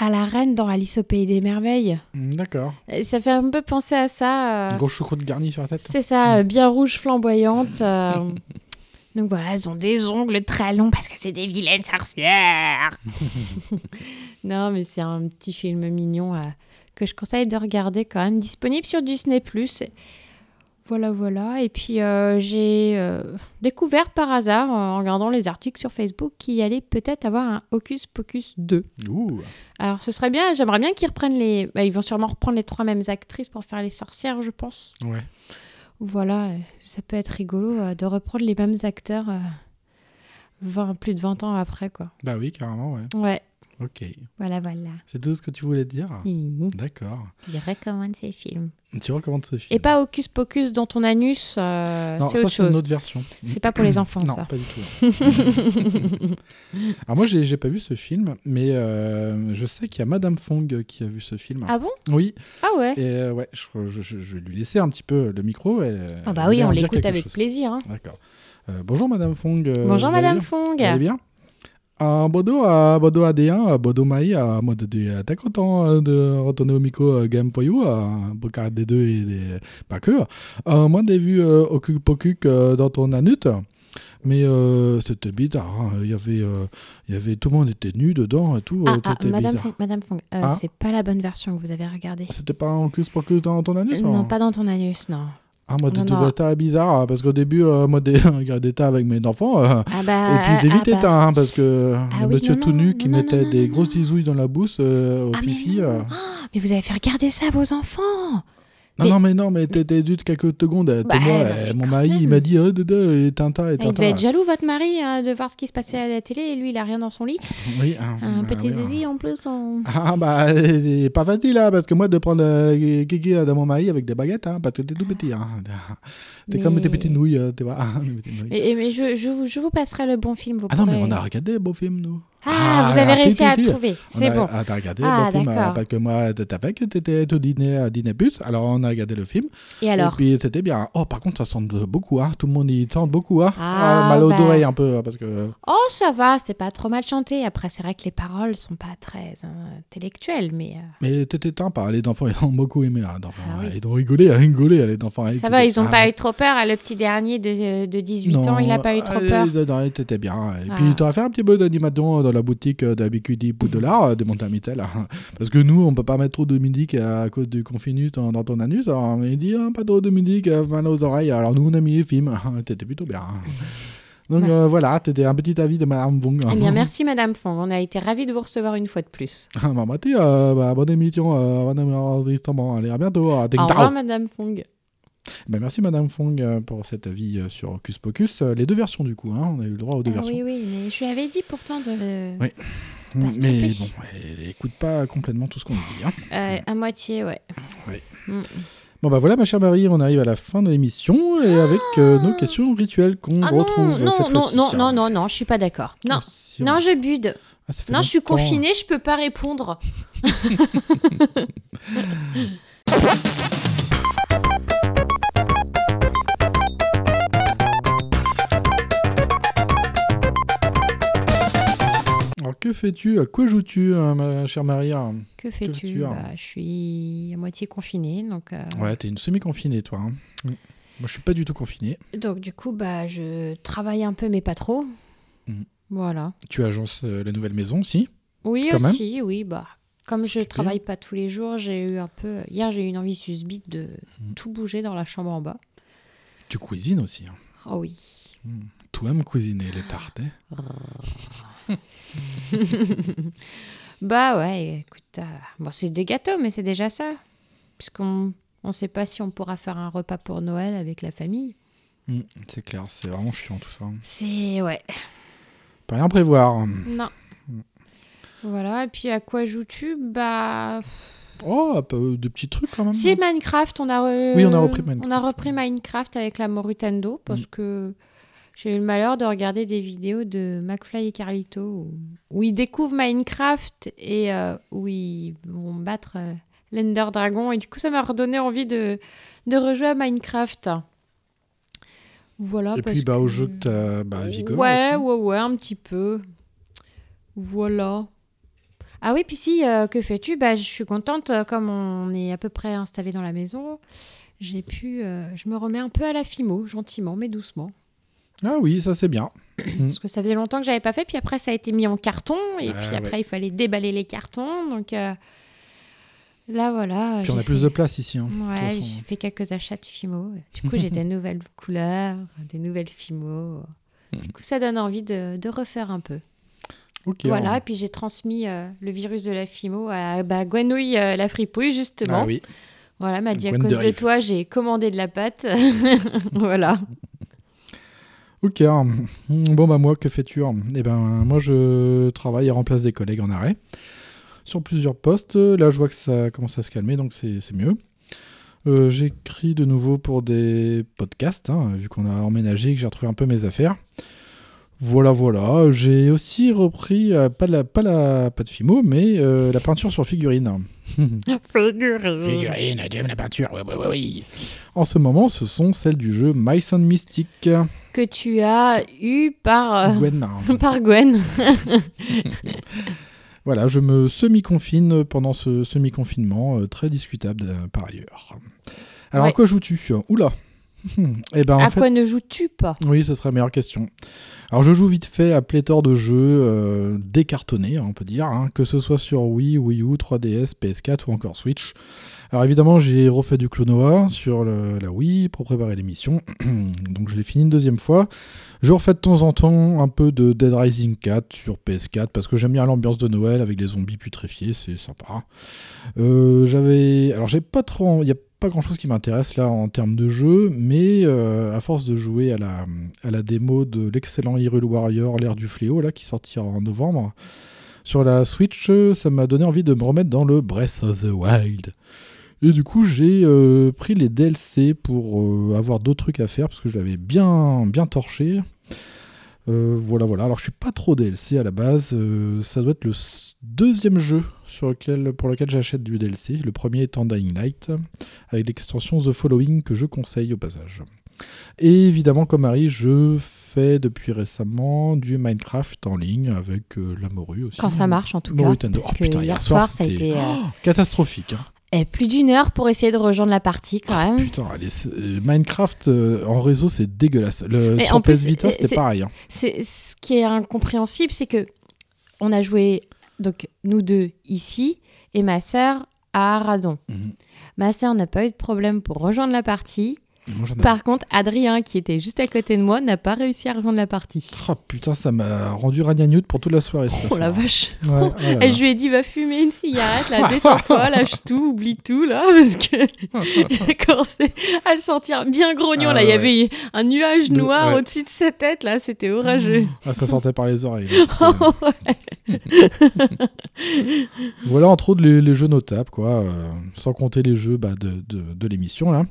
à la reine dans Alice au pays des merveilles.
Mm, D'accord.
Et ça fait un peu penser à ça. euh,
Gros choucroute garni sur la tête.
c'est ça, euh, bien rouge flamboyante. euh, Donc voilà, elles ont des ongles très longs parce que c'est des vilaines sorcières. non, mais c'est un petit film mignon euh, que je conseille de regarder quand même, disponible sur Disney+. Voilà, voilà. Et puis euh, j'ai euh, découvert par hasard, euh, en regardant les articles sur Facebook, qu'il allait peut-être avoir un Hocus Pocus 2.
Ouh.
Alors ce serait bien, j'aimerais bien qu'ils reprennent les... bah, ils vont sûrement reprendre les trois mêmes actrices pour faire les sorcières, je pense.
Ouais.
Voilà, euh, ça peut être rigolo euh, de reprendre les mêmes acteurs euh, 20 plus de 20 ans après, quoi.
Bah oui, carrément, ouais.
Ouais,
Ok.
voilà, voilà.
C'est tout ce que tu voulais dire
Oui,
D'accord.
je recommande ces films.
Tu recommandes ce film
Et pas Hocus Pocus dans ton anus, euh,
Non,
c'est
ça,
autre
c'est une
chose.
autre version.
C'est pas pour les enfants,
non,
ça.
pas du tout. Alors moi, j'ai j'ai pas vu ce film, mais euh, je sais qu'il y a Madame Fong qui a vu ce film.
Ah bon
Oui,
Ah ouais
et euh, ouais, je, je- je- je vais lui laisser un petit peu le micro. et,
Ah
elle
bah oui,
euh, va en dire
on l'écoute
quelque
avec
chose.
plaisir. hein.
D'accord. Euh, bonjour Madame Fong. euh,
Bonjour
vous allez
Madame
bien Vous allez
Fong.
bien un Euh, bodo à bodo AD1, à bodo Mai, à mode de t'as content euh, de retourner au micro euh, Game for You, à Boca D2 et des- pas que. Euh, moi, j'ai vu euh, Hocus Pocus euh, dans ton anut, mais euh, c'était bizarre. hein. Il y avait, euh, il y avait tout le monde était nu dedans et tout. euh,
Ah, ah,
c'était
Madame
bizarre.
Fong, Madame Fong, euh,
Ah.
c'est pas la bonne version que vous avez regardée. Euh,
C'était pas un Hocus Pocus dans ton anus
non,
hein
pas dans ton anus, non.
Ah, moi,
Non,
de
non.
t'as bizarre, parce qu'au début, euh, moi, des regardais ça avec mes enfants. euh,
Ah bah.
Et puis
ah,
j'ai vite
ah bah.
éteint, hein, parce que
Ah
le
oui,
monsieur
non,
tout
non,
nu
non,
qui
non,
mettait
non,
des
non,
grosses
non.
zizouilles dans la bouche euh, aux
Ah, mais
fifis.
non.
euh.
Mais vous avez fait regarder ça à vos enfants
Non,
Mais-
non, mais non, mais t'étais juste quelques secondes. euh,
Bah,
t'es moi,
non,
euh,
mais
mon
quand
mari, il
même.
m'a dit, oh, dada, éteins ta,
Ah, Il
éteins
devait
ta.
être jaloux, votre mari, hein, de voir ce qui se passait à la télé. Et lui, il a rien dans son lit.
Oui, hein,
Un
bah,
petit
oui,
zizi
hein.
en plus. en-
Ah, bah, c'est pas facile, là, parce que moi, de prendre euh, Kiki euh, dans mon mari avec des baguettes, hein, parce que t'es tout petit. Hein. T'es comme des
Mais-
petites nouilles, euh, tu vois. des petites nouilles.
Et, et- mais je, je vous, je vous passerai le bon film. Vous
Ah non, mais
pourrez-
on a regardé des beaux films, nous.
Ah,
Ah,
vous avez
ah,
réussi à
piti, piti.
trouver.
On
C'est
a-
bon.
ah, t'as regardé
Ah,
le film, euh,
d'accord.
parce que moi, t'avais que t'étais tout dîner à dîner bus, alors on a regardé le film.
Et alors
Et puis c'était bien. Oh, par contre, ça sent de- beaucoup, hein. Tout le monde y tente beaucoup, hein.
Ah,
Ah, mal aux
bah.
oreilles un peu, hein, parce que.
Oh, ça va, c'est pas trop mal chanté. Après, c'est vrai que les paroles sont pas très hein, intellectuelles, mais euh,
Mais t'étais sympa, les enfants, ils ont beaucoup aimé. hein, les enfants.
Ah oui.
Ils ont rigolé, hein, rigolé, les enfants.
ça
étaient-
va, ils ont
Ah,
pas eu trop peur. hein, Le petit dernier de, de 18 ans, il a pas eu trop
euh,
peur.
non, non, t'étais bien. Et
Ah.
puis, t'aurais fait un petit peu d'animation dans la boutique euh, d'Abicudi Boudelard euh, de Montamitel. Parce que nous, on peut pas mettre trop de musique euh, à cause du confinus dans, dans ton anus. Alors, on m'a dit, ah, pas trop de musique, euh, mal aux oreilles. Alors, nous, on a mis les films. hein. t'étais plutôt bien. Donc,
Ouais.
euh, voilà, t'étais un petit avis de Madame Wong. hein.
Eh bien, merci, Madame Fong. On a été ravis de vous recevoir une fois de plus.
Ah, bah, bah, t'es, euh, bah, bonne émission, euh, bon enregistrement. Allez, à bientôt. Ah, ding
Au
dong.
revoir, Madame Fong.
Bah, merci, Madame Fong, euh, pour cet avis euh, sur Hocus Pocus. Euh, Les deux versions, du coup. hein. On a eu le droit aux deux
Ah
versions.
oui, oui, mais je lui avais dit pourtant de,
Oui.
pas se
Mais
tromper.
bon, elle écoute pas complètement tout ce qu'on lui dit. hein.
Euh, à moitié, ouais.
Ouais.
Mm.
Bon bah voilà ma chère Marie, on arrive à la fin de l'émission et avec euh, nos questions rituelles qu'on
Ah non,
retrouve euh,
non,
cette
non,
fois-ci. Ah,
non, non, non, non, je suis pas d'accord. Non,
si,
non,
on-
je bude.
Ah, ça fait
Non, je suis
longtemps.
confinée, je peux pas répondre.
Alors que fais-tu À quoi joues-tu hein, ma chère Marie
Que
fais-tu,
fais-tu
hein
Bah, Je suis à moitié confinée, donc. euh,
Ouais, t'es une semi-confinée toi. hein. Mm. Moi je suis pas du tout confinée.
Donc du coup, bah, je travaille un peu, mais pas trop.
Mhm.
Voilà.
Tu agences euh, la nouvelle maison aussi
Oui
Quand même.
aussi, oui, bah. Comme je travaille pas tous les jours, j'ai eu un peu. Hier, j'ai eu une envie susbite de
Mm.
tout bouger dans la chambre en bas.
Tu cuisines aussi. hein.
Oh oui.
Toi aimes cuisiner les tartes. hein
Bah ouais, écoute, euh, bon, c'est des gâteaux, mais c'est déjà ça. Puisqu'on on sait pas si on pourra faire un repas pour Noël avec la famille.
Mm, C'est clair, c'est vraiment chiant tout ça.
C'est. Ouais.
Pas rien prévoir.
Non. Voilà, et puis à quoi joues-tu Bah.
Oh, un peu de petits trucs quand même.
Si Minecraft, on a, euh, re-
Oui, on a repris Minecraft.
on a repris Minecraft avec la Morutando parce que j'ai eu le malheur de regarder des vidéos de McFly et Carlito où, où ils découvrent Minecraft et euh, où ils vont battre euh, l'Ender Dragon et du coup ça m'a redonné envie de, de rejouer à Minecraft. Voilà.
Et
parce
puis bah, au
que-
jeu que t'as bah, Vigor
Ouais,
aussi.
ouais, ouais, un petit peu. Voilà. Ah oui, puis si, euh, que fais-tu bah, Je suis contente, euh, comme on est à peu près installé dans la maison, j'ai pu. euh, je me remets un peu à la Fimo, gentiment, mais doucement.
Ah oui, ça c'est bien.
Parce que ça faisait longtemps que j'avais pas fait, puis après, ça a été mis en carton, et
Ah,
puis après,
ouais.
il fallait déballer les cartons. Donc euh, là, voilà.
Puis
j'ai
on a
fait-
plus de place ici. hein, de toute
Ouais,
façon.
j'ai fait quelques achats de Fimo. Du coup, j'ai des nouvelles couleurs, des nouvelles Fimo.
Mm.
Du coup, ça donne envie de, de refaire un peu.
Ok,
voilà,
alors.
et puis j'ai transmis euh, le virus de la Fimo à bah, Gwenouille, euh, la fripouille, justement.
Ah oui.
Voilà, elle m'a dit à
Gwen
cause de
Derive.
toi, j'ai commandé de la pâte. voilà.
Ok. hein. Mm, Bon bah moi que fais-tu hein Eh ben moi je travaille et remplace des collègues en arrêt sur plusieurs postes. Là je vois que ça commence à se calmer donc c'est c'est mieux. Euh, J'écris de nouveau pour des podcasts hein, vu qu'on a emménagé et que j'ai retrouvé un peu mes affaires. Voilà voilà. J'ai aussi repris euh, pas la pas la pas de fimo mais euh, la peinture sur figurine. Figurine, tu aimes la peinture Oui, oui, oui. En ce moment, ce sont celles du jeu My Sound Mystic.
Que tu as eu par, euh,
Gwen.
par Gwen.
Voilà, je me semi-confine pendant ce semi-confinement, euh, très discutable euh, par ailleurs. Alors, à
Ouais.
quoi joues-tu Oula Eh ben, en
à
fait-
quoi ne joues-tu pas
Oui, ce serait la meilleure question. Alors, je joue vite fait à pléthore de jeux euh, décartonnés, on peut dire, hein, que ce soit sur Wii, Wii U, 3DS, PS4 ou encore Switch. Alors, évidemment, j'ai refait du Clonoa sur le- la Wii pour préparer l'émission, donc je l'ai fini une deuxième fois. Je refais de temps en temps un peu de Dead Rising 4 sur PS4 parce que j'aime bien l'ambiance de Noël avec les zombies putréfiés, c'est sympa. Euh, j'avais, alors j'ai pas trop, il y a pas grand chose qui m'intéresse là en termes de jeu, mais euh, à force de jouer à la, à la démo de l'excellent Hyrule Warrior, l'ère du fléau là qui sortira en novembre sur la Switch, euh, ça m'a donné envie de me remettre dans le Breath of the Wild. Et du coup, j'ai euh, pris les DLC pour euh, avoir d'autres trucs à faire parce que je l'avais bien, bien torché. Euh, voilà, voilà. Alors, je suis pas trop DLC à la base. Euh, ça doit être le s- deuxième jeu sur lequel, pour lequel j'achète du DLC. Le premier étant Dying Light, avec l'extension The Following que je conseille au passage. Et évidemment, comme Marie, je fais depuis récemment du Minecraft en ligne avec euh, la morue aussi.
Quand ça marche, en tout cas.
Morutando.
Parce
Oh,
que
putain,
hier
hier
soir,
soir,
ça a
c'était-
été euh,
Catastrophique. hein.
eh, plus d'une heure pour essayer de rejoindre la partie, quand même.
Putain, allez, c'est- euh, Minecraft euh, en réseau, c'est dégueulasse. Le,
Mais
sur
en plus,
PS Vita,
euh,
c'était
c'est-
pareil. hein.
C'est ce qui est incompréhensible, c'est que on a joué donc nous deux ici et ma sœur à Radon.
Mhm.
Ma sœur n'a pas eu de problème pour rejoindre la partie.
Moi, j'en ai-
Par contre, Adrien, qui était juste à côté de moi, n'a pas réussi à rejoindre la partie.
Oh putain, ça m'a rendu ragnagnoute pour toute la soirée. cette
Oh la
affaire.
vache
Ouais, oh là là.
Et je lui ai dit, va fumer une cigarette, là, détends-toi, lâche tout, oublie tout, là, parce que j'ai commencé à le sentir bien grognon,
Ah
là. Il y
ouais.
avait un nuage
De-
noir
ouais.
au-dessus de sa tête, là, c'était orageux.
Ah, ça sortait par les oreilles. là, c'était-
Ouais.
Voilà entre autres les, les jeux notables, quoi. euh, sans compter les jeux bah, de, de- de l'émission, là.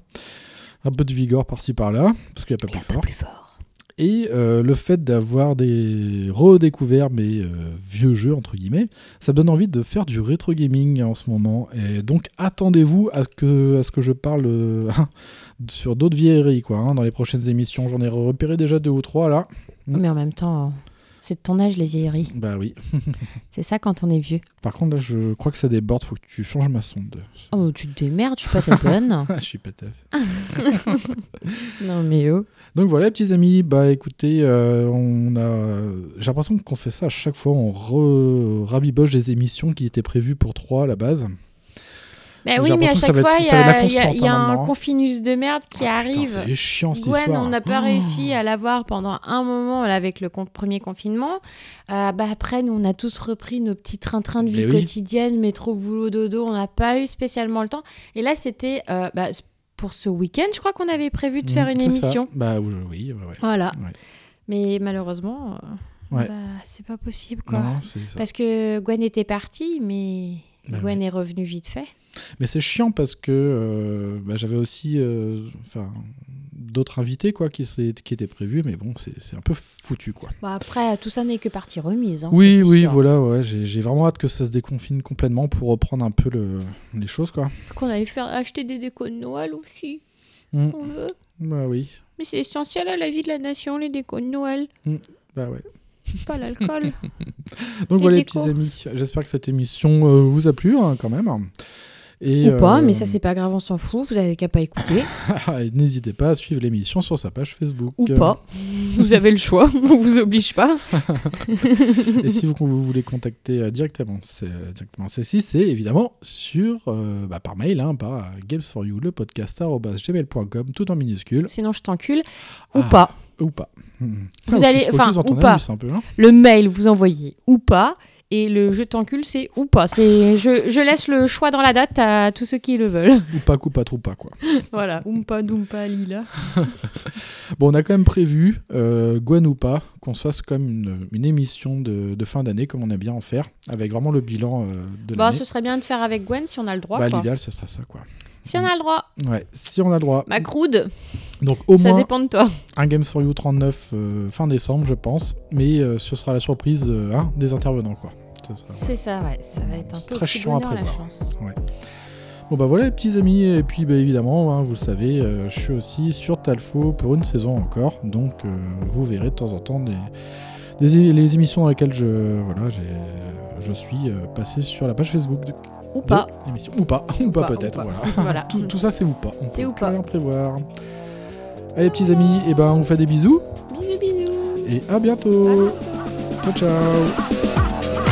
Un peu de vigor par-ci par-là, parce qu'il n'y a pas plus fort. Et euh, le fait d'avoir des redécouverts, mais euh, vieux jeux, entre guillemets, ça me donne envie de faire du rétro gaming en ce moment. Et donc attendez-vous à ce que, à ce que je parle euh, sur d'autres vieilleries, quoi, hein, dans les prochaines émissions. J'en ai repéré déjà deux ou trois, là.
Mais en même temps, c'est de ton âge, les vieilleries.
Bah oui.
C'est ça quand on est vieux.
Par contre, là, je crois que ça déborde, faut que tu changes ma sonde.
Oh, tu te démerdes, je suis pas ta bonne.
Ah, je suis pas taf.
non, mais oh.
Donc voilà, petits amis, bah écoutez, euh, on a, j'ai l'impression qu'on fait ça à chaque fois, on re- rabiboche des émissions qui étaient prévues pour 3 à la base.
Bah
J'ai
oui, mais à
l'impression que ça
chaque
va être-
fois, il y
ça va être
a,
la
il y a- il y a
constante, hein,
un
maintenant, hein.
confinus de merde qui
Putain,
arrive.
c'est chiant cette
Gwen,
histoire.
on n'a pas
Oh.
réussi à l'avoir pendant un moment là, avec le con- premier confinement. Euh, bah, après, nous, on a tous repris nos petits trains-trains de vie
Mais oui.
quotidienne, métro, boulot, dodo. On n'a pas eu spécialement le temps. Et là, c'était euh, bah, pour ce week-end, je crois qu'on avait prévu de faire une
Mm, C'est ça.
émission.
Bah oui, oui, ouais, ouais.
Voilà.
Ouais.
Mais malheureusement, euh,
Ouais.
bah, c'est pas possible. Quoi.
Non, c'est ça.
Parce que Gwen était partie, mais
Bah
Gwen est revenue vite fait.
Mais c'est chiant parce que euh, bah, j'avais aussi euh, enfin, d'autres invités quoi, qui, s'est- qui étaient prévus, mais bon, c'est c'est un peu foutu quoi.
Bon, après, tout ça n'est que partie remise. hein, ça,
Oui,
c'est
oui,
sûr.
voilà, ouais, j'ai j'ai vraiment hâte que ça se déconfine complètement pour reprendre un peu le- les choses, quoi.
Qu'on allait faire acheter des décos de Noël aussi.
Mm.
On veut.
Bah oui,
Mais c'est essentiel à la vie de la nation, les décos de Noël,
bah ouais.
pas l'alcool.
Donc
Et
voilà les
déco.
petits amis, j'espère que cette émission euh, vous a plu hein, quand même. Et,
Ou pas,
euh,
mais ça c'est pas grave, on s'en fout, vous avez qu'à pas écouter.
et N'hésitez pas à suivre l'émission sur sa page Facebook.
Ou pas. Vous avez le choix, on vous oblige pas.
Et si vous, vous voulez contacter euh, directement, c'est euh, directement celle-ci, c'est évidemment sur euh, bah, par mail, hein, par euh, games for you le podcast arobase gmail.com, tout en minuscule
Sinon je t'encule. Ou
Ah,
pas.
ou pas. Hmm.
Vous
Hocus
allez-
Pocus
enfin,
dans ton
ou pas.
anus, un peu, hein.
Le mail, vous envoyez ou pas.
Et le je t'encule c'est ou pas. C'est je, je laisse le choix dans la date à tous ceux qui le veulent.
Ou pas, ou pas, ou pas quoi.
voilà.
Oumpa, doumpa, lila.
Bon, on a quand même prévu, euh, Gwen ou pas, qu'on se fasse comme une, une émission de, de fin d'année, comme on aime bien en faire, avec vraiment le bilan euh, de
Bah,
l'année.
ce serait bien de faire avec Gwen si on a le droit.
Bah,
quoi.
l'idéal, ce serait ça, quoi.
Si on a le droit.
Ouais, si on a le droit.
Ma croude,
Donc, au
ça
moins,
dépend de toi.
un Games for You 39 euh, fin décembre, je pense, mais euh, ce sera la surprise euh, hein, des intervenants, quoi. Ce sera-
C'est ça, ouais. Ça va être un
C'est
peu au
très
petit
chiant à
bonheur, la
prévoir.
chance.
Bon, bah voilà, les petits amis, et puis, bah, évidemment, hein, vous le savez, euh, je suis aussi sur Talfo pour une saison encore, donc euh, vous verrez de temps en temps des, des- les émissions dans lesquelles je, voilà, j'ai- je suis euh, passé sur la page Facebook de
Ou pas.
de l'émission. Ou pas, ou, pas,
pas, ou
peut-être.
pas.
Voilà.
Voilà.
tout, tout ça, c'est ou pas. On
C'est
peut
ou
plus
pas.
rien prévoir. Allez, petits amis, et ben, on vous fait des bisous
Bisous bisous.
et à bientôt. Ciao, ciao.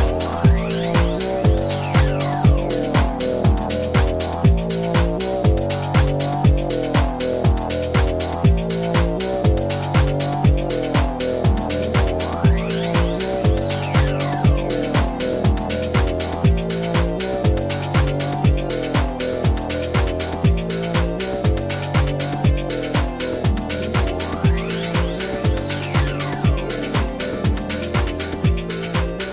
「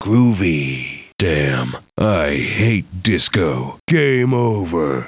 Groovy. Damn, I hate disco.